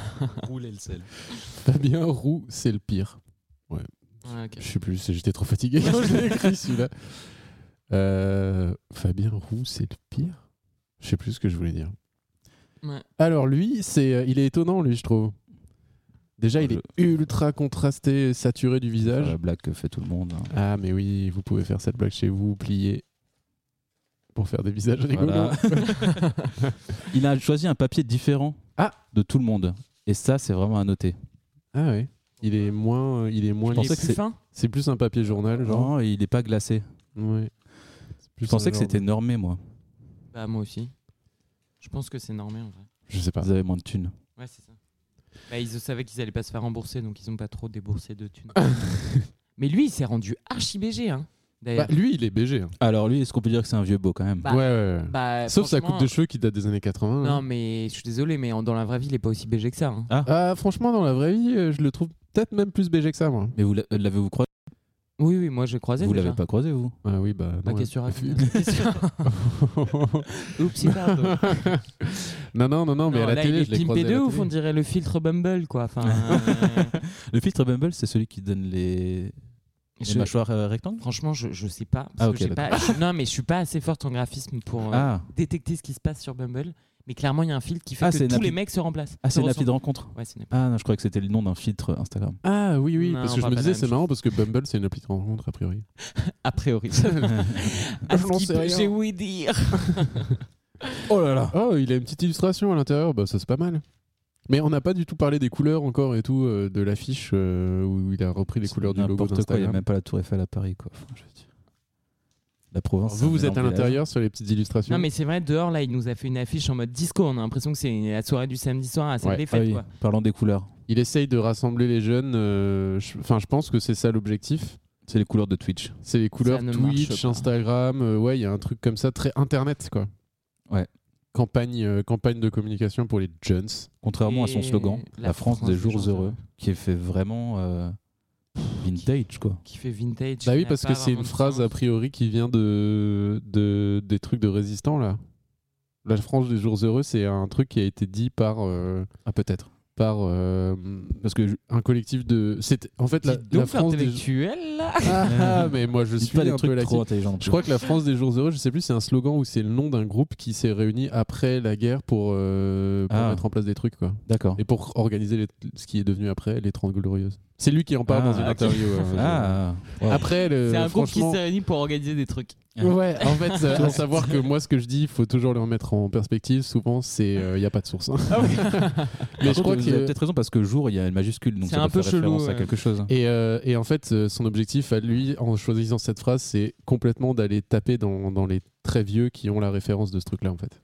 S8: Rouler le sel.
S9: Fabien Roux, c'est le pire.
S10: Ouais, ok.
S9: Je sais plus, c'est- j'étais trop fatigué quand je l'ai écrit celui-là. Euh, Fabien Roux, c'est le pire Je sais plus ce que je voulais dire.
S10: Ouais.
S9: Alors lui, c'est, euh, il est étonnant, lui, je trouve. Déjà, il
S8: Je-
S9: est ultra contrasté, saturé du visage.
S8: La Euh, blague que fait tout le monde. hein.
S9: Ah, mais oui, vous pouvez faire cette blague chez vous, plier pour faire des visages rigolants.
S8: Il a choisi un papier différent
S9: Ah.
S8: de tout le monde. Et ça, c'est vraiment à noter.
S9: Ah ouais. Il est moins, il est moins.
S8: Je pensais
S9: lisse.
S8: que c'est-
S10: fin
S9: c'est plus un papier journal, genre.
S8: Genre, il n'est pas glacé.
S9: Ouais. C'est plus
S8: Je pensais
S9: un
S8: que
S9: genre
S8: c'était
S9: de-
S8: normé, moi.
S10: Bah, moi aussi. Je pense que c'est normé en vrai.
S9: Je sais pas.
S10: Bah,
S8: Vous avez moins de thunes.
S10: Ouais, c'est ça. Bah, ils savaient qu'ils allaient pas se faire rembourser, donc ils ont pas trop déboursé de thunes. Mais lui, il s'est rendu archi BG, hein.
S9: Bah,
S10: D'ailleurs.
S9: lui, il est BG. hein.
S8: Alors lui, est-ce qu'on peut dire que c'est un vieux beau quand même
S10: Bah,
S9: ouais, ouais, ouais.
S10: Bah,
S9: Sauf sa
S10: franchement,
S9: coupe de cheveux qui date des années 80. hein.
S10: Non, mais je suis désolé, mais en- dans la vraie vie, il est pas aussi BG que ça. hein.
S9: Ah, franchement, dans la vraie vie, euh, je le trouve peut-être même plus BG que ça, moi.
S8: Mais vous l'a- l'avez-vous croisé
S10: Oui, oui, moi j'ai croisé.
S8: Vous
S10: déjà.
S8: l'avez pas croisé, vous
S9: Ah oui, bah.
S10: Ah,
S9: non,
S10: qu'est-ce que tu
S9: elle-
S10: racontes hein. Qu'est-ce que- Oups, pardon.
S9: non, non, non, non, mais
S10: Non,
S9: à la
S10: là,
S9: télé,
S10: il
S9: je
S10: est pimpé
S9: l'ai croisé. à
S10: de
S9: la
S10: ouf,
S9: télé.
S10: on dirait le filtre Bumble, quoi. Enfin, euh,
S8: Le filtre Bumble, c'est celui qui donne les, les
S10: je-
S8: mâchoires euh, rectangles
S10: franchement, je, je sais pas. parce
S8: Ah,
S10: que
S8: ok,
S10: j'ai pas- je- non, mais je suis pas assez forte en graphisme pour euh,
S8: Ah,
S10: détecter ce qui se passe sur Bumble. Mais clairement, il y a un filtre qui fait
S8: Ah,
S10: que
S8: c'est
S10: tous
S8: une appli-
S10: les mecs se remplacent.
S8: ah c'est
S10: se
S8: une appli de
S10: ressemblent.
S8: rencontre.
S10: Ouais, c'est une appli.
S8: Ah non, je croyais que c'était le nom d'un filtre Instagram.
S9: Ah oui, oui,
S10: Non,
S9: parce
S10: on
S9: que je
S10: parle
S9: me
S10: pas de
S9: disais,
S10: la
S9: c'est
S10: même
S9: marrant parce que Bumble, c'est une appli de rencontre, a priori.
S10: A priori. À Ah, ce
S9: J'en
S10: qui
S9: sais
S10: peut-
S9: rien.
S10: J'ai oui dire.
S8: Oh là là
S9: Oh, il a une petite illustration à l'intérieur, bah ça c'est pas mal. Mais on n'a pas du tout parlé des couleurs encore et tout, euh, de l'affiche euh, où il a repris les couleurs du logo
S8: N'importe quoi, il n'y a
S9: d'Instagram.
S8: même pas la Tour Eiffel à Paris, quoi. Enfin, je veux dire. La province. c'est
S9: Vous,
S8: un
S9: vous êtes à
S8: mélange des
S9: l'intérieur sur les petites illustrations.
S10: Non, mais c'est vrai, dehors, là, il nous a fait une affiche en mode disco. On a l'impression que c'est la soirée du samedi soir à cette
S9: Ouais. bah
S10: des
S8: Ah
S10: fêtes,
S8: oui,
S10: quoi.
S8: parlons des couleurs.
S9: Il essaye de rassembler les jeunes. euh, je- Enfin, je pense que c'est ça l'objectif.
S8: C'est les couleurs de Twitch.
S9: C'est les couleurs
S10: ne marche
S9: Twitch,
S10: pas.
S9: Instagram. euh, ouais, il y a un truc comme ça, très internet, quoi.
S8: Ouais.
S9: Campagne, euh, campagne de communication pour les jeunes.
S8: Contrairement à son
S10: Et
S8: slogan,
S10: la
S8: la, France,
S10: France
S8: des jours heureux, qui est fait vraiment euh, vintage, quoi.
S10: Qui fait vintage.
S9: Bah
S10: qui
S9: oui,
S10: n'a
S9: parce que
S10: pas
S9: c'est
S10: vraiment
S9: une
S10: de
S9: phrase
S10: sens.
S9: a priori qui vient de, de des trucs de résistants là. La France des jours heureux, c'est un truc qui a été dit par euh,
S8: Ah, peut-être.
S9: par euh,
S8: Parce que je-
S9: un collectif de. C'était en fait la,
S10: Dites
S9: la
S10: donc,
S9: France des
S10: intellectuel, là.
S9: Ah, ah, mais moi je
S8: dites
S9: suis
S8: pas des
S9: un peu
S8: trucs
S9: la
S8: trop intelligents. non
S9: Je
S8: plus.
S9: crois que la France des jours heureux, je sais plus, c'est un slogan ou c'est le nom d'un groupe qui s'est réuni après la guerre pour, euh, pour
S8: Ah.
S9: mettre en place des trucs quoi.
S8: D'accord.
S9: Et pour organiser les- ce qui est devenu après les 30 glorieuses. C'est lui qui en parle
S8: Ah,
S9: dans une
S8: ok.
S9: interview. ouais, ouais.
S8: Ah, wow.
S9: Après, le-
S10: C'est un groupe qui
S9: Euh, franchement-
S10: s'est réuni pour organiser des trucs.
S9: Ouais, en fait, euh, à savoir que moi, ce que je dis, il faut toujours le remettre en perspective. Souvent, c'est il n'y a pas de source. hein.
S10: Ah
S8: Mais
S9: Mais je crois
S8: vous avez
S9: que.
S8: peut-être raison parce que jour, il y a une majuscule, donc
S10: C'est
S8: ça doit
S10: un peu
S8: faire
S10: chelou,
S8: référence à
S10: ouais.
S8: quelque chose. hein.
S9: Et, euh, et en fait, euh, son objectif à lui, en choisissant cette phrase, c'est complètement d'aller taper dans, dans les très vieux qui ont la référence de ce truc-là, en fait.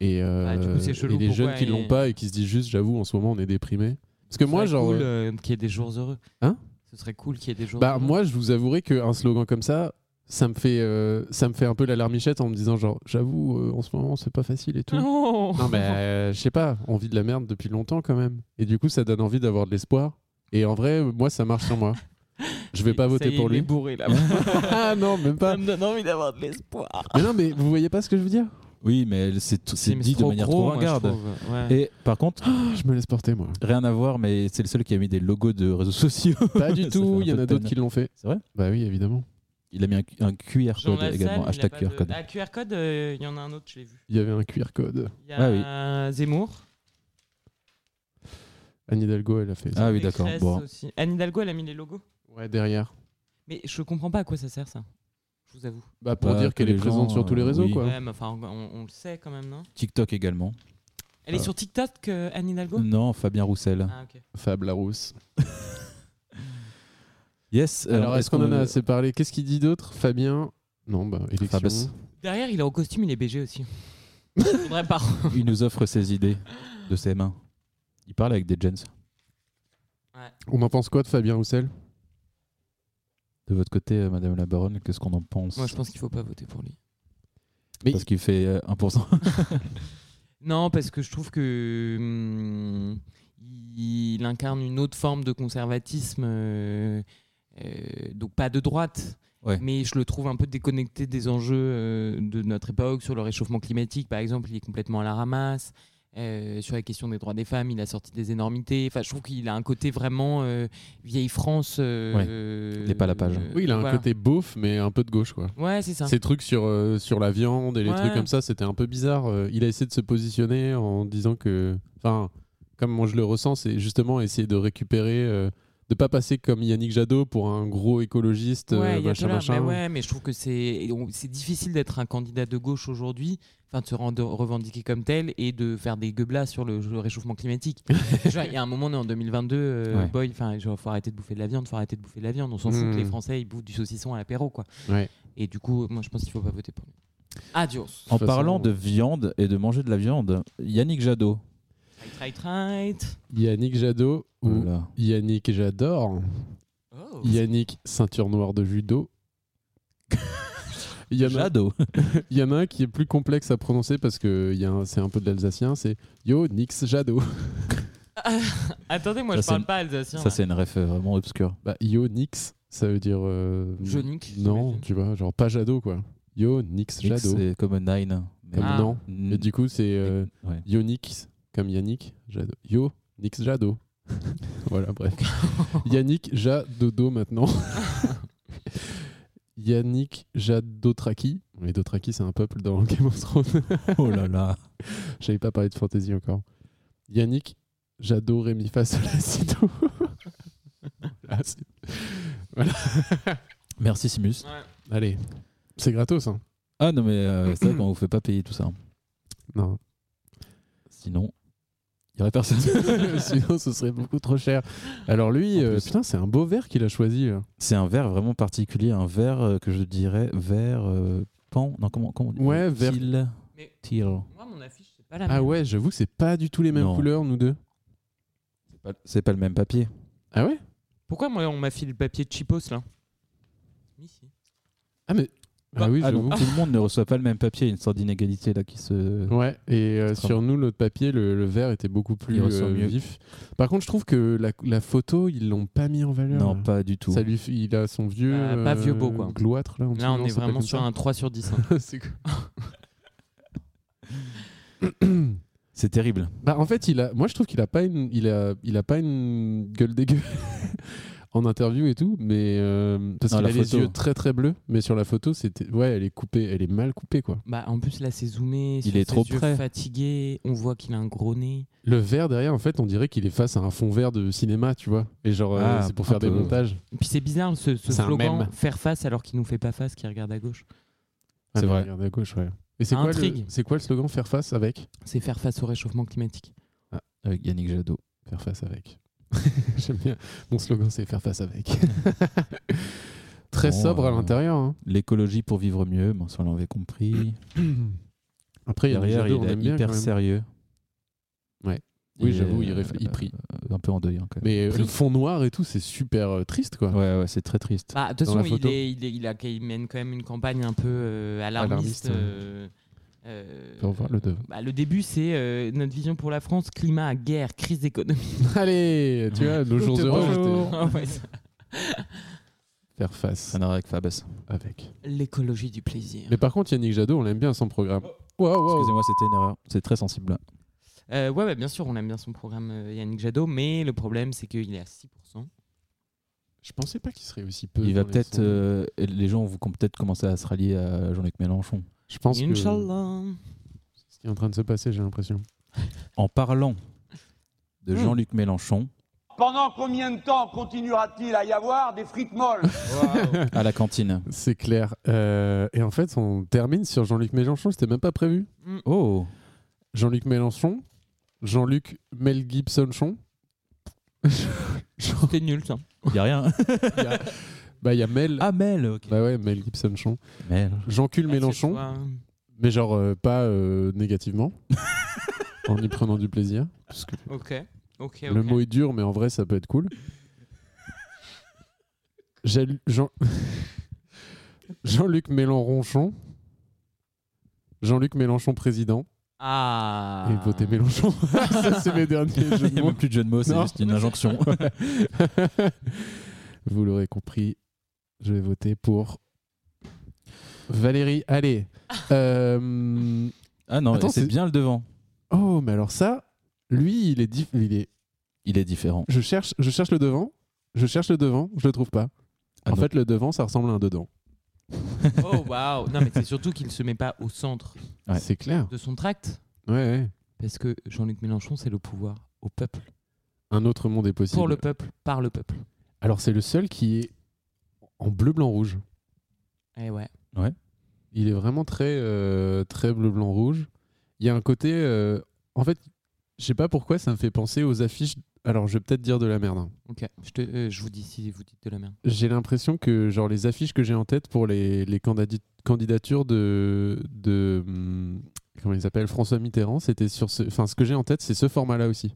S9: Et, euh,
S10: Ah, du coup, c'est chelou,
S9: et les
S10: pourquoi
S9: jeunes qui
S10: il-
S9: l'ont pas et qui se disent juste, j'avoue, en ce moment, on est déprimé. Parce que moi,
S10: Ce serait
S9: genre.
S10: cool,
S9: euh,
S10: euh, qu'il y ait des jours heureux.
S9: Hein
S10: Ce serait cool qu'il y ait des jours
S9: Bah
S10: heureux.
S9: moi, je vous avouerai qu'un slogan comme ça, ça me fait, euh, ça me fait un peu la larmichette en me disant genre, j'avoue, euh, en ce moment, c'est pas facile et tout.
S10: Non
S9: Non, mais euh, je sais pas, on vit de la merde depuis longtemps quand même. Et du coup, ça donne envie d'avoir de l'espoir. Et en vrai, moi, ça marche sur moi. Je vais pas
S10: Ça
S9: voter
S10: y est,
S9: pour
S10: Il est
S9: lui.
S10: bourré, là.
S9: ah non, même pas.
S10: Ça me donne envie d'avoir de l'espoir.
S9: Mais non, mais vous voyez pas ce que je veux dire
S8: Oui, mais c'est tout- c'est
S10: Mais
S8: dit de
S10: trop
S8: manière
S10: gros,
S8: trop
S10: moi, je
S8: regarde.
S10: trouve. Ouais.
S8: Et par contre,
S9: Ah, Je me laisse porter, moi.
S8: rien à voir, mais c'est le seul qui a mis des logos de réseaux sociaux.
S9: Pas
S8: Ça
S9: du
S8: fait un
S9: tout, il y en
S8: peu
S9: a
S8: de
S9: d'autres
S8: peine.
S9: qui l'ont fait.
S8: C'est vrai
S9: Bah oui, évidemment.
S8: Il a mis un, un QR
S10: Jean
S8: code
S10: Lassalle, il
S8: également,
S10: a
S8: hashtag
S10: pas
S8: QR
S10: de-
S8: code.
S10: Ah, QR code, euh, il y en a un autre, je l'ai vu.
S9: Il y avait un QR code.
S10: Il y a
S9: Ah
S10: Zemmour.
S9: Anne Hidalgo, elle a fait ça.
S8: Ah oui, d'accord.
S10: Pécresse
S8: Bon.
S10: aussi. Anne Hidalgo, elle a mis les logos.
S8: Ah.
S9: Ouais, derrière.
S10: Mais je comprends pas à quoi ça sert, ça. Je vous avoue.
S9: Bah pour
S8: Bah,
S9: dire
S8: que
S9: qu'elle
S8: les
S9: est présente
S8: gens,
S9: sur tous les
S8: euh,
S9: réseaux,
S8: oui.
S9: quoi.
S10: Ouais, mais enfin, on, on- on le sait quand même, non
S8: TikTok également.
S10: Elle est sur TikTok, euh, Anne Hidalgo
S8: Non, Fabien Roussel.
S10: Ah, ok.
S9: Fab Larousse.
S8: Yes. euh,
S9: Alors, est-ce qu'on en a assez parlé Qu'est-ce qu'il dit d'autre Fabien Non, bah, élection.
S8: Fabès.
S10: Derrière, il est en costume, il est BG aussi. Faudrait pas.
S8: Il nous offre ses idées de ses mains. Il parle avec des gens.
S9: On en pense quoi de Fabien Roussel
S8: De votre côté, euh, Madame la Baronne, qu'est-ce qu'on en pense
S10: Moi, je pense qu'il faut pas voter pour lui.
S9: Mais-
S8: Parce qu'il fait euh, 1%.
S10: Non, parce que je trouve que hum, il incarne une autre forme de conservatisme, euh, euh, donc pas de droite.
S8: Ouais.
S10: Mais je le trouve un peu déconnecté des enjeux euh, de notre époque sur le réchauffement climatique, par exemple, il est complètement à la ramasse. Euh, sur la question des droits des femmes, il a sorti des énormités. Enfin, je trouve qu'il a un côté vraiment euh, vieille France. euh,
S8: Ouais. Il est pas à la page.
S10: euh,
S9: Oui, il a un
S10: voilà.
S9: côté beauf, mais un peu de gauche, quoi.
S10: Ouais, c'est ça.
S9: Ces trucs sur, euh, sur la viande et les
S10: Ouais.
S9: trucs comme ça, c'était un peu bizarre. Euh, il a essayé de se positionner en disant que. Enfin, comme moi je le ressens, c'est justement essayer de récupérer. euh, de pas passer comme Yannick Jadot pour un gros écologiste, euh,
S10: Ouais, il y a
S9: machin,
S10: de là,
S9: machin.
S10: Mais ouais, mais je trouve que c'est on- c'est difficile d'être un candidat de gauche aujourd'hui, enfin de se rendre- revendiquer comme tel et de faire des gueblas sur le, le réchauffement climatique. Genre, il y a un moment, on est en 2022, euh,
S8: Ouais.
S10: boy, enfin, genre, faut arrêter de bouffer de la viande, faut arrêter de bouffer de la viande. On s'en fout
S9: Mm.
S10: que les Français ils bouffent du saucisson à l'apéro, quoi.
S9: Ouais.
S10: Et du coup, moi, je pense qu'il faut pas voter pour lui. Adios.
S8: En
S9: façon,
S8: parlant
S9: ouais.
S8: de viande et de manger de la viande, Yannick Jadot.
S10: Right, right, right.
S9: Yannick Jadot ou
S8: Voilà.
S9: Yannick J'adore.
S10: Oh.
S9: Yannick ceinture noire de judo. Il y en a-
S8: Jadot.
S9: il y en a un qui est plus complexe à prononcer parce que il y a un- c'est un peu de l'alsacien, c'est Yo Nix Jadot.
S10: Oh. Attendez, moi
S8: Ça,
S10: je parle
S8: c'est-
S10: pas alsacien.
S8: Ça, c'est une ref euh, vraiment obscure.
S9: Bah, Yo Nix, ça veut dire. euh,
S10: Je nique,
S9: Non,
S10: j'imagine.
S9: tu vois, genre pas Jadot, quoi. Yo Nix
S8: X,
S9: Jadot.
S8: C'est comme un nine. Mais
S9: Comme
S10: Ah.
S9: non.
S8: Mm.
S9: Et du coup, c'est euh,
S8: Ouais.
S9: Yo Nix, comme Yannick Jadot. Yo Nix Jadot. voilà, bref. Yannick Jadodo maintenant. Yannick Jadotraki. Mais Dotraki, c'est un peuple dans Game of Thrones.
S8: Oh là là.
S9: J'avais pas parlé de fantasy encore. Yannick Jadot Rémi Fasolacito. voilà, c'est-
S8: Merci Simus.
S10: Ouais.
S9: Allez, c'est gratos, hein
S8: Ah non, mais euh, c'est vrai qu'on vous fait pas payer tout ça.
S9: Non.
S8: Sinon, il y aurait personne.
S9: Sinon, ce serait beaucoup trop cher. Alors lui,
S8: En
S9: euh,
S8: plus.
S9: putain, c'est un beau verre qu'il a choisi. là.
S8: c'est un verre vraiment particulier, un verre euh, que je dirais verre euh, pan. Non, comment, comment on dit
S9: Ouais, verre-
S8: Til-
S10: Mais
S8: til.
S10: moi, mon affiche, c'est pas la
S9: Ah
S10: même.
S9: ouais, j'avoue que c'est pas du tout les mêmes
S8: Non.
S9: couleurs, nous deux.
S8: C'est pas le même papier.
S9: Ah ouais
S10: Pourquoi moi, on m'a filé le papier de Chipos là Ici.
S9: Ah mais... Ah oui,
S8: Ah,
S9: j'avoue.
S8: donc, tout le monde ne reçoit pas le même papier. Il y a une sorte d'inégalité là qui se.
S9: Ouais, et euh,
S8: C'est
S9: sur nous, notre papier, le, le vert était beaucoup plus
S8: Il ressort
S9: euh,
S8: mieux.
S9: vif. Par contre, je trouve que la, la photo, ils l'ont pas mis en valeur.
S8: Non,
S9: là.
S8: pas du tout.
S9: Ça lui, f- il a son vieux.
S10: Bah, pas vieux beau, quoi.
S9: Gloître, là. en dessous,
S10: Là, on
S9: non,
S10: est
S9: c'est pas
S10: vraiment
S9: comme
S10: sur
S9: ça.
S10: un 3 sur 10. hein.
S9: C'est quoi
S8: C'est terrible.
S9: Bah, en fait, il a, moi je trouve qu'il a pas une, il a, il a pas une gueule dégueu en interview et tout, mais euh, parce
S8: Non,
S9: qu'il a
S8: la
S9: les
S8: photo.
S9: yeux très très bleus, mais sur la photo, c'était, ouais, elle est coupée, elle est mal coupée quoi.
S10: Bah, en plus, là, c'est zoomé. sur
S8: est
S10: ses
S8: trop
S10: yeux
S8: près.
S10: fatigué. On voit qu'il a un gros nez.
S9: Le vert derrière, en fait, on dirait qu'il est face à un fond vert de cinéma, tu vois. Et genre, euh,
S8: Ah,
S9: c'est pour
S8: un
S9: faire des
S8: peu.
S9: montages.
S10: Et puis, c'est bizarre ce, ce
S9: C'est un
S10: slogan
S9: mème.
S10: faire face alors qu'il nous fait pas face, qui regarde à gauche.
S8: C'est
S9: Ah, mais
S8: vrai. Ah,
S9: Regarde à gauche, ouais. Et c'est
S10: Ça
S9: quoi, le,
S10: intrigue.
S9: c'est quoi le slogan Faire face avec.
S10: C'est faire face au réchauffement climatique.
S8: Avec Yannick Jadot.
S9: Faire face avec. J'aime bien. Mon slogan, c'est faire face avec. très
S8: Bon,
S9: sobre à
S8: euh,
S9: l'intérieur. hein.
S8: L'écologie pour vivre mieux, bon, ça on l'avait compris.
S9: Après, il y a
S8: Derrière,
S9: Jadot,
S8: il
S9: on
S8: est
S9: aime bien,
S8: hyper
S9: quand même.
S8: sérieux.
S9: Ouais. Oui,
S8: Et,
S9: j'avoue, il
S8: euh,
S9: réfl- il prie.
S8: euh, un peu endeuillé quand même.
S9: Mais euh, le fond noir et tout, c'est super euh, triste, quoi.
S8: Ouais, ouais, c'est très triste.
S10: Bah, de toute
S9: Dans la
S10: façon, il,
S9: photo.
S10: est, il, est- il a, il mène quand même une campagne un peu euh, alarmiste.
S9: Alarmiste, ouais.
S10: euh, euh,
S9: Faut revoir le devant.
S10: bah, le début, c'est euh, notre vision pour la France climat, guerre, crise économique.
S9: Allez, tu vois, nos jours heureux, c'était
S10: Ah ouais, ça-
S9: faire face
S8: Ça n'a rien avec Fabès.
S9: avec.
S10: L'écologie du plaisir.
S9: Mais par contre, Yannick Jadot, on l'aime bien son programme.
S8: Excusez-moi, c'était une erreur. C'est très sensible. hein. là.
S10: Euh, ouais, bah, bien sûr, on aime bien son programme euh, Yannick Jadot, mais le problème, c'est qu'il est à 6%.
S9: Je pensais pas qu'il serait aussi peu.
S8: Il va
S9: dans les
S8: peut-être,
S9: sondages.
S8: euh, les gens vont com- peut-être commencer à se rallier à Jean-Luc Mélenchon.
S9: Je pense que ce
S10: Inch'Allah.
S9: qui est en train de se passer, j'ai l'impression.
S8: En parlant de
S10: Hmm.
S8: Jean-Luc Mélenchon
S6: Pendant combien de temps continuera-t-il à y avoir des frites molles
S8: à la cantine.
S9: C'est clair. Euh, et en fait, on termine sur Jean-Luc Mélenchon. C'était même pas prévu.
S8: Oh,
S9: Jean-Luc Mélenchon, Jean-Luc Mel Gibsonchon. Genre,
S10: C'était nul, ça.
S8: il Oh, y a rien.
S9: il y a- bah il y a Mel.
S8: Ah Mel, ok.
S9: Bah ouais, Mel Gibsonchon.
S8: Mel.
S9: Jean-Cul Mélenchon.
S10: Ah, c'est toi.
S9: Mais genre euh, pas euh, négativement, en y prenant du plaisir. Parce que
S10: Ok. Ok,
S9: le
S10: ok.
S9: mot est dur, mais en vrai, ça peut être cool. J'ai lu- Jean... Jean-Luc Mélenchon. Jean-Luc Mélenchon président.
S10: Ah.
S9: Et voter Mélenchon. ça, c'est mes derniers jeux
S8: Il n'y
S9: de
S8: a
S9: mots.
S8: même plus de jeu de mots, c'est
S9: Non.
S8: juste une injonction.
S9: Vous l'aurez compris, je vais voter pour Valérie. Allez. Euh,
S8: Ah non,
S9: Attends,
S8: c'est
S9: c'est-
S8: bien le devant.
S9: Oh, mais alors ça, lui, il est, diff- il est
S8: Il est différent.
S9: je cherche, je cherche le devant, je cherche le devant, je le trouve pas.
S8: Ah
S9: en
S8: non.
S9: fait, le devant, ça ressemble à un dedans.
S10: Oh, waouh. Non, mais c'est surtout qu'il se met pas au centre
S8: Ouais.
S9: C'est clair.
S10: de son tract.
S9: Ouais, ouais.
S10: Parce que Jean-Luc Mélenchon, c'est le pouvoir au peuple.
S9: Un autre monde est possible.
S10: Pour le peuple, par le peuple.
S9: Alors, c'est le seul qui est en bleu, blanc, rouge.
S10: Eh ouais.
S9: Il est vraiment très, euh, très bleu, blanc, rouge. Il y a un côté. euh, en fait, je sais pas pourquoi ça me fait penser aux affiches. Alors, je vais peut-être dire de la merde. hein.
S10: Ok. Je, te, euh, je vous dis si vous dites de la merde.
S9: J'ai l'impression que, genre, les affiches que j'ai en tête pour les, les candidati- candidatures de. de hum, comment ils s'appellent François Mitterrand, c'était sur ce. Enfin, ce que j'ai en tête, c'est ce format-là aussi.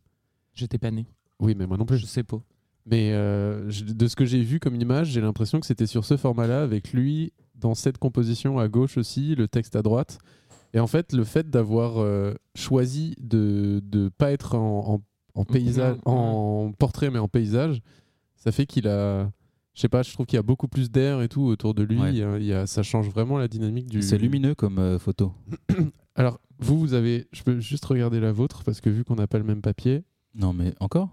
S10: J'étais pas né.
S9: Oui, mais moi non
S10: Je
S9: plus.
S10: sais pas.
S9: Mais euh, je- de ce que j'ai vu comme image, j'ai l'impression que c'était sur ce format-là, avec lui dans cette composition à gauche aussi, le texte à droite. Et en fait, le fait d'avoir euh, choisi de ne pas être en, en en paysage,
S10: couleur,
S9: en portrait mais en paysage, ça fait qu'il a, je sais pas, je trouve qu'il y a beaucoup plus d'air et tout autour de lui.
S8: Ouais.
S9: Il y a- il y a- ça change vraiment la dynamique du.
S8: C'est lumineux comme euh, photo.
S9: Alors vous, vous avez, je peux juste regarder la vôtre parce que vu qu'on n'a pas le même papier,
S8: Non, mais encore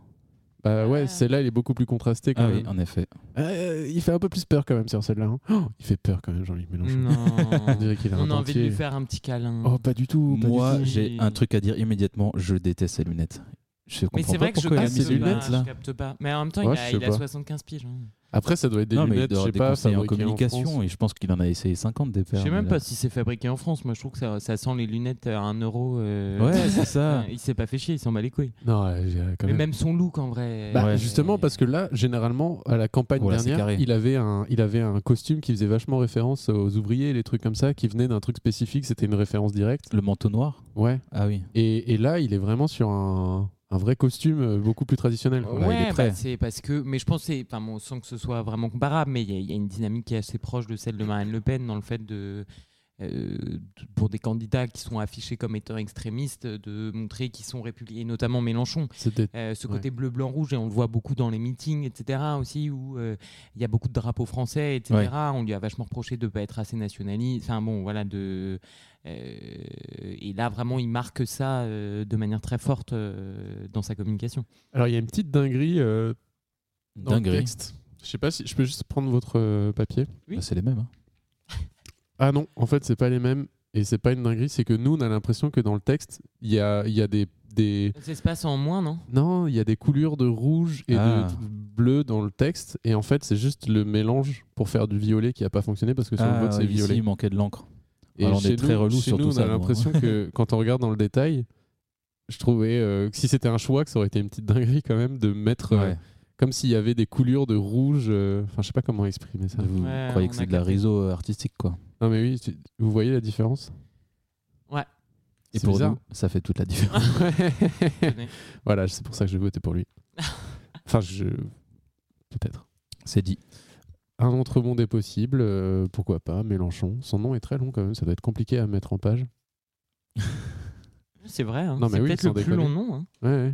S9: bah ouais,
S10: Ah.
S9: celle-là elle est beaucoup plus contrastée quand
S8: Ah oui,
S9: même.
S8: en effet.
S9: Euh, il fait un peu plus peur quand même sur celle-là. hein. Oh, il fait peur quand même, Jean-Luc Mélenchon.
S10: Non.
S9: On dirait qu'il a un
S10: On a envie de
S9: dentier.
S10: lui faire un petit câlin.
S9: Oh, pas du tout. pas du
S8: Moi,
S9: tout.
S8: j'ai un truc à dire immédiatement. Je déteste ces lunettes. Je
S10: mais
S8: comprends
S10: c'est
S8: pas
S10: vrai que je
S8: pourquoi il a
S10: capte,
S8: mis ces
S10: pas,
S8: lunettes
S10: je
S8: là.
S10: capte pas. Mais en même temps, il
S9: Ouais,
S10: a,
S9: je sais
S10: il a
S9: pas.
S10: 75 piges. hein.
S9: Après, ça doit être des
S8: non, mais il
S9: lunettes,
S8: doit
S9: je
S8: avoir
S9: sais
S8: des
S9: pas,
S8: conseils en
S9: fabriquées
S8: communication
S9: France.
S8: et je pense qu'il en a essayé 50 des
S10: Je
S8: paires.
S10: sais même
S8: mais-
S10: pas si c'est fabriqué en France. Moi, je trouve que ça, ça sent les lunettes à un euro. euh,
S8: Ouais, c'est ça.
S10: Il s'est pas fait chier, il s'en bat les couilles.
S9: Non, ouais, j'ai- euh, quand
S10: Mais
S9: même.
S10: même son look en vrai.
S9: Bah,
S10: euh,
S9: Justement, parce que là, généralement, à la campagne
S8: Voilà, c'est carré.
S9: dernière, il avait, un, il avait un costume qui faisait vachement référence aux ouvriers, et les trucs comme ça, qui venait d'un truc spécifique, c'était une référence directe.
S8: Le manteau noir
S9: Ouais.
S8: Ah oui.
S9: Et, et là, il est vraiment sur un, un vrai costume euh, beaucoup plus traditionnel. quoi.
S8: Là, il est
S10: ouais, bah,
S8: prêt.
S10: c'est parce que. Mais je pense, que c'est- enfin, bon, sans que ce soit vraiment comparable, mais il y, a- il y a une dynamique qui est assez proche de celle de Marine Le Pen dans le fait de. euh, de- pour des candidats qui sont affichés comme étant extrémistes, de montrer qu'ils sont républicains, et notamment Mélenchon.
S9: C'était
S10: Euh, ce
S9: Ouais.
S10: côté bleu, blanc, rouge, et on le voit beaucoup dans les meetings, etc. aussi, où euh, il y a beaucoup de drapeaux français, etc.
S8: Ouais.
S10: On lui a vachement reproché de ne pas être assez nationaliste. Enfin bon, voilà, de. euh, et là, vraiment, il marque ça euh, de manière très forte euh, dans sa communication.
S9: Alors, il y a une petite dinguerie euh, dans le
S8: Dinguerie.
S9: texte. Je sais pas si je peux juste prendre votre euh, papier.
S10: Oui.
S8: Bah, c'est les mêmes. hein.
S9: Ah non, en fait, c'est pas les mêmes. Et c'est pas une dinguerie, c'est que nous, on a l'impression que dans le texte, il y a, il y a des, des.
S10: Ça se passe en moins, non
S9: Non, il y a des coulures de rouge et
S8: Ah.
S9: de bleu dans le texte. Et en fait, c'est juste le mélange pour faire du violet qui a pas fonctionné parce que sur le
S8: Ah,
S9: vote, c'est
S8: ouais, ici,
S9: violet.
S8: il manquait de l'encre.
S9: Et
S8: Alors, on
S9: chez
S8: est très
S9: nous-
S8: relou
S9: chez
S8: sur
S9: nous,
S8: tout
S9: on
S8: ça,
S9: a
S8: nous, hein.
S9: l'impression que quand on regarde dans le détail, je trouvais euh, que si c'était un choix, que ça aurait été une petite dinguerie quand même de mettre. euh,
S8: Ouais.
S9: comme s'il y avait des coulures de rouge. euh, Enfin, je sais pas comment exprimer ça.
S8: Vous
S10: Ouais,
S8: croyez
S10: on
S8: que
S10: a
S8: c'est de la
S10: capté.
S8: réseau euh, artistique quoi
S9: Non, mais oui, tu- vous voyez la différence
S8: Et
S9: C'est
S8: pour
S9: bizarre.
S8: nous, ça fait toute la différence.
S10: hein.
S9: Voilà, c'est pour ça que je vais voter pour lui. Enfin, je. Peut-être.
S8: C'est dit.
S9: Un autre monde est possible, euh, pourquoi pas, Mélenchon. Son nom est très long quand même, ça doit être compliqué à mettre en page.
S10: C'est vrai, hein.
S9: Non, mais
S10: c'est
S9: oui,
S10: peut-être
S9: sans
S10: le plus
S9: déconner.
S10: long nom. hein.
S9: Ouais, ouais.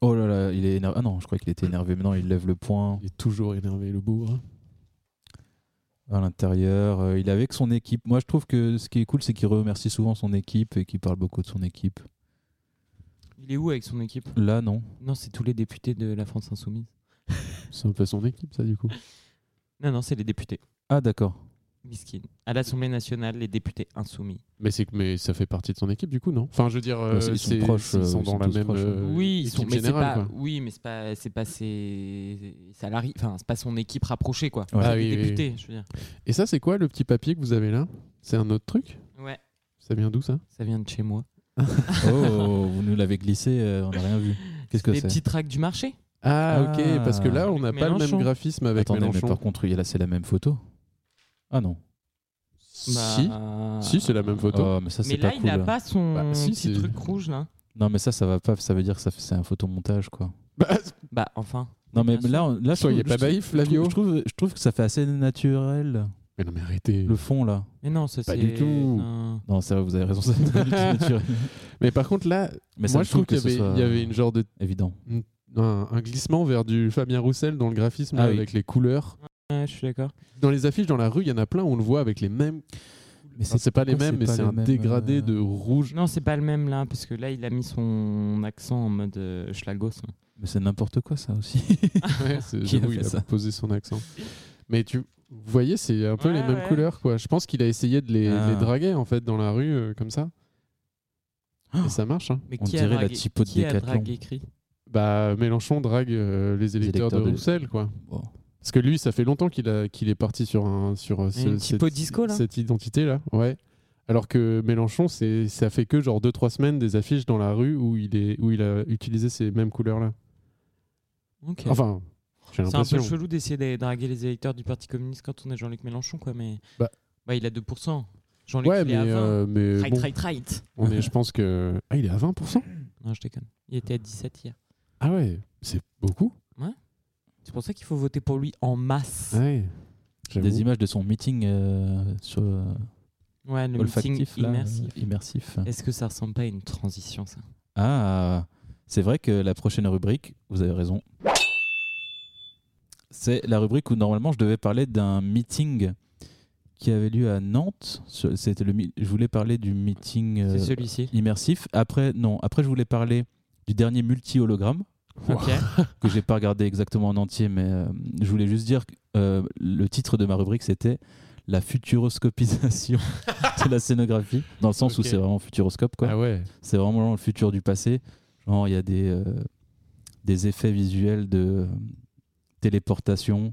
S8: Oh là là, il est énervé. Ah non, je crois qu'il était énervé. Maintenant, il lève le poing
S9: Il est toujours énervé, le bourre.
S8: à l'intérieur. Euh, il est avec son équipe. Moi, je trouve que ce qui est cool, c'est qu'il remercie souvent son équipe et qu'il parle beaucoup de son équipe.
S10: Il est où avec son équipe
S8: Là, non.
S10: Non, c'est tous les députés de la France Insoumise.
S9: C'est un peu son équipe, ça, du coup.
S10: Non, non, c'est les députés.
S8: Ah d'accord.
S10: Miskin. À l'Assemblée nationale, les députés insoumis.
S9: Mais, c'est, que- mais ça fait partie de son équipe, du coup, non Enfin, je veux dire, euh,
S8: c'est- ils sont
S9: c'est-
S8: proches,
S9: ils
S8: euh,
S9: sont
S8: ils
S9: dans
S8: sont
S9: la
S8: tous
S9: même.
S8: proches, ouais.
S9: euh,
S10: Oui, ils sont,
S9: équipe
S10: mais c'est
S9: générale,
S10: pas,
S9: quoi.
S10: oui, mais c'est pas, c'est pas ses salariés, enfin c'est pas son équipe rapprochée quoi.
S8: Ouais.
S10: C'est
S9: Ah
S10: les
S9: oui, oui,
S10: députés, je veux dire.
S9: Et ça, c'est quoi le petit papier que vous avez là C'est un autre truc
S10: Ouais,
S9: Ça vient d'où ça
S10: ça vient de chez moi.
S8: Oh, vous nous l'avez glissé, euh, on n'a rien vu. Qu'est-ce que
S10: les
S8: c'est
S10: petits tracts du marché.
S9: Ah,
S8: Ah.
S9: ok, parce que là, on n'a
S10: Avec
S9: pas le
S10: Mélenchon.
S9: même graphisme avec
S8: Attendez, mais
S9: Mélenchon.
S8: par contre, là, c'est la même photo. Ah non.
S9: Si,
S10: Bah,
S9: si c'est la même photo.
S8: Oh, mais ça,
S10: mais
S8: c'est
S10: là,
S8: pas
S10: il
S8: cool.
S10: a pas son
S9: Bah, si,
S10: petit
S9: c'est-
S10: truc rouge là.
S8: Non, mais ça, ça va pas. Ça veut dire que ça fait- c'est un photomontage, quoi.
S9: Bah,
S10: Bah enfin.
S8: Non, mais
S10: Bien
S8: là, on- là, je
S9: Soyez
S8: trouve-
S9: pas
S8: je trouve-
S9: naïf,
S8: je trouve-
S9: Flavio.
S8: Je trouve, je trouve que ça fait assez naturel
S9: Mais non, mais arrêtez.
S8: le fond là.
S10: Mais non, ça
S9: Pas
S10: c'est.
S9: du tout.
S10: un-
S8: Non, c'est vrai, vous avez raison, ça fait pas du tout naturel.
S9: Mais par contre, là,
S8: Mais ça
S9: moi,
S8: me
S9: je trouve
S8: saoule que
S9: qu'il y,
S8: ce
S9: avait-
S8: soit
S9: il y avait une genre de
S8: évident.
S9: un, un glissement vers du Fabien Roussel dans le graphisme
S8: Ah
S9: là,
S8: oui.
S9: avec les couleurs.
S10: Ouais, je suis d'accord.
S9: Dans les affiches dans la rue, il y en a plein où on le voit avec les mêmes.
S8: Mais
S9: Enfin, c'est pas les
S8: pourquoi
S9: mêmes, mais
S8: pas
S9: c'est
S8: les
S9: un
S8: mêmes,
S9: dégradé
S8: euh,
S9: de rouge.
S10: Non, c'est pas le même là parce que là, il a mis son accent en mode euh, schlagos. là.
S8: Mais c'est n'importe quoi ça aussi.
S10: Ah.
S9: Ouais, c'est-
S8: Qui a
S9: j'avoue,
S8: fait
S9: il a
S8: ça
S9: posé son accent. Mais tu vous voyez, c'est un peu
S10: Ouais,
S9: les mêmes
S10: ouais.
S9: couleurs, quoi. Je pense qu'il a essayé de les,
S8: Ah.
S9: les draguer en fait dans la rue euh, comme ça. Et ça marche. hein.
S10: Mais
S8: On
S10: qui a
S8: dirait la
S10: dragué-
S8: typo de
S10: qui a
S8: Decathlon.
S10: dragué écrit
S9: Bah Mélenchon drague euh, les électeurs,
S8: électeurs
S9: de
S8: de-
S9: Roussel, quoi.
S8: Bon.
S9: Parce que lui, ça fait longtemps qu'il a- qu'il est parti sur un sur euh, ce-
S10: Une typo
S9: cette,
S10: disco, là.
S9: cette identité là, ouais. Alors que Mélenchon, c'est ça fait que genre 2-3 semaines des affiches dans la rue où il est où il a utilisé ces mêmes couleurs là.
S10: Ok.
S9: Enfin, j'ai
S10: C'est un peu
S9: l'impression.
S10: chelou d'essayer de draguer les électeurs du Parti communiste quand on est Jean-Luc Mélenchon, quoi. Mais
S9: Bah.
S10: Bah, il a 2%. Jean-Luc,
S9: Ouais,
S10: il
S9: mais
S10: est à 20.
S9: euh, mais
S10: Trait,
S9: bon,
S10: trait, trait.
S9: on est, je pense que ah il est à 20%.
S10: Non, je déconne. Il était à 17 hier.
S9: Ah ouais, c'est beaucoup.
S10: C'est pour ça qu'il faut voter pour lui en masse.
S9: Ah Ouais. J'avoue.
S8: Des images de son meeting euh, sur euh,
S10: Ouais, le meeting
S8: olfactif là,
S10: immersif.
S8: euh, immersif.
S10: Est-ce que ça ressemble pas à une transition, ça
S8: Ah, C'est vrai que la prochaine rubrique, vous avez raison, c'est la rubrique où normalement je devais parler d'un meeting qui avait lieu à Nantes. Ce- C'était le, mi- je voulais parler du meeting euh,
S10: C'est celui-ci.
S8: immersif. Après, non, après je voulais parler du dernier multi-hologramme
S10: Ok.
S8: que j'ai pas regardé exactement en entier, mais euh, je voulais juste dire que euh, le titre de ma rubrique c'était la futuroscopisation de la scénographie, dans le sens
S9: Ok.
S8: où c'est vraiment futuroscope quoi.
S9: Ah ouais.
S8: C'est vraiment le futur du passé. Genre, il y a des, euh, des effets visuels de euh, téléportation.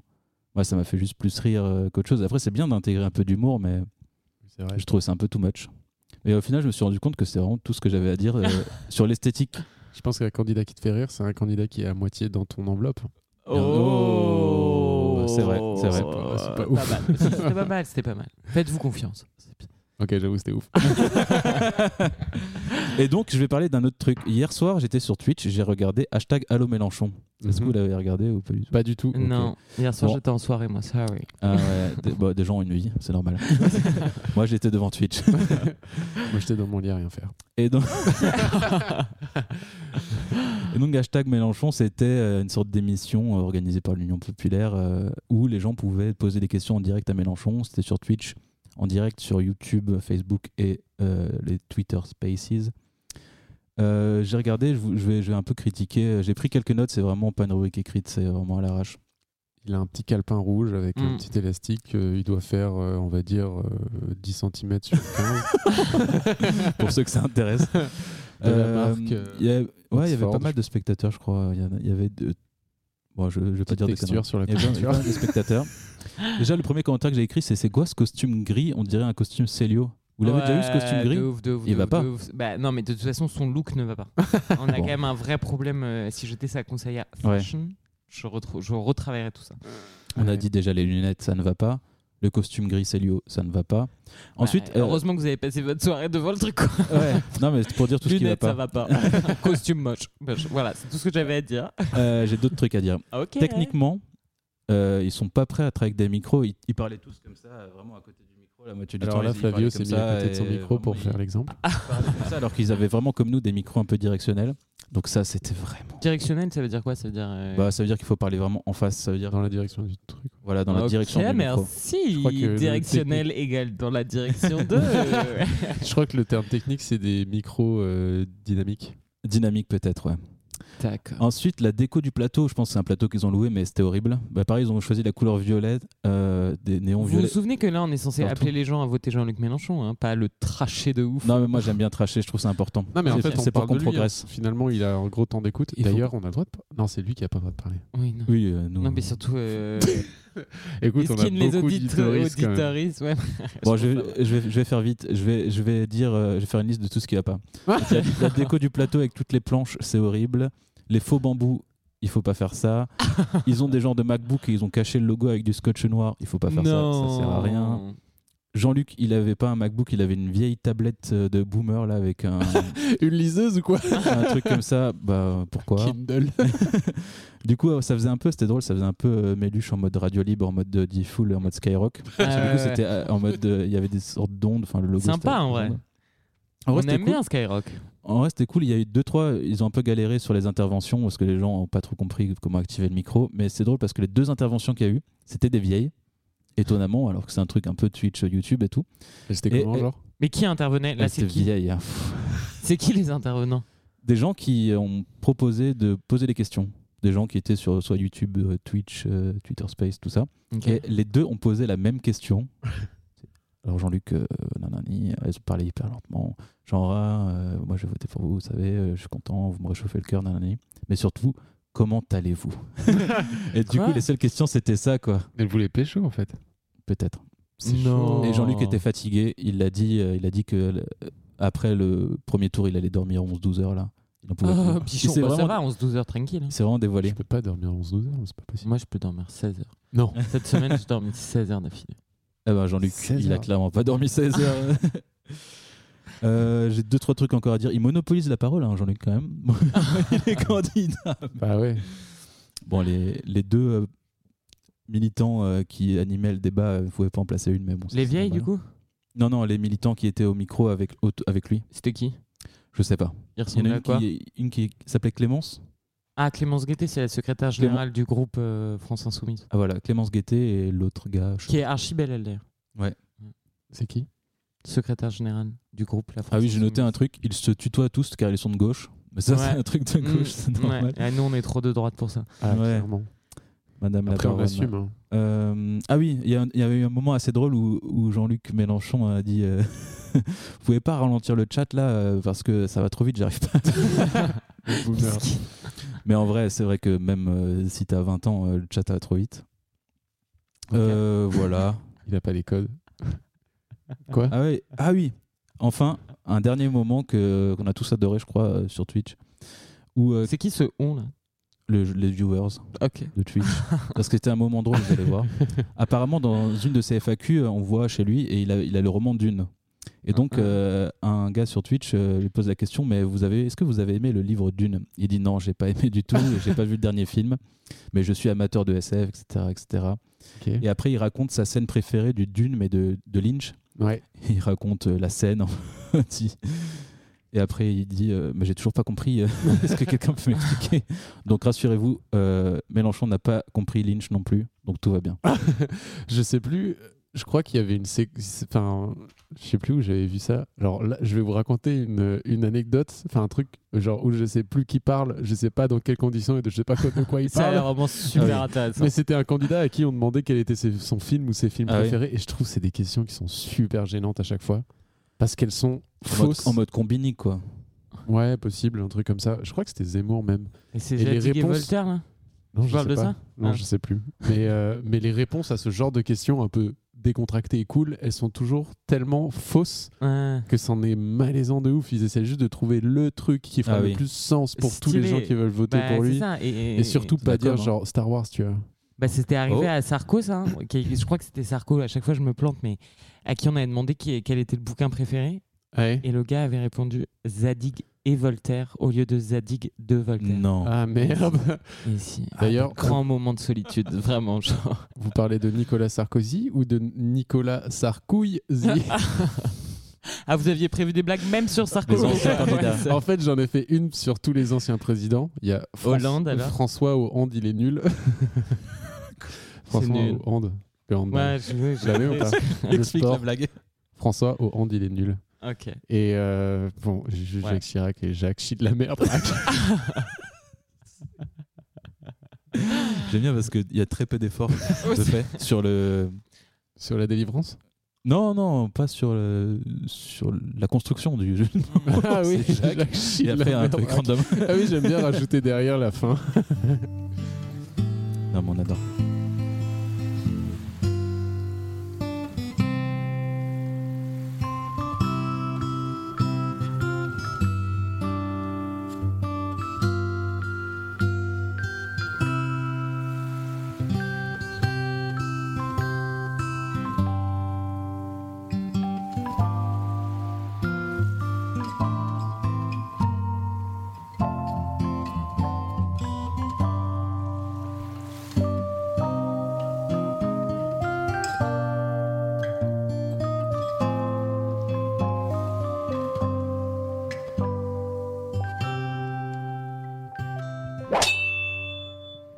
S8: Moi, ça m'a fait juste plus rire euh, qu'autre chose. Après, c'est bien d'intégrer un peu d'humour, mais
S9: C'est vrai.
S8: je trouvais ça un peu too much. Et au final, je me suis rendu compte que c'est vraiment tout ce que j'avais à dire euh, sur l'esthétique.
S9: Je pense qu'un candidat qui te fait rire, c'est un candidat qui est à moitié dans ton enveloppe.
S8: Oh, c'est vrai, c'est vrai.
S9: pas- c'est pas ouf.
S10: mal. Si, C'était pas mal, c'était pas mal. Faites-vous confiance.
S9: Ok, j'avoue, c'était ouf.
S8: Et donc, je vais parler d'un autre truc. Hier soir, j'étais sur Twitch, j'ai regardé hashtag Allo Mélenchon. Est-ce que vous l'avez regardé ou pas du tout
S9: Pas du tout.
S10: Non, hier soir
S8: Bon.
S10: j'étais en soirée, moi, sorry.
S8: Ah ouais, des, bah, des gens ont une vie, c'est normal. Moi, j'étais devant Twitch.
S9: Moi, j'étais dans mon lit à rien faire.
S8: Et donc, Et donc, hashtag Mélenchon, c'était euh, une sorte d'émission euh, organisée par l'Union Populaire euh, où les gens pouvaient poser des questions en direct à Mélenchon. C'était sur Twitch, en direct sur YouTube, Facebook et euh, les Twitter Spaces. Euh, j'ai regardé, je, vous- je vais, je vais un peu critiquer. J'ai pris quelques notes, c'est vraiment pas une rubrique écrite, c'est vraiment à l'arrache.
S9: Il a un petit calepin rouge avec un
S10: Mm.
S9: petit élastique. euh, il doit faire, euh, on va dire, euh, 10 cm sur 15.
S8: pour ceux que ça intéresse.
S9: De la
S8: Euh,
S9: marque, euh,
S8: il y a- ouais, il y avait
S9: Oxford,
S8: pas mal de spectateurs, je crois. Il y en a- Il y, avait de. Bon, je, je vais pas
S9: Petite
S8: dire des
S9: texture
S8: conneries.
S9: sur la
S8: Il y avait pas-
S9: couverture.
S8: pas mal de spectateurs. Déjà, le premier commentaire que j'ai écrit, c'est c'est quoi ce costume gris On dirait un costume Célio. Vous l'avez déjà eu ce costume
S10: Ouais,
S8: gris
S10: de ouf, de ouf,
S8: Il
S10: de
S8: va
S10: ouf,
S8: pas.
S10: de ouf. Bah, non, mais de toute façon, son look ne va pas. On a
S8: Bon.
S10: quand même un vrai problème. euh, si j'étais sa conseillère
S8: Ouais.
S10: fashion, je, retrou- je retravaillerais tout ça.
S8: On a
S9: Ouais.
S8: dit déjà les lunettes, ça ne va pas. Le costume gris Célio, ça ne va pas. Ensuite,
S10: Bah,
S8: euh,
S10: heureusement que vous avez passé votre soirée devant le truc. Quoi.
S8: ouais, non mais c'est pour dire tout ce qui va
S10: Lunettes,
S8: pas.
S10: ça va pas. Costume moche. Moche. Voilà, c'est tout ce que j'avais à dire.
S8: Euh, j'ai d'autres trucs à dire.
S10: Ok.
S8: Techniquement, euh, ils sont pas prêts à travailler avec des micros. Ils, ils parlaient tous comme ça, euh, vraiment à côté du micro. La moitié du temps,
S9: Alors là,
S8: ils- ils parlaient
S9: Flavio
S8: comme
S9: s'est mis
S8: ça
S9: à côté de son
S8: et
S9: micro pour
S8: vraiment,
S9: faire l'exemple.
S8: parlaient comme ça, alors qu'ils avaient vraiment comme nous des micros un peu directionnels. Donc ça, c'était vraiment.
S10: Directionnel, ça veut dire quoi Ça veut dire. euh,
S8: Bah, ça veut dire qu'il faut parler vraiment en face. Ça veut dire
S9: Dans la direction du truc.
S8: voilà dans la
S10: ok,
S8: direction du micro.
S9: Je crois que
S10: merci.
S9: le
S10: Directionnel égale dans la direction de.
S9: Je crois que le terme technique, c'est des micros euh, dynamiques.
S8: Dynamique peut-être. Ouais.
S10: D'accord.
S8: Ensuite, la déco du plateau. Je pense que c'est un plateau qu'ils ont loué, mais c'était horrible. Bah, pareil, ils ont choisi la couleur violette, euh, des néons
S10: Vous vous
S8: violets.
S10: souvenez que là, on est censé
S8: Partout.
S10: appeler les gens à voter Jean-Luc Mélenchon, hein, pas le tracher de ouf.
S8: Non mais moi j'aime bien tracher. Je trouve ça important.
S9: Non, mais en
S8: C'est-
S9: fait, on
S8: c'est pour
S9: parle
S8: qu'on
S9: de lui, hein.
S8: progresse.
S9: Finalement, il a un gros temps d'écoute.
S8: Il faut-
S9: D'ailleurs, on a le droit de. par- Non, c'est lui qui a pas le droit de parler.
S10: Oui, non.
S8: Oui, euh, nous.
S10: Non, mais surtout, euh,
S9: Écoute, on a
S10: esquine les
S9: beaucoup
S10: auditeurs,
S9: d'auditoristes quand même.
S10: auditoristes, ouais.
S8: Bon, je, vais- je vais, je vais faire vite. Je vais, je vais dire, euh, je vais faire une liste de tout ce qu'il n'y a pas. Donc, il y a la déco du plateau avec toutes les planches, c'est horrible. Les faux bambous, il faut pas faire ça. Ils ont des genres de MacBook et ils ont caché le logo avec du scotch noir, il faut pas faire ça. Ça sert à rien. Jean-Luc, il avait pas un MacBook, il avait une vieille tablette euh, de boomer là avec un,
S9: Une liseuse ou quoi
S8: un truc comme ça. Bah pourquoi
S9: Kindle.
S8: Du coup, euh, ça faisait un peu, c'était drôle, ça faisait un peu euh, Méluche en mode radio libre, en mode euh, D-Fool, en mode Skyrock. Parce que du
S10: ouais,
S8: coup,
S10: ouais.
S8: c'était euh, en mode, euh, il y avait des sortes d'ondes. Enfin, le logo.
S10: Sympa,
S8: c'était-
S10: en vrai.
S8: En vrai,
S10: on
S8: c'était
S10: aime
S8: cool.
S10: bien Skyrock.
S8: En vrai, c'était cool. Il y a eu deux, trois. Ils ont un peu galéré sur les interventions parce que les gens n'ont pas trop compris comment activer le micro. Mais c'est drôle parce que les deux interventions qu'il y a eu, c'était des vieilles, étonnamment, alors que c'est un truc un peu Twitch, YouTube et tout.
S9: C'était
S8: Et-
S9: comment,
S8: et-
S9: genre
S10: Mais qui intervenait Là,
S8: Elles
S10: c'est
S8: étaient
S10: qui
S8: vieilles, hein.
S10: C'est qui les intervenants
S8: Des gens qui ont proposé de poser des questions. Des gens qui étaient sur soit YouTube, euh, Twitch, euh, Twitter Space, tout ça.
S10: Ok.
S8: Et les deux ont posé la même question. Alors Jean-Luc, euh, nanani, elles ont parlé hyper lentement. Genre, ah, euh, moi je vais voter pour vous, vous savez, euh, je suis content, vous me réchauffez le cœur, nanani. Mais surtout, comment allez-vous Et du
S10: Quoi
S8: coup, les seules questions, c'était ça, quoi.
S9: Elle voulait pécho, en fait.
S8: Peut-être.
S10: Non.
S8: Et Jean-Luc était fatigué, il l'a dit, euh, il a dit que euh, après le premier tour, il allait dormir 11-12 heures, là. Il en pouvait plus.
S10: Oh,
S8: Il
S10: bichon,
S8: s'est
S10: bah, ça
S8: vraiment-
S10: va, 11-12 heures tranquille. hein.
S8: il s'est vraiment
S9: Je
S8: dévoilé.
S9: peux pas dormir 11-12 heures, c'est pas possible.
S10: Moi, je peux dormir 16 heures.
S9: Non.
S10: Cette semaine, j'ai dormi 16 heures d'affilée.
S8: Eh ben Jean-Luc,
S9: 16
S8: il a
S9: heures.
S8: clairement pas dormi 16 heures. Euh, J'ai deux trois trucs encore à dire. Il monopolise la parole, hein, Jean-Luc quand même. il est candidat.
S9: Bah ouais.
S8: Bon, les, les deux euh, militants euh, qui animaient le débat, euh, vous pouvez pas en placer une, mais bon. ça,
S10: Les
S8: c'est
S10: vieilles,
S8: normal.
S10: du coup
S8: Non, non, les militants qui étaient au micro avec au- avec lui.
S10: C'était qui
S8: Je sais pas.
S10: Il
S8: Il y en
S10: ressemblait
S8: a
S10: à
S8: une
S10: quoi
S8: qui, une qui s'appelait Clémence.
S10: Ah, Clémence Guettet, c'est la secrétaire
S8: Clément-
S10: générale du groupe euh, France Insoumise.
S8: Ah voilà, Clémence Guettet et l'autre gars. je-
S10: Qui est archi belle, elle, d'ailleurs.
S9: C'est qui
S10: Secrétaire générale du groupe La France
S8: Ah oui, j'ai noté
S10: Insoumise.
S8: un truc. Ils se tutoient tous car ils sont de gauche. Mais ça,
S10: Ouais.
S8: c'est un truc de
S10: Mmh,
S8: gauche, c'est normal.
S10: ouais. Ah, nous, on est trop de droite pour ça.
S9: Ah,
S8: Ouais.
S9: clairement.
S8: Madame la
S9: Après, on
S8: baronne.
S9: assume. hein.
S8: Euh, ah oui, il y, a un- il y avait eu un moment assez drôle où, où Jean-Luc Mélenchon a dit euh, Vous pouvez pas ralentir le chat là euh, parce que ça va trop vite, j'arrive pas.
S9: Le boomer.
S8: Mais en vrai, c'est vrai que même euh, si t'as 20 ans, euh, le chat va trop vite. Euh, voilà.
S9: Il n'a pas les codes. Quoi
S8: Ah, ouais. ah oui, enfin, un dernier moment que- qu'on a tous adoré, je crois, euh, sur Twitch, où euh,
S10: C'est qui ce on, là
S8: le- les viewers
S10: Ok.
S8: de Twitch, parce que c'était un moment drôle, vous allez voir. Apparemment, dans une de ses FAQ, euh, on voit chez lui, et il a, il a le roman Dune. Et donc,
S10: Ah.
S8: euh, un gars sur Twitch euh, lui pose la question Mais vous avez, est-ce que vous avez aimé le livre Dune Il dit Non, j'ai pas aimé du tout, et j'ai pas vu le dernier film, mais je suis amateur de SF, etc. etc.
S9: Ok.
S8: Et après, il raconte sa scène préférée du Dune, mais de, de Lynch.
S9: Ouais.
S8: Et il raconte euh, la scène. dit- Et après, il dit euh, Mais j'ai toujours pas compris. euh, Est-ce que quelqu'un peut m'expliquer Donc, rassurez-vous, euh, Mélenchon n'a pas compris Lynch non plus. Donc, tout va bien.
S9: Ah Je sais plus. Je crois qu'il y avait une sé- Enfin, je sais plus où j'avais vu ça. Alors là, je vais vous raconter une, une anecdote. Enfin, un truc genre où je sais plus qui parle, je sais pas dans quelles conditions et de, je sais pas quoi- de quoi il
S10: Ça a l'air
S9: parle.
S10: vraiment super
S9: Ah
S10: intéressant.
S9: Mais c'était un candidat à qui on demandait quel était ses- son film ou ses films
S8: Ah oui.
S9: préférés. Et je trouve que c'est des questions qui sont super gênantes à chaque fois. Parce qu'elles sont
S8: En mode,
S9: fausses.
S8: en mode combini, quoi.
S9: Ouais, possible, un truc comme ça. Je crois que c'était Zemmour même.
S10: Et c'est
S9: Et les
S10: Zadig et
S9: réponses-
S10: Voltaire, là
S9: Non,
S10: Tu
S9: je
S10: parles
S9: sais
S10: de
S9: pas.
S10: ça
S9: Non,
S10: Ah.
S9: je sais plus. Mais, euh, mais les réponses à ce genre de questions un peu décontractées et cool, elles sont toujours tellement fausses
S10: Ouais.
S9: que c'en est malaisant de ouf. Ils essaient juste de trouver le truc qui fera
S8: Ah oui.
S9: le plus sens pour tous les
S10: Stylé.
S9: gens qui veulent voter
S10: Bah,
S9: pour
S10: c'est
S9: lui.
S10: ça, Et, et-
S9: Et surtout
S8: C'est
S9: pas
S8: d'accord,
S9: dire
S8: hein.
S9: genre Star Wars, tu vois.
S10: Bah, c'était arrivé
S8: Oh.
S10: à Sarko, ça. hein, qui- je crois que c'était Sarko. À chaque fois, je me plante, mais à qui on avait demandé qui- quel était le bouquin préféré. Et le gars avait répondu Zadig et Voltaire au lieu de Zadig de Voltaire.
S8: Non.
S9: Ah merde.
S10: Et si.
S9: D'ailleurs,
S10: Grand moment de solitude, vraiment. Genre.
S9: vous parlez de Nicolas Sarkozy ou de Nicolas Sarkouille
S10: Ah, vous aviez prévu des blagues même sur Sarko
S8: Les anciens candidats.
S9: En fait, j'en ai fait une sur tous les anciens présidents. Il y a Fran-
S10: Hollande, alors
S9: François Hollande, il est nul. François
S10: nul.
S9: Hollande. Le handball.
S10: Ouais, je,
S9: Je l'avais ou pas hein. Le sport.
S10: blague.
S9: François Hollande, il est nul.
S10: Ok.
S9: Et euh, bon, j'ai juste
S10: Ouais.
S9: Jacques Chirac et Jacques Chi de la merde.
S8: J'aime bien parce qu'il y a très peu d'efforts de fait sur le.
S9: sur la délivrance
S8: Non, non, pas sur, le... sur la construction du jeu.
S9: Ah oui,
S8: C'est Jacques.
S9: Jacques Chi
S8: Il
S9: de
S8: a
S9: la
S8: fait un
S9: merde.
S8: truc random.
S9: Ah oui, j'aime bien rajouter derrière la fin.
S8: Non, mais on adore.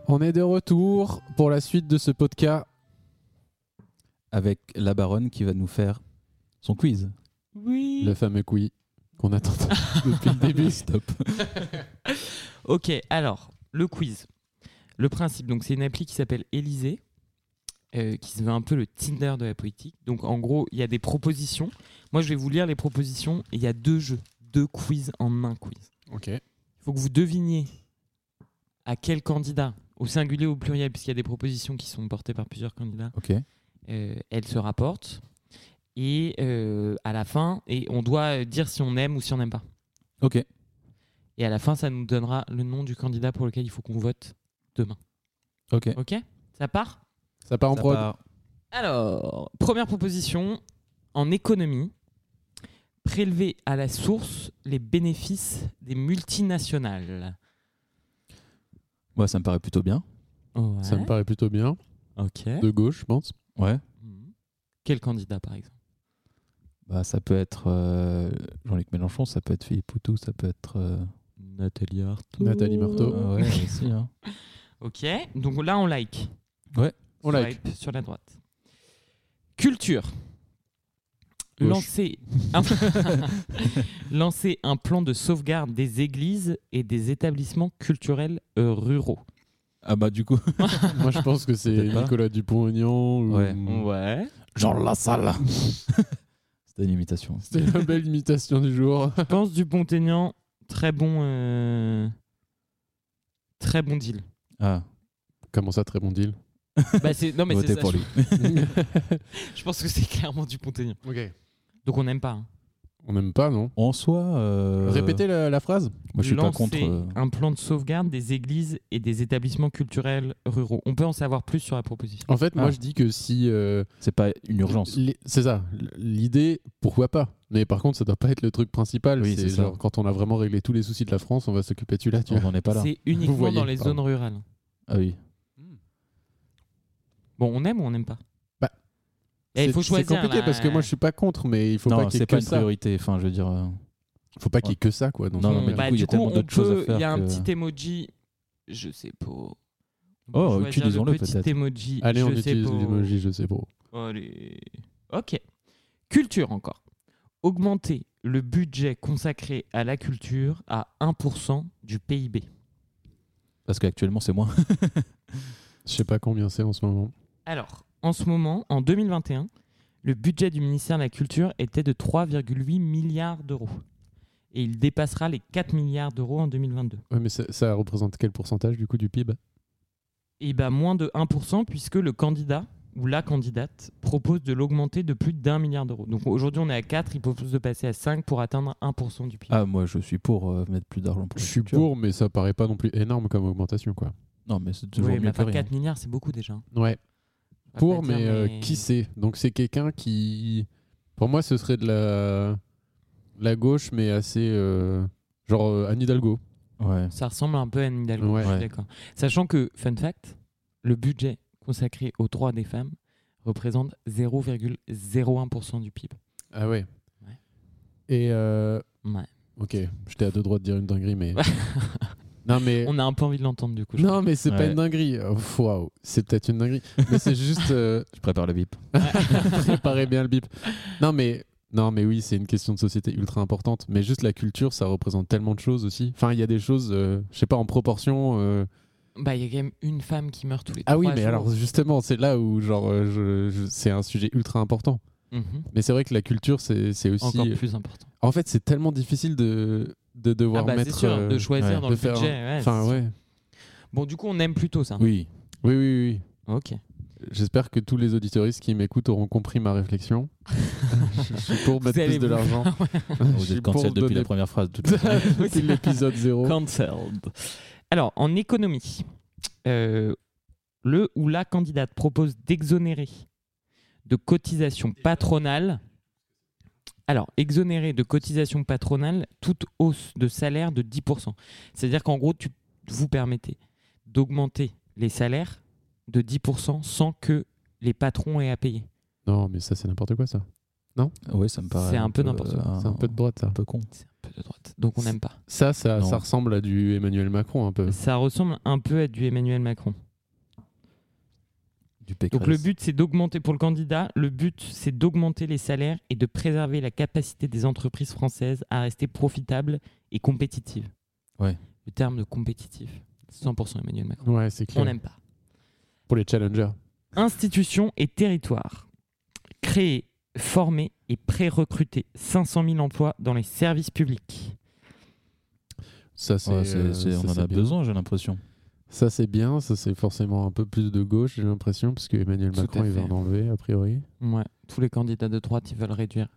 S9: On est de retour pour la suite de ce podcast.
S8: Avec la baronne qui va nous faire son quiz.
S10: Oui.
S9: Le fameux couille qu'on attend depuis le début.
S8: Stop.
S10: Ok, alors, le quiz. Le principe, donc c'est une appli qui s'appelle Élysée, euh, qui se veut un peu le Tinder de la politique. Donc en gros, il y a des propositions. Moi, je vais vous lire les propositions. et Il y a deux jeux, deux quiz en un quiz.
S9: Ok.
S10: Il faut que vous deviniez à quel candidat, au singulier ou au pluriel, puisqu'il y a des propositions qui sont portées par plusieurs candidats,
S8: Ok.
S10: euh, elles se rapportent. Et euh, à la fin, et on doit euh, dire si on aime ou si on n'aime pas.
S8: Ok.
S10: Et à la fin, ça nous donnera le nom du candidat pour lequel il faut qu'on vote.
S8: Ok.
S10: Ok Ça part
S9: Ça part en
S8: Ça
S9: prod.
S8: part.
S10: Alors, première proposition, en économie, prélever à la source les bénéfices des multinationales.
S8: Ouais, ça me paraît plutôt bien.
S9: Ça me
S10: Ouais,
S9: paraît plutôt bien.
S10: Ok.
S9: De gauche, je pense.
S8: Ouais.
S10: Mhm. Quel candidat, par exemple
S8: Bah, ça peut être euh, Jean-Luc Mélenchon, ça peut être Philippe Poutou, ça peut être euh,
S10: Nathalie Arthaud.
S9: Nathalie Marteau.
S8: ah ouais, aussi, hein.
S10: Ok, donc là on like.
S8: Ouais,
S9: on like.
S10: Swipe sur la droite. Culture.
S9: Gauche.
S10: Lancer un... lancer un plan de sauvegarde des églises et des établissements culturels euh, ruraux.
S8: Ah bah du coup,
S9: Moi, je pense que c'est
S8: Peut-être pas.
S9: Nicolas Dupont-Aignan. Ou...
S8: Ouais.
S10: Ouais.
S8: Jean Lassalle. C'était une imitation.
S9: C'était la belle imitation du jour.
S10: Je pense du Aignan, très bon, euh, très bon deal.
S8: Ah,
S9: Comment ça, très bon deal
S10: Bah, c'est- non mais c'est
S8: votez
S10: ça,
S8: pour
S10: je,
S8: lui.
S10: je pense que c'est clairement du Aignan.
S9: Ok.
S10: Donc on n'aime pas. hein.
S9: On n'aime pas, non
S8: En soi, euh,
S9: Répétez la, la phrase.
S8: Moi, je suis pas
S10: Lancer
S8: contre. euh,
S10: un plan de sauvegarde des églises et des établissements culturels ruraux. On peut en savoir plus sur la proposition.
S9: En fait,
S8: Ah.
S9: moi, je dis que si. euh,
S8: C'est pas une urgence.
S9: les- C'est ça. L'idée, pourquoi pas Mais par contre, ça doit pas être le truc principal.
S8: Oui,
S9: c'est
S8: c'est ça.
S9: genre, quand on a vraiment réglé tous les soucis de la France, on va s'occuper de celui-là. tu
S8: On
S9: vois.
S8: n'en est pas là.
S10: C'est uniquement
S9: voyez,
S10: dans les
S9: pardon.
S10: zones rurales.
S8: Ah oui.
S10: Bon, on aime ou on n'aime pas
S9: Bah,
S10: Eh, Il
S9: C'est-
S10: faut choisir.
S9: C'est compliqué
S10: là.
S9: parce que moi, je suis pas contre, mais il faut pas
S8: non,
S9: qu'il y
S8: c'est
S9: ait
S8: pas
S9: que
S8: une
S9: ça.
S8: priorité. Enfin, je veux dire. euh,
S9: Faut pas qu'il y ait que ça, quoi. dans
S8: Non,
S9: ce
S8: non, mais
S9: domaine.
S10: Bah,
S8: coup, il y a tellement
S10: on
S8: d'autres choses à
S10: peut- Il y a
S8: faire
S10: un
S8: que-
S10: petit emoji, je sais pas. On peut
S8: Oh,
S10: choisir
S8: utilisons-le
S10: le petit
S8: peut-être.
S10: emoji.
S9: Allez,
S10: Bah, je
S9: on
S10: sais
S9: utilise
S10: pas.
S9: l'emoji, je sais pas.
S10: Allez. Ok. Culture encore. Augmenter le budget consacré à la culture à 1% du PIB.
S8: Parce qu'actuellement, c'est moins.
S9: Je sais pas combien c'est en ce moment.
S10: Alors, en ce moment, en 2021, le budget du ministère de la Culture était de 3,8 milliards d'euros. Et il dépassera les 4 milliards d'euros en 2022.
S9: Ouais, mais ça, ça représente quel pourcentage du coup du PIB
S10: Et bien Eh ben, moins de 1% puisque le candidat ou la candidate propose de l'augmenter de plus d'un milliard d'euros. Donc aujourd'hui on est à 4, il propose de passer à 5 pour atteindre 1% du PIB.
S8: Ah, moi, je suis pour euh, mettre plus d'argent pour
S9: Je
S8: la
S9: suis
S8: culture.
S9: pour, mais ça paraît pas non plus énorme comme augmentation, quoi.
S8: Non, mais c'est
S10: Oui,
S8: toujours
S10: mais
S8: mieux que
S10: enfin,
S8: rien.
S10: 4 milliards c'est beaucoup déjà.
S9: Ouais.
S10: On va
S9: Pour,
S10: pas dire,
S9: mais, euh, qui sait Donc c'est quelqu'un qui, pour moi, ce serait de la, de la gauche, mais assez euh, genre euh, Anne Hidalgo.
S8: Ouais.
S10: Ça ressemble un peu à Anne Hidalgo,
S9: Ouais.
S10: je suis
S8: Ouais.
S10: d'accord. Sachant que, fun fact, le budget consacré aux droits des femmes représente 0,01% du PIB.
S9: Ah ouais.
S10: Ouais.
S9: Et euh,
S10: Ouais.
S9: ok, j'étais à deux droits de dire une dinguerie, mais non mais
S10: On a un peu envie de l'entendre du coup. je
S9: non mais c'est pas
S8: Ouais.
S9: une dinguerie. Oh, Waouh, c'est peut-être une dinguerie, mais c'est juste. euh,
S8: Je prépare le bip.
S9: Préparez bien le bip. Non, mais. Non, mais oui, c'est une question de société ultra importante. Mais juste la culture, ça représente tellement de choses aussi. Enfin, il y a des choses, euh, je sais pas, en proportion. euh,
S10: trouve. Bah, il y a quand même une femme qui meurt tous les
S9: Ah oui,
S10: trois
S9: mais
S10: jours.
S9: alors justement, c'est là où, genre, euh, je- je- c'est un sujet ultra important.
S10: Mhm.
S9: Mais c'est vrai que la culture, c'est c'est aussi.
S10: Encore plus important.
S9: En fait, c'est tellement difficile de, de
S10: Ah
S9: devoir
S10: bah, c'est
S9: mettre.
S10: sûr,
S9: euh,
S10: de choisir
S8: ouais,
S10: dans
S9: de
S10: le
S9: faire un-
S10: budget. ouais,
S9: Enfin,
S10: c'est sûr.
S9: ouais.
S10: Bon, du coup, on aime plutôt ça.
S8: Oui.
S9: Oui, oui, oui.
S10: Ok.
S9: J'espère que tous les auditoristes qui m'écoutent auront compris ma réflexion. je suis pour mettre
S10: allez
S9: plus de
S10: vous-
S9: l'argent. Je
S8: Vous
S9: suis
S8: êtes
S9: pour
S8: cancel depuis
S9: donner
S8: la première phrase. de toute façon.
S9: depuis l'épisode 0.
S10: Cancelled. Alors, en économie, euh, le ou la candidate propose d'exonérer de cotisations patronales. Alors, exonérer de cotisations patronales toute hausse de salaire de 10%. C'est-à-dire qu'en gros, tu vous permettez d'augmenter les salaires de 10% sans que les patrons aient à payer.
S9: Non, mais ça, c'est n'importe quoi, ça.
S8: ouais, ça me paraît.
S10: C'est un peu n'importe quoi.
S8: Ah.
S9: C'est un peu de droite, ça.
S8: un peu con.
S10: C'est un peu de droite. Donc, on n'aime pas.
S9: Ça, ça,
S8: Non.
S9: ça ressemble à du Emmanuel Macron, un peu.
S10: Ça ressemble un peu à du Emmanuel Macron.
S8: Du Pécresse.
S10: Donc le but, c'est d'augmenter pour le candidat. Le but, c'est d'augmenter les salaires et de préserver la capacité des entreprises françaises à rester profitables et compétitives.
S8: Ouais.
S10: Le terme de compétitif, 100% Emmanuel Macron.
S9: Ouais, c'est
S10: On
S9: clair.
S10: n'aime pas.
S9: Pour les challengers.
S10: Institutions et territoires. Créer, former et pré-recruter 500 000 emplois dans les services publics.
S9: Ça, c'est.
S8: Ouais, c'est-
S9: euh,
S8: c'est-
S9: ça,
S8: on en
S9: c'est
S8: a
S9: bien.
S8: besoin, j'ai l'impression.
S9: Ça, c'est bien. Ça, c'est forcément un peu plus de gauche, j'ai l'impression, parce que Emmanuel
S10: Tout à
S9: Macron, il va
S10: fait.
S9: en enlever, a priori.
S10: Ouais, tous les candidats de droite, ils veulent réduire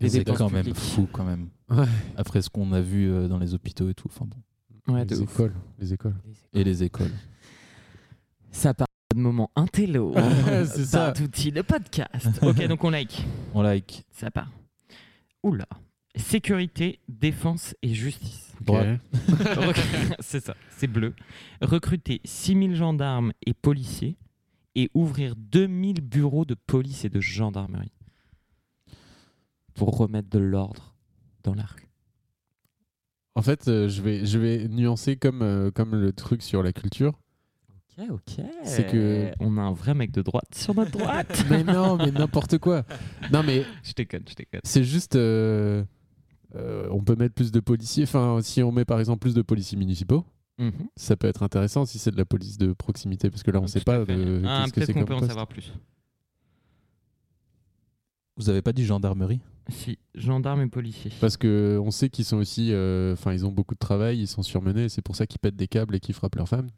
S10: les
S8: C'est
S10: dépenses
S8: quand même
S10: publiques.
S8: fou, quand même.
S9: Ouais.
S8: Après ce qu'on a vu euh, dans les hôpitaux et tout. Enfin bon.
S10: Ouais, de
S9: les
S10: ouf.
S9: écoles. Les écoles.
S8: Et les écoles.
S10: Ça part de moment intello.
S9: C'est ça.
S10: Tout le podcast. ok, donc on like.
S8: On like.
S10: Ça part. Oula. Sécurité, défense et justice.
S9: Ok.
S8: Ouais.
S10: Rec- c'est ça, c'est bleu. Recruter 6000 gendarmes et policiers et ouvrir 2000 bureaux de police et de gendarmerie. pour remettre de l'ordre dans la rue.
S9: En fait, euh, je, vais, je vais nuancer comme, euh, comme le truc sur la culture.
S10: Ok, ok.
S9: C'est que-
S10: On a un vrai mec de droite sur notre droite.
S9: Mais non, mais n'importe quoi. Non, mais
S10: je déconne, je déconne.
S9: c'est juste. euh, euh, on peut mettre plus de policiers. Enfin, si on met par exemple plus de policiers municipaux,
S10: Mhm.
S9: ça peut être intéressant si c'est de la police de proximité, parce que là, on ne sait pas de,
S10: Ah,
S9: qu'est-ce que
S10: Peut-être
S9: c'est
S10: qu'on
S9: comme
S10: peut en
S9: poste.
S10: savoir plus.
S8: Vous avez pas dit gendarmerie
S10: Si, gendarmes et policiers.
S9: Parce que on sait qu'ils sont aussi, euh, enfin, ils ont beaucoup de travail, ils sont surmenés, et c'est pour ça qu'ils pètent des câbles et qu'ils frappent leurs femmes.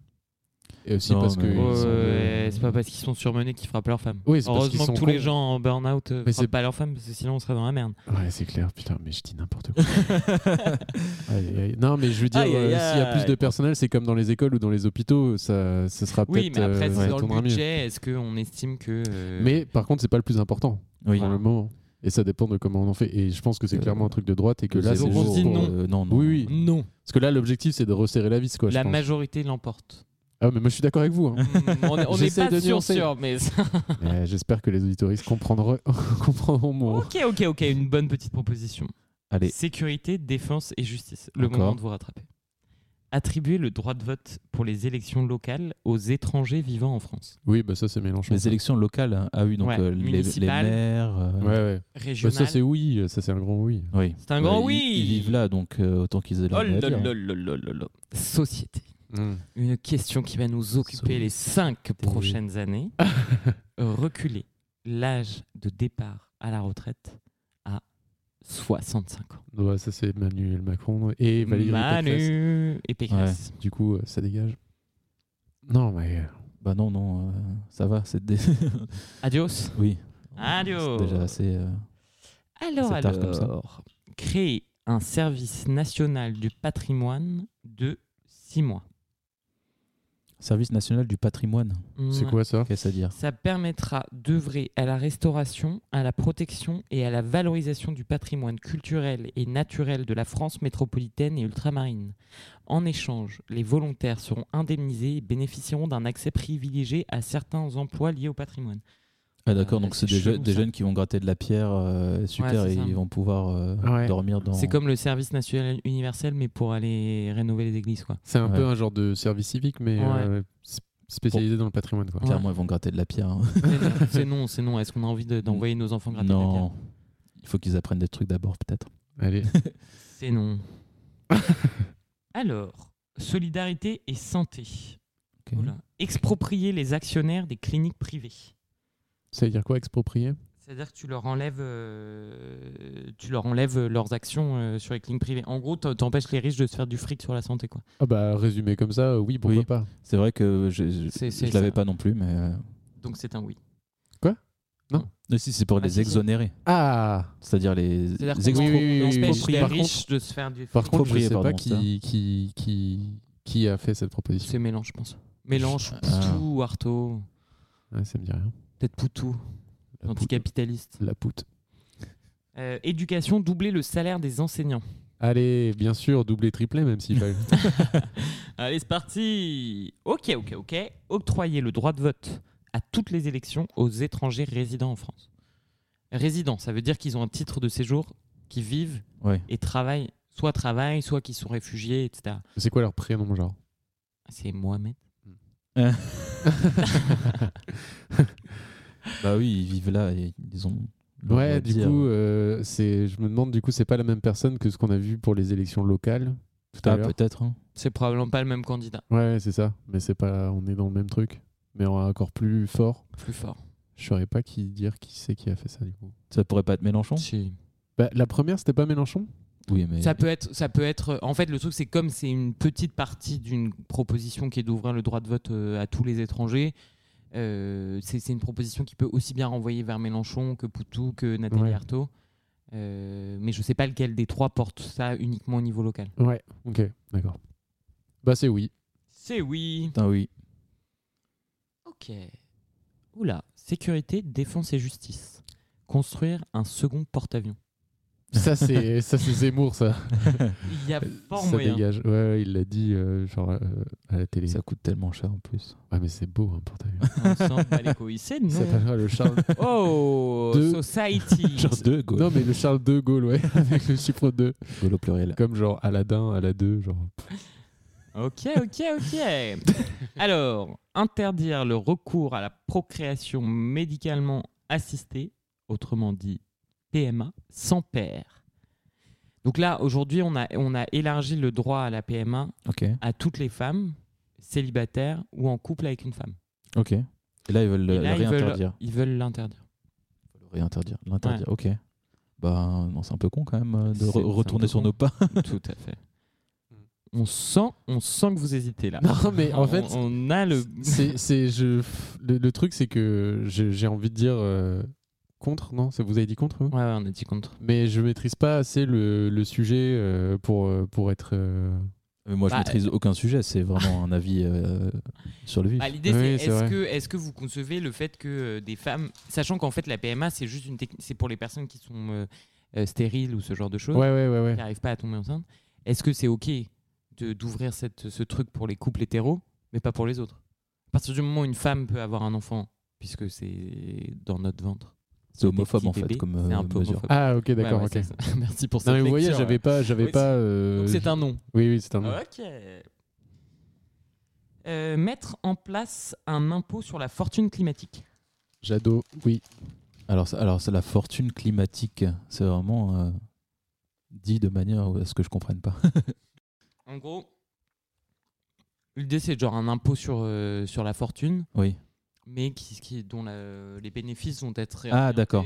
S9: Et aussi
S8: Non,
S9: parce que.
S8: mais-
S9: ils
S10: Ouais,
S9: sont, euh,
S10: ouais, c'est pas parce qu'ils sont surmenés qu'ils frappent leurs femmes.
S9: Oui, c'est parce qu'ils
S10: Heureusement que
S9: sont
S10: tous les
S9: cons.
S10: gens en burn-out euh,
S9: Mais
S10: frappent
S9: c'est-
S10: pas leurs femmes, parce que sinon on serait dans la merde.
S9: Ouais, c'est clair. Putain, mais je dis n'importe quoi. Aïe, aïe. Non, mais je veux dire,
S10: Aïe, aïe,
S9: euh, s'il y a plus
S10: aïe.
S9: de personnel, c'est comme dans les écoles ou dans les hôpitaux, ça, ça sera
S10: Oui,
S9: peut-être.
S10: mais après,
S9: euh,
S10: c'est
S9: ça
S10: dans
S9: tournera
S10: le
S9: mieux.
S10: budget. Est-ce qu'on estime que. euh,
S9: Mais par contre, c'est pas le plus important
S8: Oui.
S9: pour le moment. Et ça dépend de comment on en fait. Et je pense que c'est
S8: Euh,
S9: clairement un truc de droite et que là,
S8: C'est
S9: c'est
S10: on
S9: juste
S10: dit
S9: pour-
S10: non.
S8: euh, non, non.
S9: Oui, oui.
S10: Non,
S9: Parce que là, l'objectif, c'est de resserrer la vis, quoi. je
S10: la
S9: pense.
S10: majorité l'emporte.
S9: Ah, mais moi, je suis d'accord avec vous. hein.
S10: Mm, on est- on n'est
S9: J'essaie
S10: pas
S9: de
S10: sûr,
S9: nuancer.
S10: sûr, mais.
S9: Euh, J'espère que les auditoristes comprendront, comprendront mon.
S10: ok, ok, ok, une bonne petite proposition.
S8: Allez,
S10: Sécurité, défense et justice. Le
S8: Encore.
S10: moment de vous rattraper. Attribuer le droit de vote pour les élections locales aux étrangers vivant en France.
S9: Oui, bah ça, c'est Mélenchon.
S8: les élections locales. hein. Ah oui, donc
S10: Ouais,
S8: euh, les, les
S10: municipales.
S8: maires. euh,
S9: Ouais, ouais. Bah,
S10: Régional.
S9: ça, c'est Bah, oui. Ça, c'est un grand oui.
S8: Oui.
S10: C'est un grand
S8: ils-
S10: oui.
S8: Ils, vivent là, donc euh, autant qu'ils aient leur
S10: Oh
S8: mot à
S10: là
S8: dire.
S10: là là là là là. Société. Une question qui va nous occuper
S8: Société.
S10: les cinq prochaines années. Reculer l'âge de départ à la retraite à 65 ans.
S9: Ouais, ça, c'est Manuel Macron et Valérie Pécresse.
S10: Manu et Pécresse.
S9: Du coup, euh, ça dégage. Non, mais. euh,
S8: Bah non, non, euh, ça va. C'est dé-
S10: Adios.
S8: oui.
S10: Adios.
S8: C'est déjà assez. euh,
S10: Alors,
S8: C'est tard comme ça.
S10: alors, créer un service national du patrimoine de 6 mois.
S8: Service national du patrimoine.
S9: C'est
S10: Ouais.
S9: quoi ça
S8: Qu'est-ce à dire
S10: Ça permettra d'œuvrer à la restauration, à la protection et à la valorisation du patrimoine culturel et naturel de la France métropolitaine et ultramarine. En échange, les volontaires seront indemnisés et bénéficieront d'un accès privilégié à certains emplois liés au patrimoine.
S8: Ah d'accord,
S10: Euh,
S8: donc
S10: c'est
S8: c'est des,
S10: chelou,
S8: je- des
S10: ça.
S8: jeunes qui vont gratter de la pierre, euh, super,
S10: c'est
S8: et
S10: ça. Ah
S8: ils vont pouvoir euh,
S9: Ouais.
S8: dormir dans.
S10: C'est comme le service national universel, mais pour aller rénover les églises, quoi.
S9: C'est un
S8: Ouais.
S9: peu un genre de service civique, mais
S10: Ouais.
S9: euh, sp- spécialisé dans le patrimoine. Quoi.
S8: Clairement, ils vont gratter de la pierre. hein.
S10: C'est non, c'est non, c'est non. Est-ce qu'on a envie de- d'envoyer nos enfants gratter la pierre
S8: non, il faut qu'ils apprennent des trucs d'abord, peut-être.
S9: Allez.
S10: C'est non. Alors, solidarité et santé.
S8: Ok.
S10: Oula. Exproprier les actionnaires des cliniques privées.
S9: Ça veut dire quoi, exproprier
S10: C'est-à-dire que tu leur enlèves, euh, tu leur enlèves leurs actions euh, sur les cliniques privées. En gros, t'en- t'empêches les riches de se faire du fric sur la santé, quoi.
S9: Ah bah, résumé comme ça, euh, oui, pourquoi
S8: Oui.
S9: pas
S8: C'est vrai que je, je,
S10: C'est- c'est
S8: je l'avais
S10: ça.
S8: pas non plus, mais. euh,
S10: Donc c'est un oui.
S8: mais si, c'est pour
S10: Ah, si,
S8: les
S10: si.
S8: exonérer.
S9: Ah
S8: C'est-à-dire les,
S10: C'est-à-dire
S8: les
S10: qu'on
S8: expro-
S9: Oui, oui, oui,
S10: on
S9: oui,
S10: empêche
S9: oui.
S10: les
S9: Par
S10: riches de se faire du fric.
S9: Par contre, je
S8: Exproprier,
S9: sais pas
S8: pardon, ça.
S9: qui, qui, qui, qui a fait cette proposition.
S10: C'est Mélange, je pense. Mélange,
S8: Ah.
S10: Poutou, Artaud,
S9: Ouais, ça me dit rien.
S10: peut-être Poutou,
S9: La, poute.
S10: anticapitaliste.
S9: La poute.
S10: Euh, éducation, doubler le salaire des enseignants.
S9: Allez, bien sûr, doublé, triplé, même s'il fallait.
S10: Allez, c'est parti Ok, ok, ok. Octroyer le droit de vote à toutes les élections aux étrangers résidents en France. Résidents, ça veut dire qu'ils ont un titre de séjour, qu'ils vivent
S8: Ouais.
S10: et travaillent, soit travaillent, soit qu'ils sont réfugiés, etc.
S9: c'est quoi leur prénom, genre
S10: C'est Mohamed.
S8: Bah oui, ils vivent là et ils ont. leur mot
S9: Ouais,
S8: à
S9: du
S8: dire.
S9: coup, euh, c'est, je me demande, du coup, c'est pas la même personne que ce qu'on a vu pour les élections locales tout à
S8: Ah,
S9: l'heure.
S8: peut-être. hein.
S10: C'est probablement pas le même candidat,
S9: Ouais, c'est ça. Mais c'est pas, on est dans le même truc, mais on est encore plus fort.
S10: plus fort.
S9: Je saurais pas qui dire qui c'est qui a fait ça du coup.
S8: Ça pourrait pas être Mélenchon
S10: Si.
S9: Bah, la première, c'était pas Mélenchon
S8: Oui, mais.
S10: Ça peut être, ça peut être. euh, En fait, le truc, c'est comme c'est une petite partie d'une proposition qui est d'ouvrir le droit de vote euh, à tous les étrangers. euh, c'est c'est une proposition qui peut aussi bien renvoyer vers Mélenchon que Poutou que Nathalie
S9: Ouais.
S10: Arthaud. Euh, mais je sais pas lequel des trois porte ça uniquement au niveau local.
S9: Ouais. Ok, d'accord. Bah c'est oui.
S10: C'est oui.
S8: Putain, oui.
S10: Ok. Oula. Sécurité, défense et justice. Construire un second porte-avions.
S9: Ça, c'est ça, c'est Zemmour, ça.
S10: Il n'y a pas
S9: Euh, ça
S10: moyen.
S9: dégage. Ouais, ouais, il l'a dit euh, genre euh, à la télé.
S8: Ça coûte tellement cher en plus.
S9: Ouais, mais c'est beau, hein, pour ta
S10: On s'en bat les couilles. C'est
S9: Ça
S10: non.
S9: s'appellera le Charles.
S10: Oh,
S9: Deux.
S10: Society.
S8: Genre deux, go.
S9: non, mais le Charles de Gaulle, ouais, avec le chiffre 2.
S8: Gaulle au pluriel.
S9: Comme genre Aladdin, Aladdin, genre.
S10: Ok, ok, ok. Alors, interdire le recours à la procréation médicalement assistée, autrement dit PMA, sans père. Donc là, aujourd'hui, on a, on a élargi le droit à la PMA
S8: Ok.
S10: à toutes les femmes célibataires ou en couple avec une femme.
S8: Ok. Et là, ils veulent
S9: Euh,
S8: le-
S10: Et là,
S8: le
S10: ils veulent-
S8: réinterdire.
S10: Ils veulent l'interdire.
S8: Le réinterdire. L'interdire, ok. Bah, non, c'est un peu con quand même euh, de
S10: C'est-
S8: re-
S10: c'est un
S8: retourner
S10: peu
S8: sur
S10: con.
S8: nos pas.
S10: Tout à fait. On sent, on sent que vous hésitez là.
S9: Non, mais en
S10: On-
S9: fait,
S10: on, a le.
S9: C'est, c'est, je, le, le truc, c'est que je- j'ai envie de dire euh, contre, non ça, Vous avez dit contre vous
S10: Ouais, ouais, on a dit contre.
S9: Mais je maîtrise pas assez le, le sujet euh, pour, euh, pour être. euh,
S8: Mais moi, je
S10: Bah,
S8: maîtrise aucun sujet. C'est vraiment un avis euh, sur le vif.
S10: Bah, L'idée,
S9: Oui,
S10: c'est
S9: c'est
S10: est-ce
S9: vrai.
S10: que, est que vous concevez le fait que euh, des femmes, sachant qu'en fait la PMA, c'est juste une technique, c'est pour les personnes qui sont euh, euh, stériles ou ce genre de choses,
S9: Ouais, ouais, ouais, ouais.
S10: qui n'arrivent pas à tomber enceinte, est-ce que c'est OK de- d'ouvrir cette- ce truc pour les couples hétéros, mais pas pour les autres À partir du moment où une femme peut avoir un enfant, puisque c'est dans notre ventre.
S8: C'est homophobe
S10: des
S8: en
S10: petits
S8: fait,
S10: bébés,
S8: comme
S10: c'est
S8: euh,
S10: un peu
S8: mesure.
S10: homophobe.
S9: Ah, ok, d'accord,
S10: Ouais, ouais,
S9: ok.
S10: c'est ça. Merci pour cette
S9: Non, mais vous voyez,
S10: lecture.
S9: j'avais pas. J'avais
S10: Oui,
S9: pas
S10: Donc
S9: euh,
S10: c'est un Ah nom.
S9: Oui, oui, c'est un nom.
S10: Ok. Euh, mettre en place un impôt sur la fortune climatique.
S9: Jadot, oui.
S8: Alors, ça- alors c'est la fortune climatique. C'est vraiment euh, dit de manière à ce que je comprenne pas.
S10: En gros, l'idée c'est genre un impôt sur, euh, sur la fortune,
S8: oui.
S10: mais qui, qui- dont la- les bénéfices vont être
S8: Ah,
S10: réorientés,
S8: d'accord.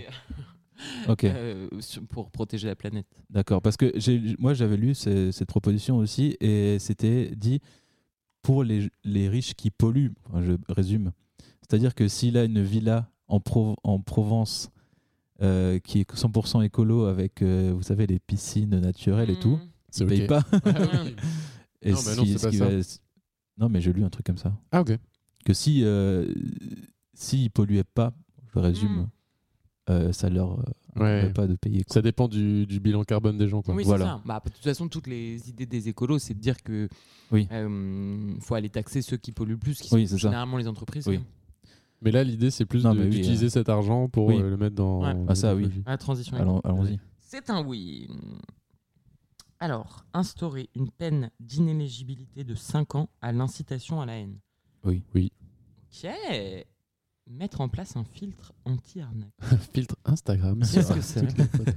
S8: Ok.
S10: euh, sur- pour protéger la planète.
S8: D'accord, parce que j'ai- moi j'avais lu ce- cette proposition aussi et c'était dit pour les, les riches qui polluent, Enfin, je résume. C'est-à-dire que s'il a une villa en, Prov- en Provence euh, qui est 100% écolo avec, euh, vous savez, les piscines naturelles et
S10: Mm. Mmh.
S8: tout,
S9: C'est
S8: paye
S9: ok.
S8: pas.
S10: Ah, Ouais.
S8: Et
S9: Non, mais non,
S8: si-
S9: c'est
S8: ce
S9: pas
S8: qui
S9: ça.
S8: non, mais j'ai lu un truc comme ça.
S9: Ah, ok.
S8: Que si euh, s'ils polluaient pas, je résume,
S10: Mm.
S8: euh, ça leur euh,
S9: Ouais.
S8: ferait pas de payer. quoi.
S9: Ça dépend du, du bilan carbone des gens, quoi.
S10: Oui,
S8: Voilà.
S10: c'est ça. Bah, de toute façon, toutes les idées des écolos, c'est de dire que
S8: Oui.
S10: euh, faut aller taxer ceux qui polluent le plus, qui
S8: Oui,
S10: sont
S8: c'est ça.
S10: généralement les entreprises.
S8: Oui.
S10: hein.
S9: Mais là, l'idée, c'est plus
S8: Non,
S9: de-
S8: mais oui,
S9: d'utiliser cet argent pour
S8: Oui.
S9: euh, le mettre dans.
S10: Ouais.
S8: Ah, ça, oui.
S9: l'écologie.
S10: Ah, transition.
S8: Allons- Allons-y.
S10: C'est un oui. Alors, instaurer une peine d'inéligibilité de 5 ans à l'incitation à la haine.
S8: Oui.
S9: Oui.
S10: Ok. Mettre en place un filtre anti-arnaque.
S9: Un filtre Instagram.
S10: Qu'est-ce
S9: sur
S10: que c'est
S9: toutes les photos.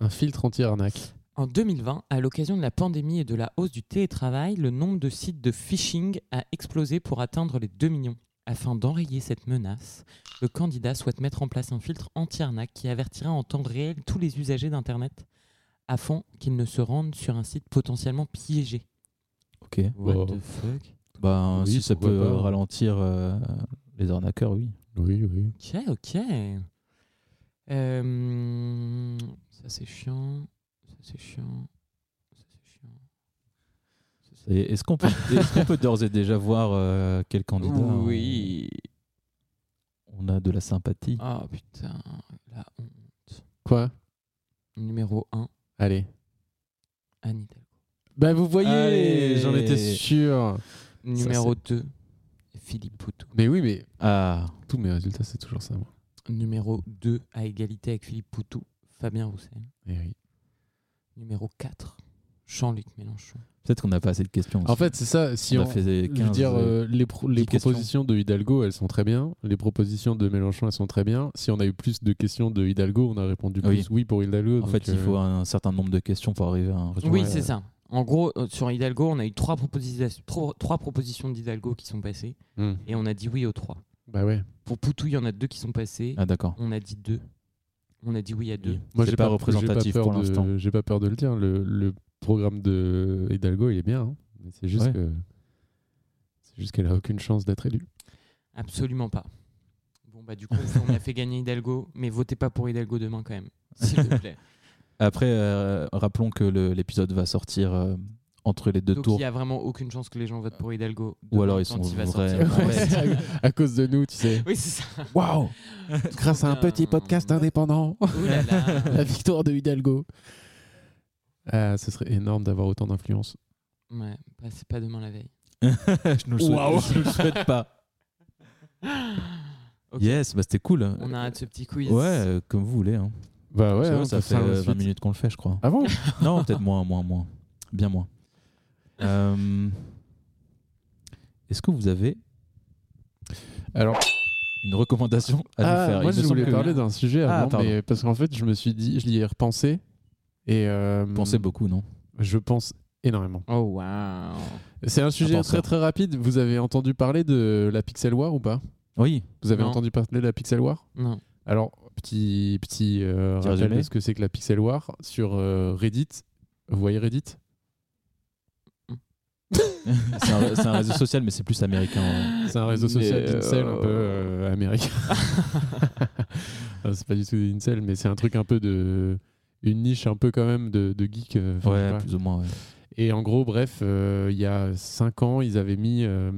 S9: Un filtre anti-arnaque.
S10: En 2020, à l'occasion de la pandémie et de la hausse du télétravail, le nombre de sites de phishing a explosé pour atteindre les 2 millions. Afin d'enrayer cette menace, le candidat souhaite mettre en place un filtre anti-arnaque qui avertira en temps réel tous les usagers d'Internet afin qu'ils ne se rendent sur un site potentiellement piégé.
S8: Ok.
S10: What
S9: Wow.
S10: the fuck
S8: Ben,
S9: Oui,
S8: si ça
S9: pourquoi
S8: peut
S9: pas.
S8: euh, ralentir euh, les arnaqueurs, oui.
S9: Oui, oui.
S10: Ok, ok. Euh, ça c'est chiant. Ça c'est chiant. Ça c'est chiant. Ça, c'est-
S8: Et Est-ce qu'on peut, est-ce qu'on peut d'ores et déjà voir euh, quel candidat on-
S10: hein. Oui.
S8: on, a de la sympathie
S10: Ah putain, la honte.
S9: Quoi
S10: Numéro 1,
S9: Allez.
S10: Anne Hidalgo.
S9: Bah, vous voyez,
S8: Allez.
S9: j'en étais sûr.
S10: Numéro 2, Philippe Poutou.
S9: Mais oui, mais
S8: Ah,
S9: tous mes résultats, c'est toujours ça, moi.
S10: Numéro 2, à égalité avec Philippe Poutou, Fabien Roussel.
S9: Eh oui.
S10: Numéro 4, Jean-Luc Mélenchon.
S8: peut-être qu'on n'a pas assez de questions.
S9: En
S8: aussi.
S9: fait, c'est ça. Si
S8: on
S9: on,
S8: a fait
S9: je
S8: 15.
S9: veux dire,
S8: euh,
S9: euh, les, pro- les
S8: 10 questions.
S9: propositions de Hidalgo, elles sont très bien. Les propositions de Mélenchon, elles sont très bien. Si on a eu plus de questions de Hidalgo, on a répondu
S8: Ah Oui.
S9: plus oui pour Hidalgo.
S8: en
S9: donc,
S8: fait, il
S9: euh,
S8: faut un, certain nombre de questions pour arriver à un résultat.
S10: Oui, c'est ça. En gros, euh, sur Hidalgo, on a eu trois propositions, trois, trois propositions d'Hidalgo qui sont passées
S9: hmm.
S10: et on a dit oui aux trois.
S9: Bah ouais.
S10: Pour Poutou, il y en a deux qui sont passées.
S8: Ah, d'accord.
S10: On a dit deux. On a dit oui à deux.
S9: Moi,
S8: C'est
S9: j'ai
S8: pas
S9: j'ai
S8: représentatif
S9: peur
S8: pour
S9: de-
S8: l'instant.
S9: J'ai pas peur de le dire. Le, le programme de Hidalgo, il est bien. hein. Mais c'est juste
S8: Ouais.
S9: que c'est juste qu'elle a aucune chance d'être élue.
S10: Absolument pas. Bon, bah, du coup, on a fait gagner Hidalgo, mais votez pas pour Hidalgo demain quand même. S'il vous plaît.
S8: Après, euh, rappelons que le- l'épisode va sortir euh, entre les deux
S10: Donc il
S8: tours.
S10: n'y a vraiment aucune chance que les gens votent pour Hidalgo.
S8: Ou alors
S10: demain,
S8: ils sont
S10: quand il va
S8: vrais-
S10: sortir.
S9: Ouais. à cause de nous, tu sais.
S10: Oui, c'est ça.
S9: Waouh Grâce à un petit podcast indépendant,
S10: Oh là là.
S9: la victoire de Hidalgo. Ah, ce serait énorme d'avoir autant d'influence.
S10: Ouais, bah, c'est pas demain la veille.
S8: je ne le,
S10: Waouh.
S8: souhaite- je ne le souhaite pas.
S10: Ok.
S8: Yes, bah c'était cool.
S10: On a hâte ce petit quiz.
S8: Ouais, euh, comme vous voulez. hein.
S9: Bah ouais,
S8: Parce que
S9: hein,
S8: ça
S9: peut
S8: fait
S9: faire la
S8: euh, 20
S9: suite.
S8: minutes qu'on le fait, je crois.
S9: Ah bon
S8: Non, peut-être moins, moins, moins. Bien moins. Euh, Est-ce que vous avez
S9: Alors,
S8: une recommandation à nous
S9: ah,
S8: faire
S9: moi
S8: Il
S9: je
S8: me semble
S9: voulais
S8: que-
S9: parler d'un sujet
S8: Ah,
S9: avant,
S8: pardon.
S9: mais parce qu'en fait, je me suis dit, je l'y ai repensé. Et euh,
S8: Pensez beaucoup, non
S9: je pense énormément.
S10: Oh waouh.
S9: C'est un sujet
S8: penseur.
S9: très très rapide. Vous avez entendu parler de la Pixel War ou pas
S8: Oui.
S9: Vous avez
S10: Non.
S9: entendu parler de la Pixel War
S10: Non.
S9: Alors, petit, petit, euh,
S8: Petit
S9: rappel
S8: résumé.
S9: de ce que c'est que la Pixel War sur euh, Reddit. Vous voyez Reddit
S8: C'est un, c'est un réseau social, mais c'est plus américain.
S9: C'est un réseau social
S10: Mais, euh,
S9: d'incel un peu euh, américain. Non, c'est pas du tout des incels, mais c'est un truc un peu de. Une niche un peu quand même de, de geek. euh, enfin, je sais
S8: Ouais,
S9: pas.
S8: plus ou moins. ouais.
S9: Et en gros, bref, euh, il y a 5 ans, ils avaient mis. euh,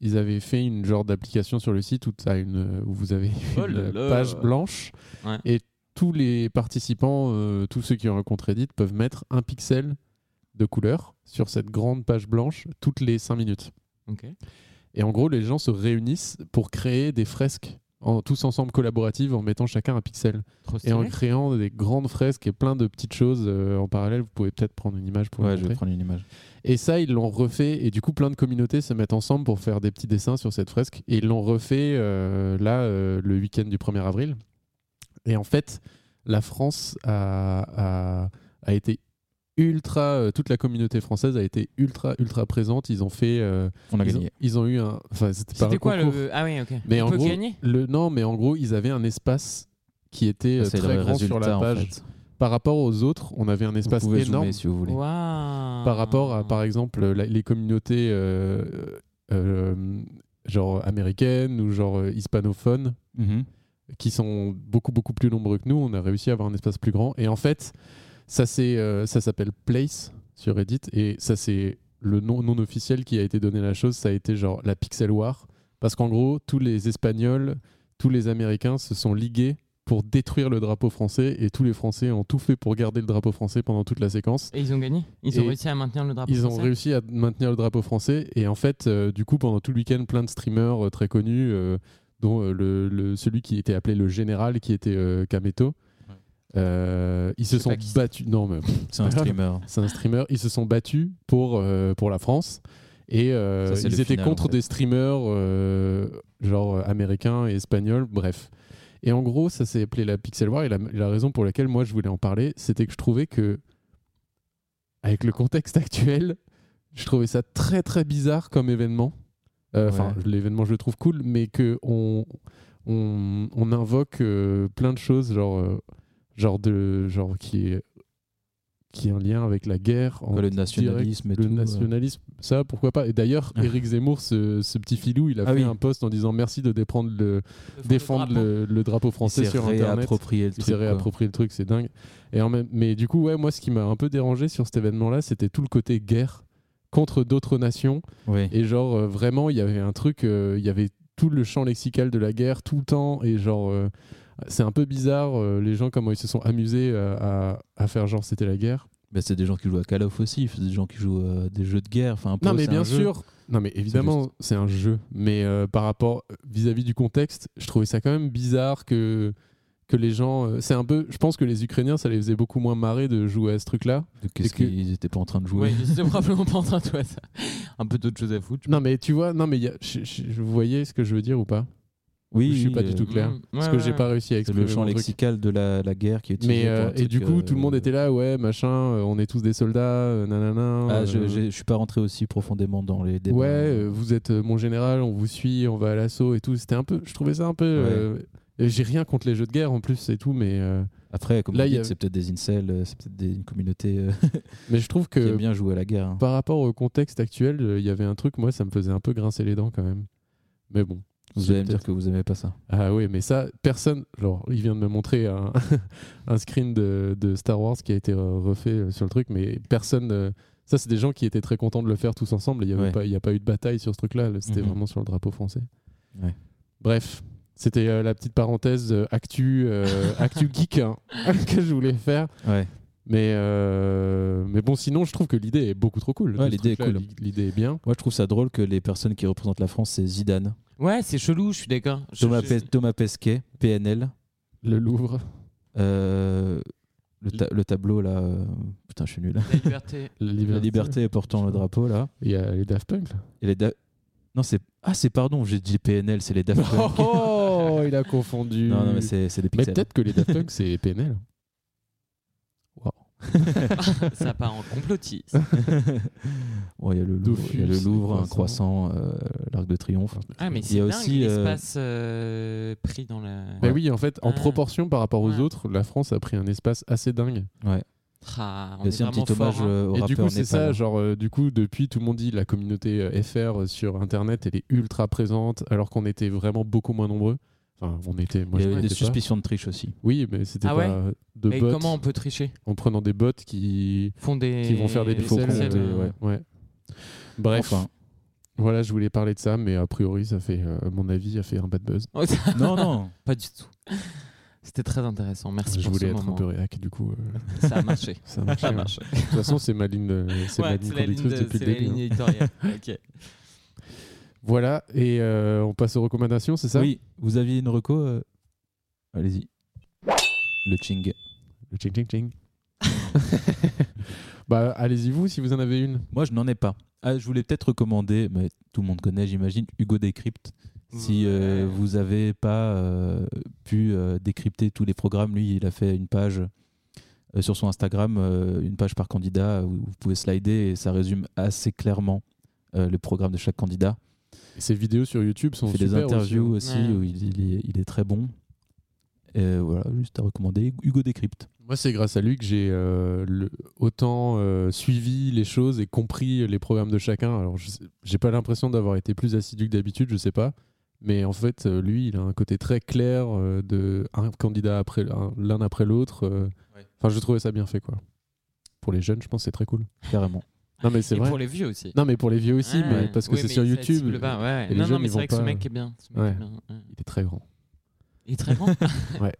S9: ils avaient fait une genre d'application sur le site où, t'as une, où vous avez
S10: Oh
S9: une
S10: là là.
S9: page blanche
S10: Ouais.
S9: et tous les participants, euh, tous ceux qui ont un compte Reddit peuvent mettre un pixel de couleur sur cette grande page blanche toutes les 5 minutes.
S10: Ok.
S9: Et en gros, les gens se réunissent pour créer des fresques en, tous ensemble collaboratives en mettant chacun un pixel.
S10: Trop
S9: Et en
S10: stylé.
S9: créant des grandes fresques et plein de petites choses euh, en parallèle, vous pouvez peut-être prendre une image pour la
S8: Ouais, je
S9: montrer.
S8: vais prendre une image.
S9: Et ça, ils l'ont refait. Et du coup, plein de communautés se mettent ensemble pour faire des petits dessins sur cette fresque. Et ils l'ont refait euh, là, euh, le week-end du 1er avril. Et en fait, la France a, a- a été ultra. euh, toute la communauté française a été ultra, ultra présente. Ils ont fait. euh,
S8: On a
S9: ils, ont,
S8: gagné.
S9: ils ont eu un. Enfin, c'était pas un
S10: C'était quoi
S9: concours.
S10: le. Ah oui, ok.
S9: Mais
S10: On
S9: en
S10: peut
S9: gros,
S10: gagner
S9: le non, mais en gros, ils avaient un espace qui était
S8: Ça,
S9: euh,
S8: C'est
S9: très
S8: le
S9: grand
S8: résultat
S9: sur la
S8: en
S9: page.
S8: fait.
S9: Par rapport aux autres, on avait un
S8: Vous
S9: espace
S8: pouvez
S9: énorme
S8: zoomer si vous voulez.
S10: Waouh.
S9: par rapport à par exemple la- les communautés euh, euh, genre américaines ou genre euh, hispanophones
S8: Mhm.
S9: qui sont beaucoup beaucoup plus nombreux que nous on a réussi à avoir un espace plus grand et en fait ça c'est euh, ça s'appelle place sur Reddit et ça c'est le nom non officiel qui a été donné à la chose ça a été genre la pixel war parce qu'en gros tous les espagnols tous les américains se sont ligués pour détruire le drapeau français et tous les français ont tout fait pour garder le drapeau français pendant toute la séquence
S10: Et ils ont gagné Ils ont
S9: Et
S10: réussi à maintenir le drapeau
S9: ils ont
S10: français
S9: réussi à maintenir le drapeau français et en fait euh, du coup pendant tout le week-end plein de streamers euh, très connus euh, dont euh, le, le- celui qui était appelé le général qui était euh, Kameto
S8: Ouais.
S9: Euh, ils se
S10: sais pas
S9: sont
S10: qui c'est.
S9: battus non mais
S8: C'est un streamer.
S9: c'est un streamer ils se sont battus pour euh, pour la France et euh,
S8: Ça, c'est
S9: ils
S8: le
S9: étaient
S8: final,
S9: contre
S8: en fait.
S9: des streamers euh, genre euh, américains et espagnols bref et en gros ça s'est appelé la Pixel War et la, la raison pour laquelle moi je voulais en parler c'était que je trouvais que avec le contexte actuel je trouvais ça très très bizarre comme événement Euh, enfin
S8: Ouais.
S9: l'événement je le trouve cool mais que on on, on invoque euh, plein de choses genre euh, genre de genre qui est qui est en lien avec la guerre en
S8: Quoi, le nationalisme et
S9: le
S8: tout, euh.
S9: nationalisme, ça, pourquoi pas. Et d'ailleurs, Éric Zemmour, ce, ce petit filou, il a
S8: Ah
S9: fait
S8: oui.
S9: un post en disant merci de défendre le, défendre le, le drapeau français
S8: Il s'est
S9: sur Internet.
S8: réapproprié le
S9: Il
S8: truc.
S9: s'est
S8: quoi.
S9: réapproprié le truc, c'est dingue. Et en même, mais du coup, ouais, moi, ce qui m'a un peu dérangé sur cet événement-là, c'était tout le côté guerre contre d'autres nations.
S8: Oui.
S9: Et genre, euh, vraiment, il y avait un truc, euh, il y avait tout le champ lexical de la guerre tout le temps. Et genre, euh, c'est un peu bizarre, euh, les gens, comment ils se sont amusés euh, à, à faire genre c'était la guerre.
S8: Bah, c'est des gens qui jouent à Call of aussi, c'est des gens qui jouent à des jeux de guerre. Enfin, pour
S9: Non,
S8: eux,
S9: mais
S8: c'est
S9: bien
S8: un jeu.
S9: sûr. Non, mais évidemment,
S8: juste.
S9: c'est un jeu. Mais euh, par rapport vis-à-vis du contexte, je trouvais ça quand même bizarre que, que les gens. euh, c'est un peu. Je pense que les Ukrainiens, ça les faisait beaucoup moins marrer de jouer à ce truc-là.
S8: Donc, Qu'est-ce
S9: Et que-
S8: qu'ils étaient pas en train de jouer
S10: Oui, ils étaient probablement pas en train de jouer à ça. Un peu d'autres choses à foutre. je
S9: Non, mais tu vois, non, mais il y a- je, je- je- vous voyez ce que je veux dire ou pas
S8: Oui,
S9: Je suis
S8: oui,
S9: pas du
S8: euh,
S9: tout clair.
S10: Mm,
S9: Parce
S10: ouais,
S9: que
S10: ouais,
S9: j'ai pas réussi à
S8: C'est le
S9: exprimer
S8: champ
S9: mon truc.
S8: lexical de la, la guerre qui est utilisé.
S9: Mais, euh,
S8: pour un
S9: et du
S8: truc,
S9: coup, tout le
S8: euh,
S9: monde était là, ouais, machin, euh, on est tous des soldats, euh, nanana.
S8: Ah,
S9: euh,
S8: je, j'ai- je suis pas rentré aussi profondément dans les débats. hein.
S9: Ouais, euh, vous êtes euh, mon général, on vous suit, on va à l'assaut et tout. C'était un peu, je trouvais ça un peu. euh, et J'ai rien contre les jeux de guerre en plus et tout, mais euh,
S8: Après, comme
S9: là,
S8: vous
S9: il y
S8: dites,
S9: a-
S8: c'est peut-être des incels, euh, c'est peut-être des- une communauté euh,
S9: mais je trouve
S8: qui aime
S9: que
S8: bien jouer à la guerre. hein.
S9: par rapport au contexte actuel, euh, il y avait un truc, moi, ça me faisait un peu grincer les dents quand même. Mais bon.
S8: Vous
S9: c'est
S8: allez me dire
S9: peut-être-
S8: que vous aimez pas ça.
S9: Ah oui, mais ça, personne. Genre, il vient de me montrer un, un screen de, de Star Wars qui a été euh, refait euh, sur le truc, mais personne. euh, Ça, c'est des gens qui étaient très contents de le faire tous ensemble. et Il n'y
S8: Ouais.
S9: a pas eu de bataille sur ce truc-là. là, C'était
S8: Mhm.
S9: vraiment sur le drapeau français.
S8: Ouais.
S9: Bref, c'était euh, la petite parenthèse euh, actu, euh, actu geek hein, que je voulais faire.
S8: Ouais.
S9: Mais, euh, mais bon, sinon, je trouve que l'idée est beaucoup trop cool.
S8: Ouais,
S9: Ce
S8: l'idée est
S9: truc-là,
S8: cool.
S9: l'i- L'idée est bien.
S8: Moi, je trouve ça drôle que les personnes qui représentent la France, c'est Zidane,
S10: Ouais, c'est chelou, je suis d'accord. Je-
S8: Thomas,
S10: je-
S8: Pe- Thomas Pesquet, PNL,
S9: Le Louvre,
S8: euh, le, ta- le tableau là. euh, Putain, je suis nul.
S10: La liberté.
S9: la
S8: La liberté portant le drapeau là.
S9: Il y a les Daft Punk. là.
S8: Et les Da- Non, c'est. Ah, c'est pardon, j'ai dit PNL, c'est les Daft Punk.
S9: Oh, il a confondu.
S8: Non, non, mais c'est c'est des
S9: Mais
S8: pixels.
S9: peut-être que les Daft Punk, c'est PNL.
S10: ça part en complotisme.
S8: Bon, il y a le Louvre, il y a le
S9: Dofus,
S8: Louvre un croissant, euh, l'Arc de Triomphe.
S10: Ah, mais
S8: Il y a
S10: c'est dingue
S8: aussi, euh,
S10: l'espace euh, pris dans la.
S9: Bah oui, en fait, en
S10: Ah.
S9: proportion par rapport aux
S10: Ouais.
S9: autres, la France a pris un espace assez dingue.
S8: Il
S10: Ah,
S8: y
S10: on
S8: a
S10: est
S8: aussi un
S10: vraiment
S8: petit
S10: fort,
S8: hommage
S10: hein.
S8: euh, au
S9: et
S8: rappeur
S9: du coup, c'est ça,
S8: népalais.
S9: genre, euh, du coup, depuis, tout le monde dit la communauté euh, FR sur Internet, elle est ultra présente, alors qu'on était vraiment beaucoup moins nombreux. Enfin, on était,
S8: Il
S9: moi
S8: y
S9: je
S8: avait
S9: m'en
S8: des
S9: étais pas.
S8: suspicions de triche aussi.
S9: Oui, mais c'était
S10: Ah
S9: pas
S10: ouais
S9: de
S10: Mais
S9: bots,
S10: comment on peut tricher
S9: en prenant des bots qui,
S10: Font des.
S9: qui vont faire des
S10: des
S8: faux
S9: pixels.
S10: pixels,
S8: comptes,
S9: euh,
S10: euh,
S9: ouais. ouais. Bref,
S8: Enfin.
S9: voilà, je voulais parler de ça, mais a priori, ça fait, euh, à mon avis, a fait un bad buzz.
S8: non, non.
S10: Pas du tout. C'était très intéressant. Merci
S9: Je
S10: pour ce
S9: voulais être
S10: moment.
S9: un peu réac, du coup, euh,
S10: Ça a marché.
S9: ça a marché.
S10: Ça a
S9: hein.
S10: marché.
S9: De toute façon, c'est ma ligne, de- c'est ma
S10: Ouais,
S9: ligne
S10: la ligne
S9: conductrice
S10: de-
S9: depuis le
S10: c'est la
S9: début. hein.
S10: ligne éditoriale. Ok.
S9: Voilà, et euh, on passe aux recommandations, c'est ça
S8: Oui, vous aviez une reco euh, Allez-y. Le Ching.
S9: Le ching ching ching. bah, allez-y vous si vous en avez une.
S8: Moi, je n'en ai pas. Ah, je voulais peut-être recommander, mais tout le monde connaît, j'imagine, Hugo Décrypte. Si euh,
S10: Ouais.
S8: vous n'avez pas euh, pu euh, décrypter tous les programmes, lui, il a fait une page euh, sur son Instagram, euh, une page par candidat, où vous pouvez slider et ça résume assez clairement euh, le programme de chaque candidat.
S9: Ses vidéos sur YouTube sont
S8: Il fait des
S9: super
S8: interviews
S10: aussi,
S8: aussi,
S10: hein. Ouais.
S8: où il, il est, il est très bon. Et voilà, juste à recommander. Hugo Décrypte.
S9: Moi, c'est grâce à lui que j'ai euh, le- autant euh, suivi les choses et compris les programmes de chacun. Alors, je sais- j'ai pas l'impression d'avoir été plus assidu que d'habitude, je sais pas. Mais en fait, euh, lui, il a un côté très clair euh, de un candidat après un- l'un après l'autre. euh. Enfin, je trouvais ça bien fait, quoi. Pour les jeunes, je pense que c'est très cool.
S8: Carrément.
S9: Non, mais c'est
S10: Et
S9: vrai.
S10: pour les vues aussi.
S9: Non, mais pour les vieux aussi,
S10: Ah,
S9: mais
S10: ouais.
S9: parce que
S10: Oui,
S9: c'est
S10: mais
S9: sur
S10: ça
S9: YouTube.
S10: cible pas, ouais.
S9: et les
S10: Non, non,
S9: jeunes,
S10: mais
S9: ils
S10: c'est
S9: vont
S10: vrai que ce
S9: pas-
S10: mec est bien. Ce mec
S9: Ouais.
S10: est bien, ouais.
S9: Il est très grand.
S10: Il est très grand.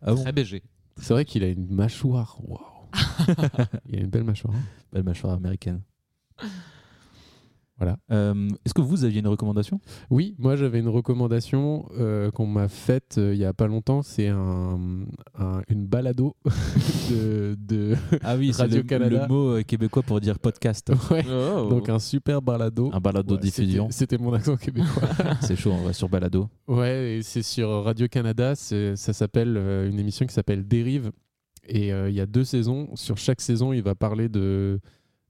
S8: Ah bon
S10: Très BG.
S9: C'est vrai qu'il a une mâchoire. Waouh. Il a une belle mâchoire. hein.
S8: Belle mâchoire américaine.
S9: Voilà.
S8: Euh, Est-ce que vous aviez une recommandation
S9: Oui, moi j'avais une recommandation euh, qu'on m'a faite euh, il y a pas longtemps. C'est un, un- une balado de, de-
S8: Ah oui,
S9: c'est le-
S8: le,
S9: le
S8: mot euh, québécois pour dire podcast.
S9: Ouais. Oh. donc hein, un super balado.
S8: Oh. Un balado
S9: Ouais, c'était-
S8: diffusion.
S9: C'était mon accent québécois.
S8: C'est chaud, on va sur balado.
S9: ouais, et c'est sur Radio Canada. Ça s'appelle euh, une émission qui s'appelle Dérive. Et euh, il y a deux saisons. Sur chaque saison, il va parler de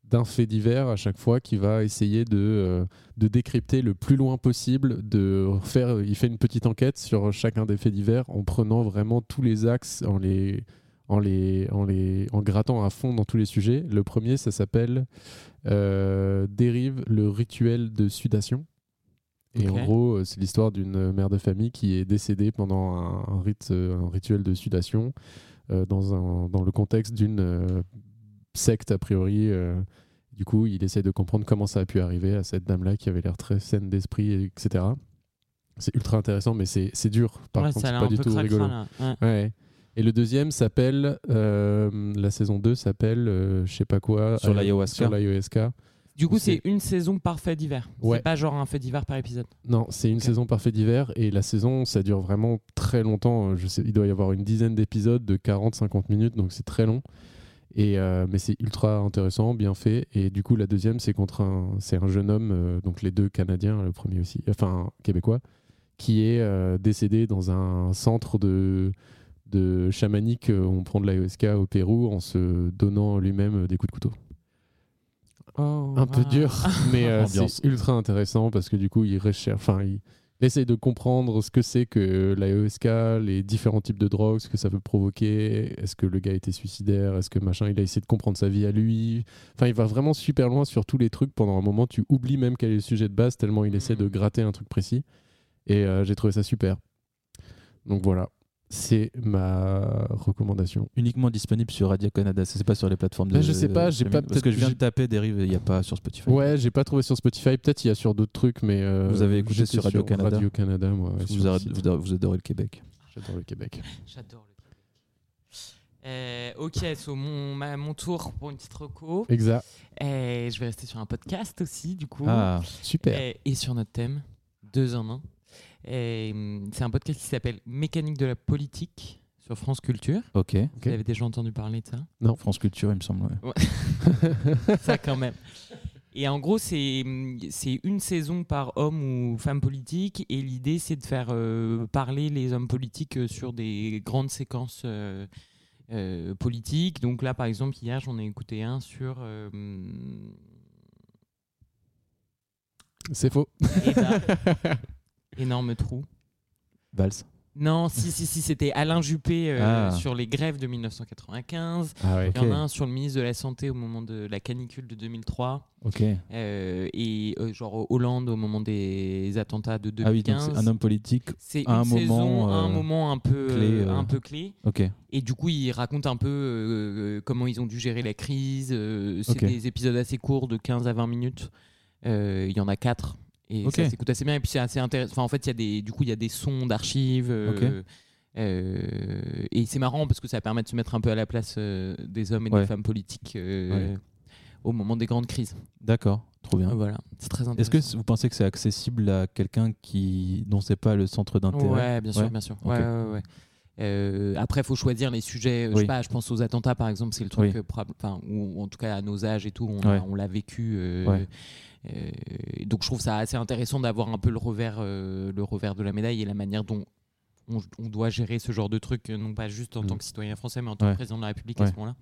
S9: d'un fait divers à chaque fois qui va essayer de, euh, de décrypter le plus loin possible, de faire, il fait une petite enquête sur chacun des faits divers en prenant vraiment tous les axes, en les, en les, en les, en grattant à fond dans tous les sujets. Le premier, ça s'appelle euh, Dérive le rituel de sudation. Et
S10: Ok.
S9: en gros, euh, c'est l'histoire d'une mère de famille qui est décédée pendant un, un rite, euh, un rituel de sudation euh, dans, un- dans le contexte d'une euh, secte a priori. euh, du coup, il essaie de comprendre comment ça a pu arriver à cette dame-là qui avait l'air très saine d'esprit, etc. C'est ultra intéressant, mais c'est c'est dur. Par
S10: Ouais,
S9: contre,
S10: ça
S9: c'est
S10: a
S9: pas
S10: l'air un
S9: du
S10: peu
S9: tout
S10: cracra,
S9: rigolo.
S10: là. Ouais.
S9: Ouais. Et le deuxième s'appelle, euh, la saison 2 s'appelle, euh, je sais pas quoi.
S8: Sur
S9: euh,
S8: l'ayahuasca.
S9: Sur l'ayahuasca.
S10: Du coup,
S9: C'est-
S10: c'est une saison par fait d'hiver.
S9: Ouais.
S10: C'est pas genre un fait d'hiver par épisode.
S9: Non, c'est une
S10: Ok.
S9: saison parfait d'hiver et la saison, ça dure vraiment très longtemps. Euh, Je sais, il doit y avoir une dizaine d'épisodes de 40-50 minutes, donc c'est très long. Et, euh, mais c'est ultra intéressant, bien fait. Et du coup, la deuxième, c'est contre un, c'est un jeune homme, euh, donc les deux Canadiens, le premier aussi, enfin québécois, qui est euh, décédé dans un centre de, de chamanique. euh, On prend de l'ayahuasca au Pérou en se donnant lui-même euh, des coups de couteau un peu
S10: Ah,
S9: dur, mais euh,
S8: Ambiance.
S9: c'est ultra intéressant parce que du coup, il recherche, enfin, il il essaye de comprendre ce que c'est que l'AESK, les différents types de drogues, ce que ça peut provoquer, est-ce que le gars était suicidaire, est-ce que machin, il a essayé de comprendre sa vie à lui. Enfin, il va vraiment super loin sur tous les trucs. Pendant un moment, tu oublies même quel est le sujet de base, tellement il essaie
S10: Mhm.
S9: de gratter un truc précis. Et euh, j'ai trouvé ça super. Donc voilà. C'est ma recommandation.
S8: Uniquement disponible sur Radio Canada, c'est pas sur les plateformes de.
S9: Ben, je sais pas, j'ai
S8: streaming.
S9: pas-
S8: parce que
S9: peut-être
S8: je viens de
S9: j'ai-
S8: taper dérive, il y a pas sur Spotify.
S9: Ouais, j'ai pas trouvé sur Spotify. Peut-être il y a sur d'autres trucs, mais. euh,
S8: Vous avez écouté
S9: j'étais
S8: sur Radio-Canada
S9: Radio-Canada, moi. ouais,
S8: Vous
S9: sur le
S8: adorez-
S9: site.
S8: vous, adorez, vous adorez le Québec.
S9: J'adore le Québec.
S10: J'adore le Québec. Euh, ok, so mon, ma- mon tour pour une petite reco.
S9: Exact.
S10: Euh, je vais rester sur un podcast aussi, du coup.
S8: Ah,
S9: Super.
S10: Euh, et sur notre thème, deux en un. Et, hum, C'est un podcast qui s'appelle Mécanique de la politique sur France Culture.
S8: ok.
S10: Vous avez déjà entendu parler de ça
S8: France Culture, il me semble. ouais.
S10: ça quand même. Et en gros, c'est c'est une saison par homme ou femme politique. Et l'idée, c'est de faire euh, parler les hommes politiques euh, sur des grandes séquences euh, euh, politiques. Donc là, par exemple, hier, j'en ai écouté un sur. euh,
S9: C'est faux.
S10: eh ben, énorme trou.
S8: Valls.
S10: Non, si, si, si, c'était Alain Juppé euh,
S8: Ah.
S10: sur les grèves de 1995.
S9: Ah ouais.
S10: Il y en a un sur le ministre de la Santé au moment de la canicule de 2003.
S8: Ok.
S10: Euh, et euh, genre Hollande au moment des attentats de
S8: Ah oui, donc
S10: 2015.
S8: c'est un homme politique.
S10: c'est une
S8: à un
S10: saison,
S8: moment,
S10: un
S8: euh,
S10: moment un peu
S8: clé,
S10: euh,
S8: euh.
S10: un peu clé.
S8: Ok.
S10: Et du coup, il raconte un peu euh, euh, comment ils ont dû gérer la crise. euh, c'est
S8: Ok.
S10: des épisodes assez courts, de 15 à 20 minutes. Euh, Il y en a 4 et
S8: Ok.
S10: ça s'écoute assez bien. Et puis c'est assez intéressant. Enfin, en fait, il y a des, du coup, il y a des sons d'archives. euh,
S8: Ok.
S10: euh, et c'est marrant parce que ça permet de se mettre un peu à la place euh, des hommes et
S8: Ouais.
S10: des femmes politiques euh, au moment des grandes crises.
S8: D'accord. Trop
S9: Ah
S8: bien.
S10: Voilà, c'est très intéressant.
S8: Est-ce que c- vous pensez que c'est accessible à quelqu'un qui dont c'est pas le centre d'intérêt
S10: Ouais, bien sûr,
S8: Ouais.
S10: bien sûr.
S8: Ok.
S10: Ouais, ouais, ouais. Euh, après, il faut choisir les sujets. euh, Je,
S8: Oui.
S10: sais pas, je pense aux attentats, par exemple, c'est le truc,
S8: Oui.
S10: euh, probable- enfin, ou en tout cas à nos âges et tout, on
S8: Ouais.
S10: a- on l'a vécu. euh,
S8: Ouais.
S10: euh, donc, je trouve ça assez intéressant d'avoir un peu le revers, euh, le revers de la médaille et la manière dont on, on doit gérer ce genre de truc, euh, non pas juste en
S8: Mm.
S10: tant que citoyen français, mais en tant
S8: Ouais.
S10: que président de la République à
S8: Ouais.
S10: ce moment-là.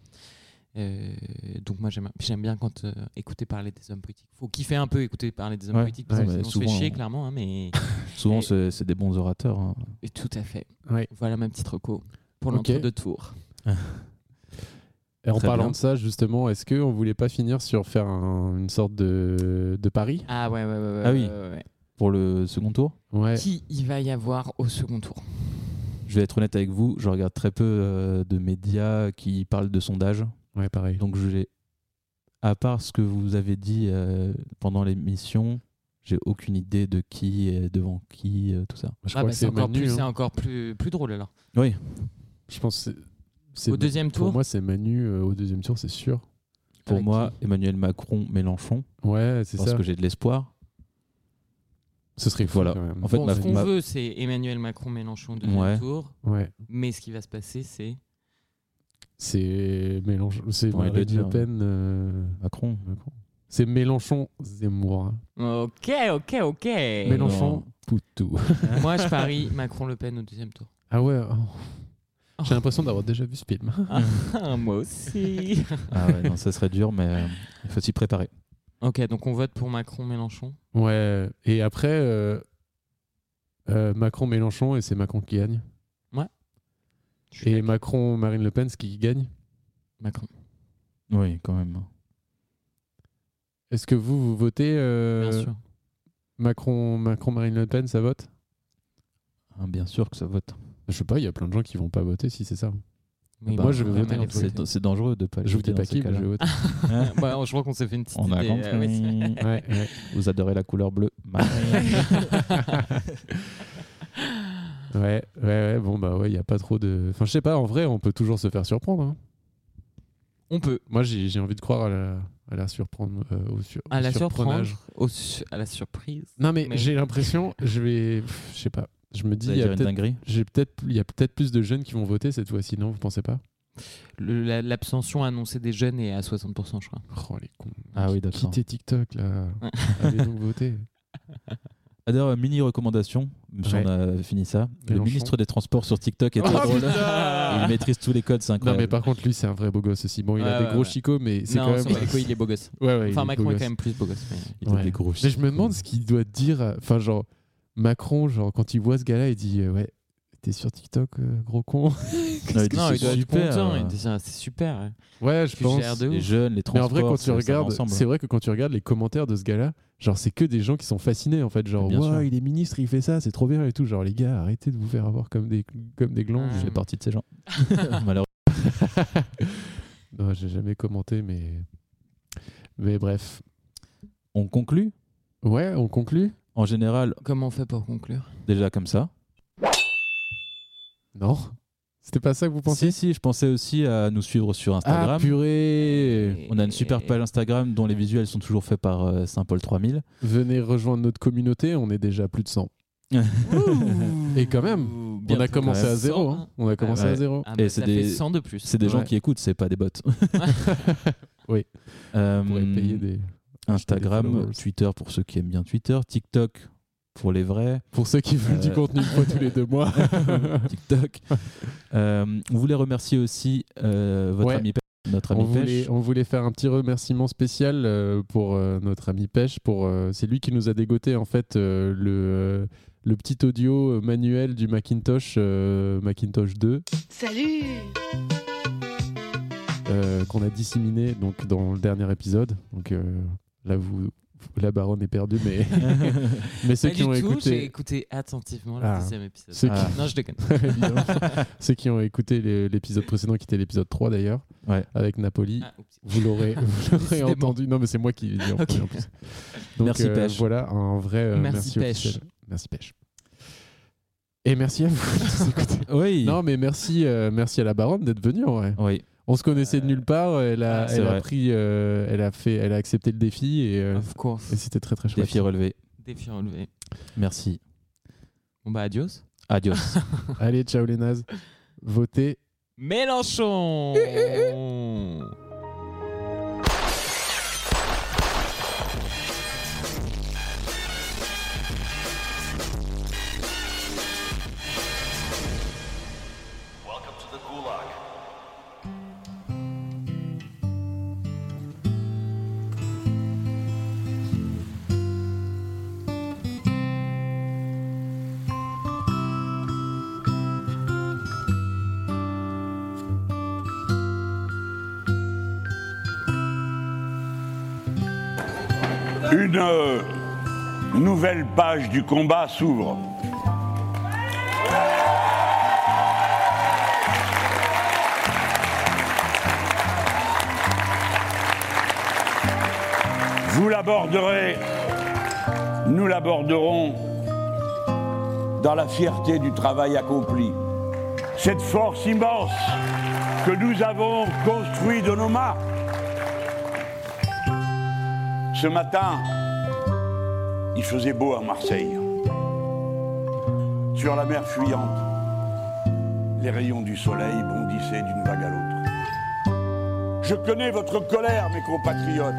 S10: Euh, donc moi j'aime j'aime bien quand euh, écouter parler des hommes politiques. Faut kiffer un peu écouter parler des hommes
S8: Ouais.
S10: politiques parce
S8: Ouais,
S10: que
S8: mais
S10: sinon on se fait
S8: souvent,
S10: chier
S8: on-
S10: clairement, hein, mais
S8: Souvent,
S10: Et-
S8: c'est c'est des bons orateurs. hein.
S10: et Tout à fait.
S9: Ouais.
S10: Voilà ma petite reco pour
S9: Ok.
S10: l'entre-deux tours.
S9: Et en
S8: Très
S9: parlant
S8: bien.
S9: de ça, justement, est-ce qu'on voulait pas finir sur faire un- une sorte de, de pari
S10: Ah ouais, ouais, ouais. ouais,
S8: Ah oui.
S10: ouais, ouais.
S8: Pour le second tour,
S9: Ouais.
S10: Qui il va y avoir au second tour
S8: je vais être honnête avec vous, je regarde très peu euh, de médias qui parlent de sondages.
S9: Ouais, pareil.
S8: Donc je l'ai. À part ce que vous avez dit euh, pendant l'émission, j'ai aucune idée de qui est devant qui, euh, tout ça.
S9: je
S10: Ah
S9: crois
S10: bah,
S9: que
S10: C'est
S9: c'est
S10: encore,
S9: Manu.
S10: plus, c'est
S9: hein.
S10: encore plus, plus drôle alors.
S9: Je pense que c'est- c'est.
S10: Au deuxième
S9: Pour
S10: tour
S9: moi, c'est Manu euh, au deuxième tour, c'est sûr.
S8: Pour
S10: Avec
S8: moi, Emmanuel Macron, Mélenchon,
S9: Ouais, c'est
S8: parce
S9: ça.
S8: que j'ai de l'espoir.
S9: Ce serait fou,
S8: Voilà.
S9: quand même.
S8: En fait,
S10: Bon,
S8: ma-
S10: ce qu'on
S8: ma-
S10: veut, c'est Emmanuel Macron, Mélenchon au deuxième
S8: Ouais.
S10: tour.
S9: Ouais.
S10: Mais ce qui va se passer, c'est.
S9: C'est Mélenchon. C'est
S8: J'ai envie de
S9: Marine
S8: dire. hein.
S9: Le Pen. euh,
S8: Macron.
S9: Macron. C'est Mélenchon Zemmour. hein.
S10: Ok, ok, ok.
S9: Mélenchon Poutou.
S10: Moi, je parie Macron-Le Pen au deuxième tour.
S9: Ah ouais. oh. J'ai l'impression d'avoir déjà vu ce film.
S10: Ah, moi aussi.
S8: Ah ouais, non, ça serait dur, mais euh, il faut s'y préparer.
S10: ok, donc on vote pour Macron-Mélenchon.
S9: Ouais. Et après, euh, euh, Macron Mélenchon et c'est Macron qui gagne.
S10: Je suis
S9: Et
S10: d'accord.
S9: Macron Marine Le Pen, ce qui gagne.
S10: Macron.
S8: Oui, quand même.
S9: Est-ce que vous vous votez euh,
S10: Bien sûr.
S9: Macron Macron Marine Le Pen, ça vote
S8: Ah, bien sûr que ça vote.
S9: Je sais pas. Il y a plein de gens qui vont pas voter si c'est ça.
S10: Oui,
S9: Moi,
S10: bah,
S9: je vais
S10: on va
S9: voter
S10: mal
S9: entre
S10: voter.
S8: C'est c'est dangereux de pas. les
S9: Je vous dis
S8: voter
S9: pas
S8: dans ces
S9: qui, mais
S8: cas-là.
S9: je vote.
S8: Hein
S10: Ouais, on- bah, je crois qu'on s'est fait une petite
S8: On a
S10: idée.
S8: compris.
S10: euh, oui, c'est-
S9: Ouais, ouais.
S8: Vous adorez la couleur bleue. Macron.
S9: Ouais, ouais, ouais, bon bah ouais, il y a pas trop de. Enfin, je sais pas, en vrai, on peut toujours se faire surprendre. hein.
S10: On peut.
S9: Moi, j'ai j'ai envie de croire à la, à la surprendre, euh, au sur-
S10: À la
S9: surprenage.
S10: surprendre, au su- à la surprise.
S9: Non, mais,
S10: Mais-
S9: j'ai l'impression, je vais, pff, je sais pas, je me dis,
S8: Vous
S9: il
S8: allez
S9: y
S8: dire
S9: a
S8: une
S9: peut-être,
S8: dinguerie.
S9: j'ai peut-être, il y a peut-être plus de jeunes qui vont voter cette fois-ci, non Vous pensez pas
S10: Le- la- L'abstention annoncée des jeunes est à 60%, je crois.
S9: Oh les cons.
S8: Ah oui, d'accord.
S9: Quittez TikTok là.
S10: Ouais.
S9: Allez donc voter.
S8: Ah, D'ailleurs, euh, mini recommandation, même si
S9: Ouais.
S8: on a fini ça. Le
S9: Mélenchon.
S8: ministre des Transports sur TikTok est
S9: Oh,
S8: très drôle.
S9: putain
S8: Il maîtrise tous les codes, c'est
S9: Non, mais
S8: incroyable.
S9: par contre, lui, c'est un vrai beau gosse aussi. Bon, il
S10: Ouais,
S9: a des
S10: ouais,
S9: gros
S10: ouais.
S9: chicots, mais c'est
S10: Non,
S9: quand
S10: on
S9: même.
S10: s'en bat les couilles, il est beau gosse.
S9: Ouais, ouais,
S10: Enfin,
S9: il est beau
S10: Macron est quand
S9: gosse.
S10: même plus beau gosse. mais-
S8: Il a
S9: Ouais.
S8: des gros
S9: Mais je me
S8: chicots.
S9: demande ce qu'il doit dire. Enfin, genre, Macron, genre, quand il voit ce gars-là, il dit euh, Ouais, T'es sur TikTok, euh, gros con.
S8: Non, il dit,
S10: Non,
S8: c'est
S10: il doit être
S8: super,
S9: hein,
S10: content.
S8: euh,
S10: il dit, C'est c'est super. hein.
S9: Ouais, je
S10: Plus cher
S9: pense.
S10: de
S8: les
S10: ouf.
S8: jeunes, les
S9: Mais
S8: transports.
S9: en vrai, quand tu
S8: ça va
S9: regardes,
S8: ensemble.
S9: c'est vrai que quand tu regardes les commentaires de ce gars-là, genre c'est que des gens qui sont fascinés en fait, genre
S8: Bien
S9: Ouah,
S8: sûr.
S9: il est ministre, il fait ça, c'est trop bien et tout. Genre les gars, arrêtez de vous faire avoir comme des comme des glands.
S10: Ah.
S8: Je fais partie de ces gens. Malheureusement.
S9: Non, j'ai jamais commenté, mais mais bref.
S8: On conclut
S9: Ouais, on conclut.
S8: en général
S10: Comment on fait pour conclure
S8: déjà comme ça.
S9: Non, c'était pas ça que vous pensiez.
S8: Si, si, je pensais aussi à nous suivre sur
S9: Ah
S8: Instagram.
S9: purée
S8: on a une super page Instagram dont les visuels sont toujours faits par euh, Saint-Paul 3000.
S9: Venez rejoindre notre communauté, on est déjà plus de 100. Et quand même, on a commencé
S8: même.
S9: à zéro. hein. On a commencé
S8: Ouais.
S9: à zéro.
S10: Ah,
S8: Et
S10: bah,
S8: c'est
S10: ça
S8: des-
S10: fait 100 de plus.
S8: C'est des gens
S9: Ouais.
S8: qui écoutent, c'est pas des bots.
S9: Oui.
S8: Euh,
S9: On pourrait payer des. des
S8: Instagram,
S9: followers.
S8: Twitter pour ceux qui aiment bien Twitter, TikTok pour les vrais,
S9: Pour ceux qui veulent du
S8: Euh.
S9: contenu une fois tous les deux mois.
S8: TikTok. Euh, on voulait remercier aussi euh, votre
S9: Ouais.
S8: ami Pêche, notre
S9: on,
S8: ami Pêche.
S9: voulait, on voulait faire un petit remerciement spécial euh, pour euh, notre ami Pêche. Pour euh, c'est lui qui nous a dégoté en fait euh, le euh, le petit audio euh, manuel du Macintosh euh, Macintosh 2
S5: Salut
S9: euh, qu'on a disséminé donc dans le dernier épisode. Donc euh, là vous la baronne est perdue, mais mais ceux
S10: Pas
S9: qui
S10: du
S9: ont
S10: tout, J'ai
S9: écouté
S10: écouté attentivement
S9: Ah.
S10: le deuxième épisode.
S9: Ceux qui-
S10: Ah. Non, je déconne.
S9: évidemment, ceux qui ont écouté les- l'épisode précédent qui était l'épisode 3 d'ailleurs
S8: Ouais.
S9: avec Napoli.
S10: Ah, oups.
S9: Vous l'aurez, vous l'aurez
S10: Décidément.
S9: entendu. Non, mais c'est moi qui l'ai dit en
S10: Ok.
S9: premier, en plus. Donc, euh,
S8: Merci, Pêche.
S9: Voilà un vrai euh,
S10: Merci,
S9: merci,
S10: Pêche.
S9: officiel. Merci Pêche. Et merci à vous de nous écouter.
S8: Oui.
S9: Non, mais merci, euh, merci à la baronne d'être venue. En vrai.
S8: oui.
S9: On se connaissait de nulle part. Elle a,
S8: Euh, C'est
S9: elle a
S8: vrai.
S9: pris, euh, elle a fait, elle a accepté le défi et, euh,
S10: Of course.
S9: et c'était très très chouette.
S8: Ah. Défi relevé.
S10: Défi relevé.
S8: Merci.
S10: Bon bah adios.
S8: Adios.
S9: Allez, ciao les nazes. Votez.
S10: Mélenchon
S6: Une euh, nouvelle page du combat s'ouvre. Vous l'aborderez, nous l'aborderons dans la fierté du travail accompli. Cette force immense que nous avons construite de nos mains. Ce matin, il faisait beau à Marseille. Sur la mer fuyante, les rayons du soleil bondissaient d'une vague à l'autre. Je connais votre colère, mes compatriotes.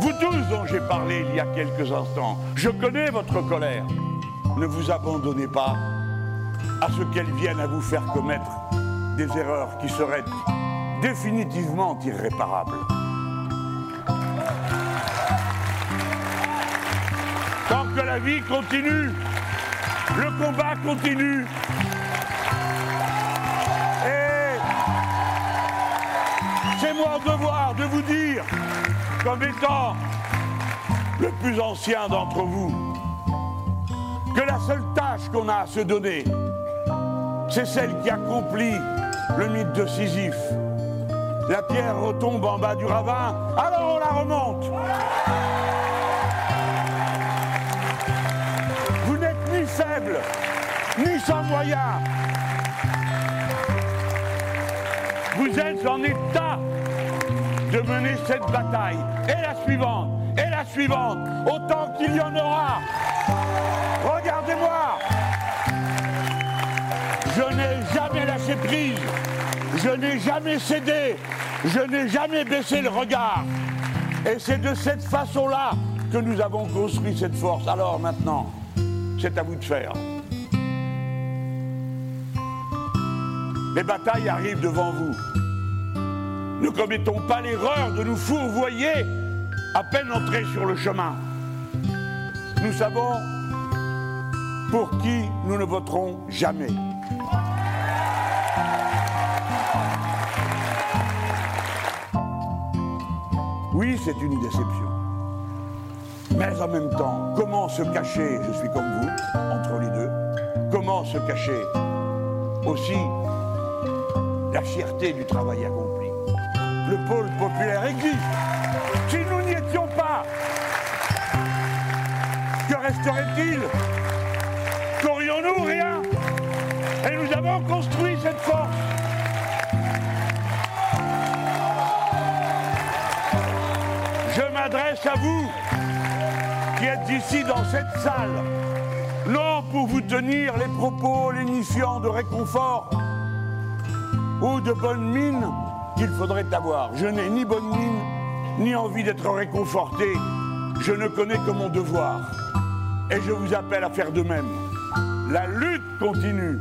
S6: Vous tous dont j'ai parlé il y a quelques instants, je connais votre colère. Ne vous abandonnez pas à ce qu'elle vienne à vous faire commettre des erreurs qui seraient définitivement irréparables. Tant que la vie continue, le combat continue. Et c'est mon devoir de vous dire, comme étant le plus ancien d'entre vous, que la seule tâche qu'on a à se donner, c'est celle qui accomplit le mythe de Sisyphe. La pierre retombe en bas du ravin, alors on la remonte. Vous n'êtes ni faible, ni sans moyens. Vous êtes en état de mener cette bataille. Et la suivante, et la suivante, autant qu'il y en aura. Regardez-moi. Je n'ai jamais lâché prise. Je n'ai jamais cédé. Je n'ai jamais baissé le regard. Et c'est de cette façon-là que nous avons construit cette force. Alors maintenant, c'est à vous de faire. Les batailles arrivent devant vous. Ne commettons pas l'erreur de nous fourvoyer à peine entrés sur le chemin. Nous savons pour qui nous ne voterons jamais. c'est une déception. Mais en même temps, comment se cacher, je suis comme vous, entre les deux, comment se cacher aussi la fierté du travail accompli Le pôle populaire existe. Si nous n'y étions pas, que resterait-il Qu'aurions-nous Rien. Et nous avons construit cette force. Je m'adresse à vous qui êtes ici dans cette salle, non pour vous tenir les propos lénifiants de réconfort ou de bonne mine qu'il faudrait avoir. Je n'ai ni bonne mine, ni envie d'être réconforté. Je ne connais que mon devoir. Et je vous appelle à faire de même. La lutte continue.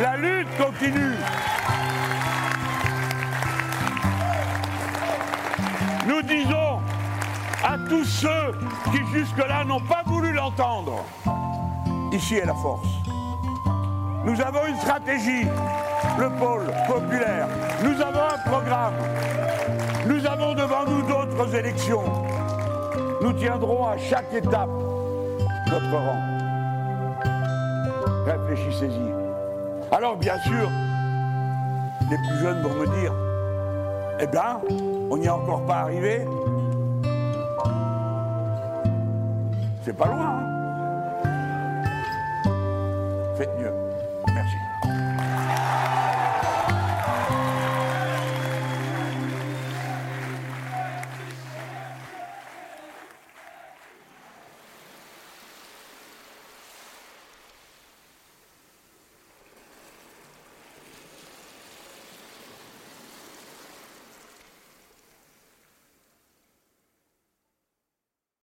S6: La lutte continue. Nous disons à tous ceux qui jusque-là n'ont pas voulu l'entendre, ici est la force. Nous avons une stratégie, le pôle populaire. Nous avons un programme. Nous avons devant nous d'autres élections. Nous tiendrons à chaque étape notre rang. Réfléchissez-y. Alors bien sûr, les plus jeunes vont me dire, eh bien, on n'y est encore pas arrivé. C'est pas loin. hein. Faites mieux.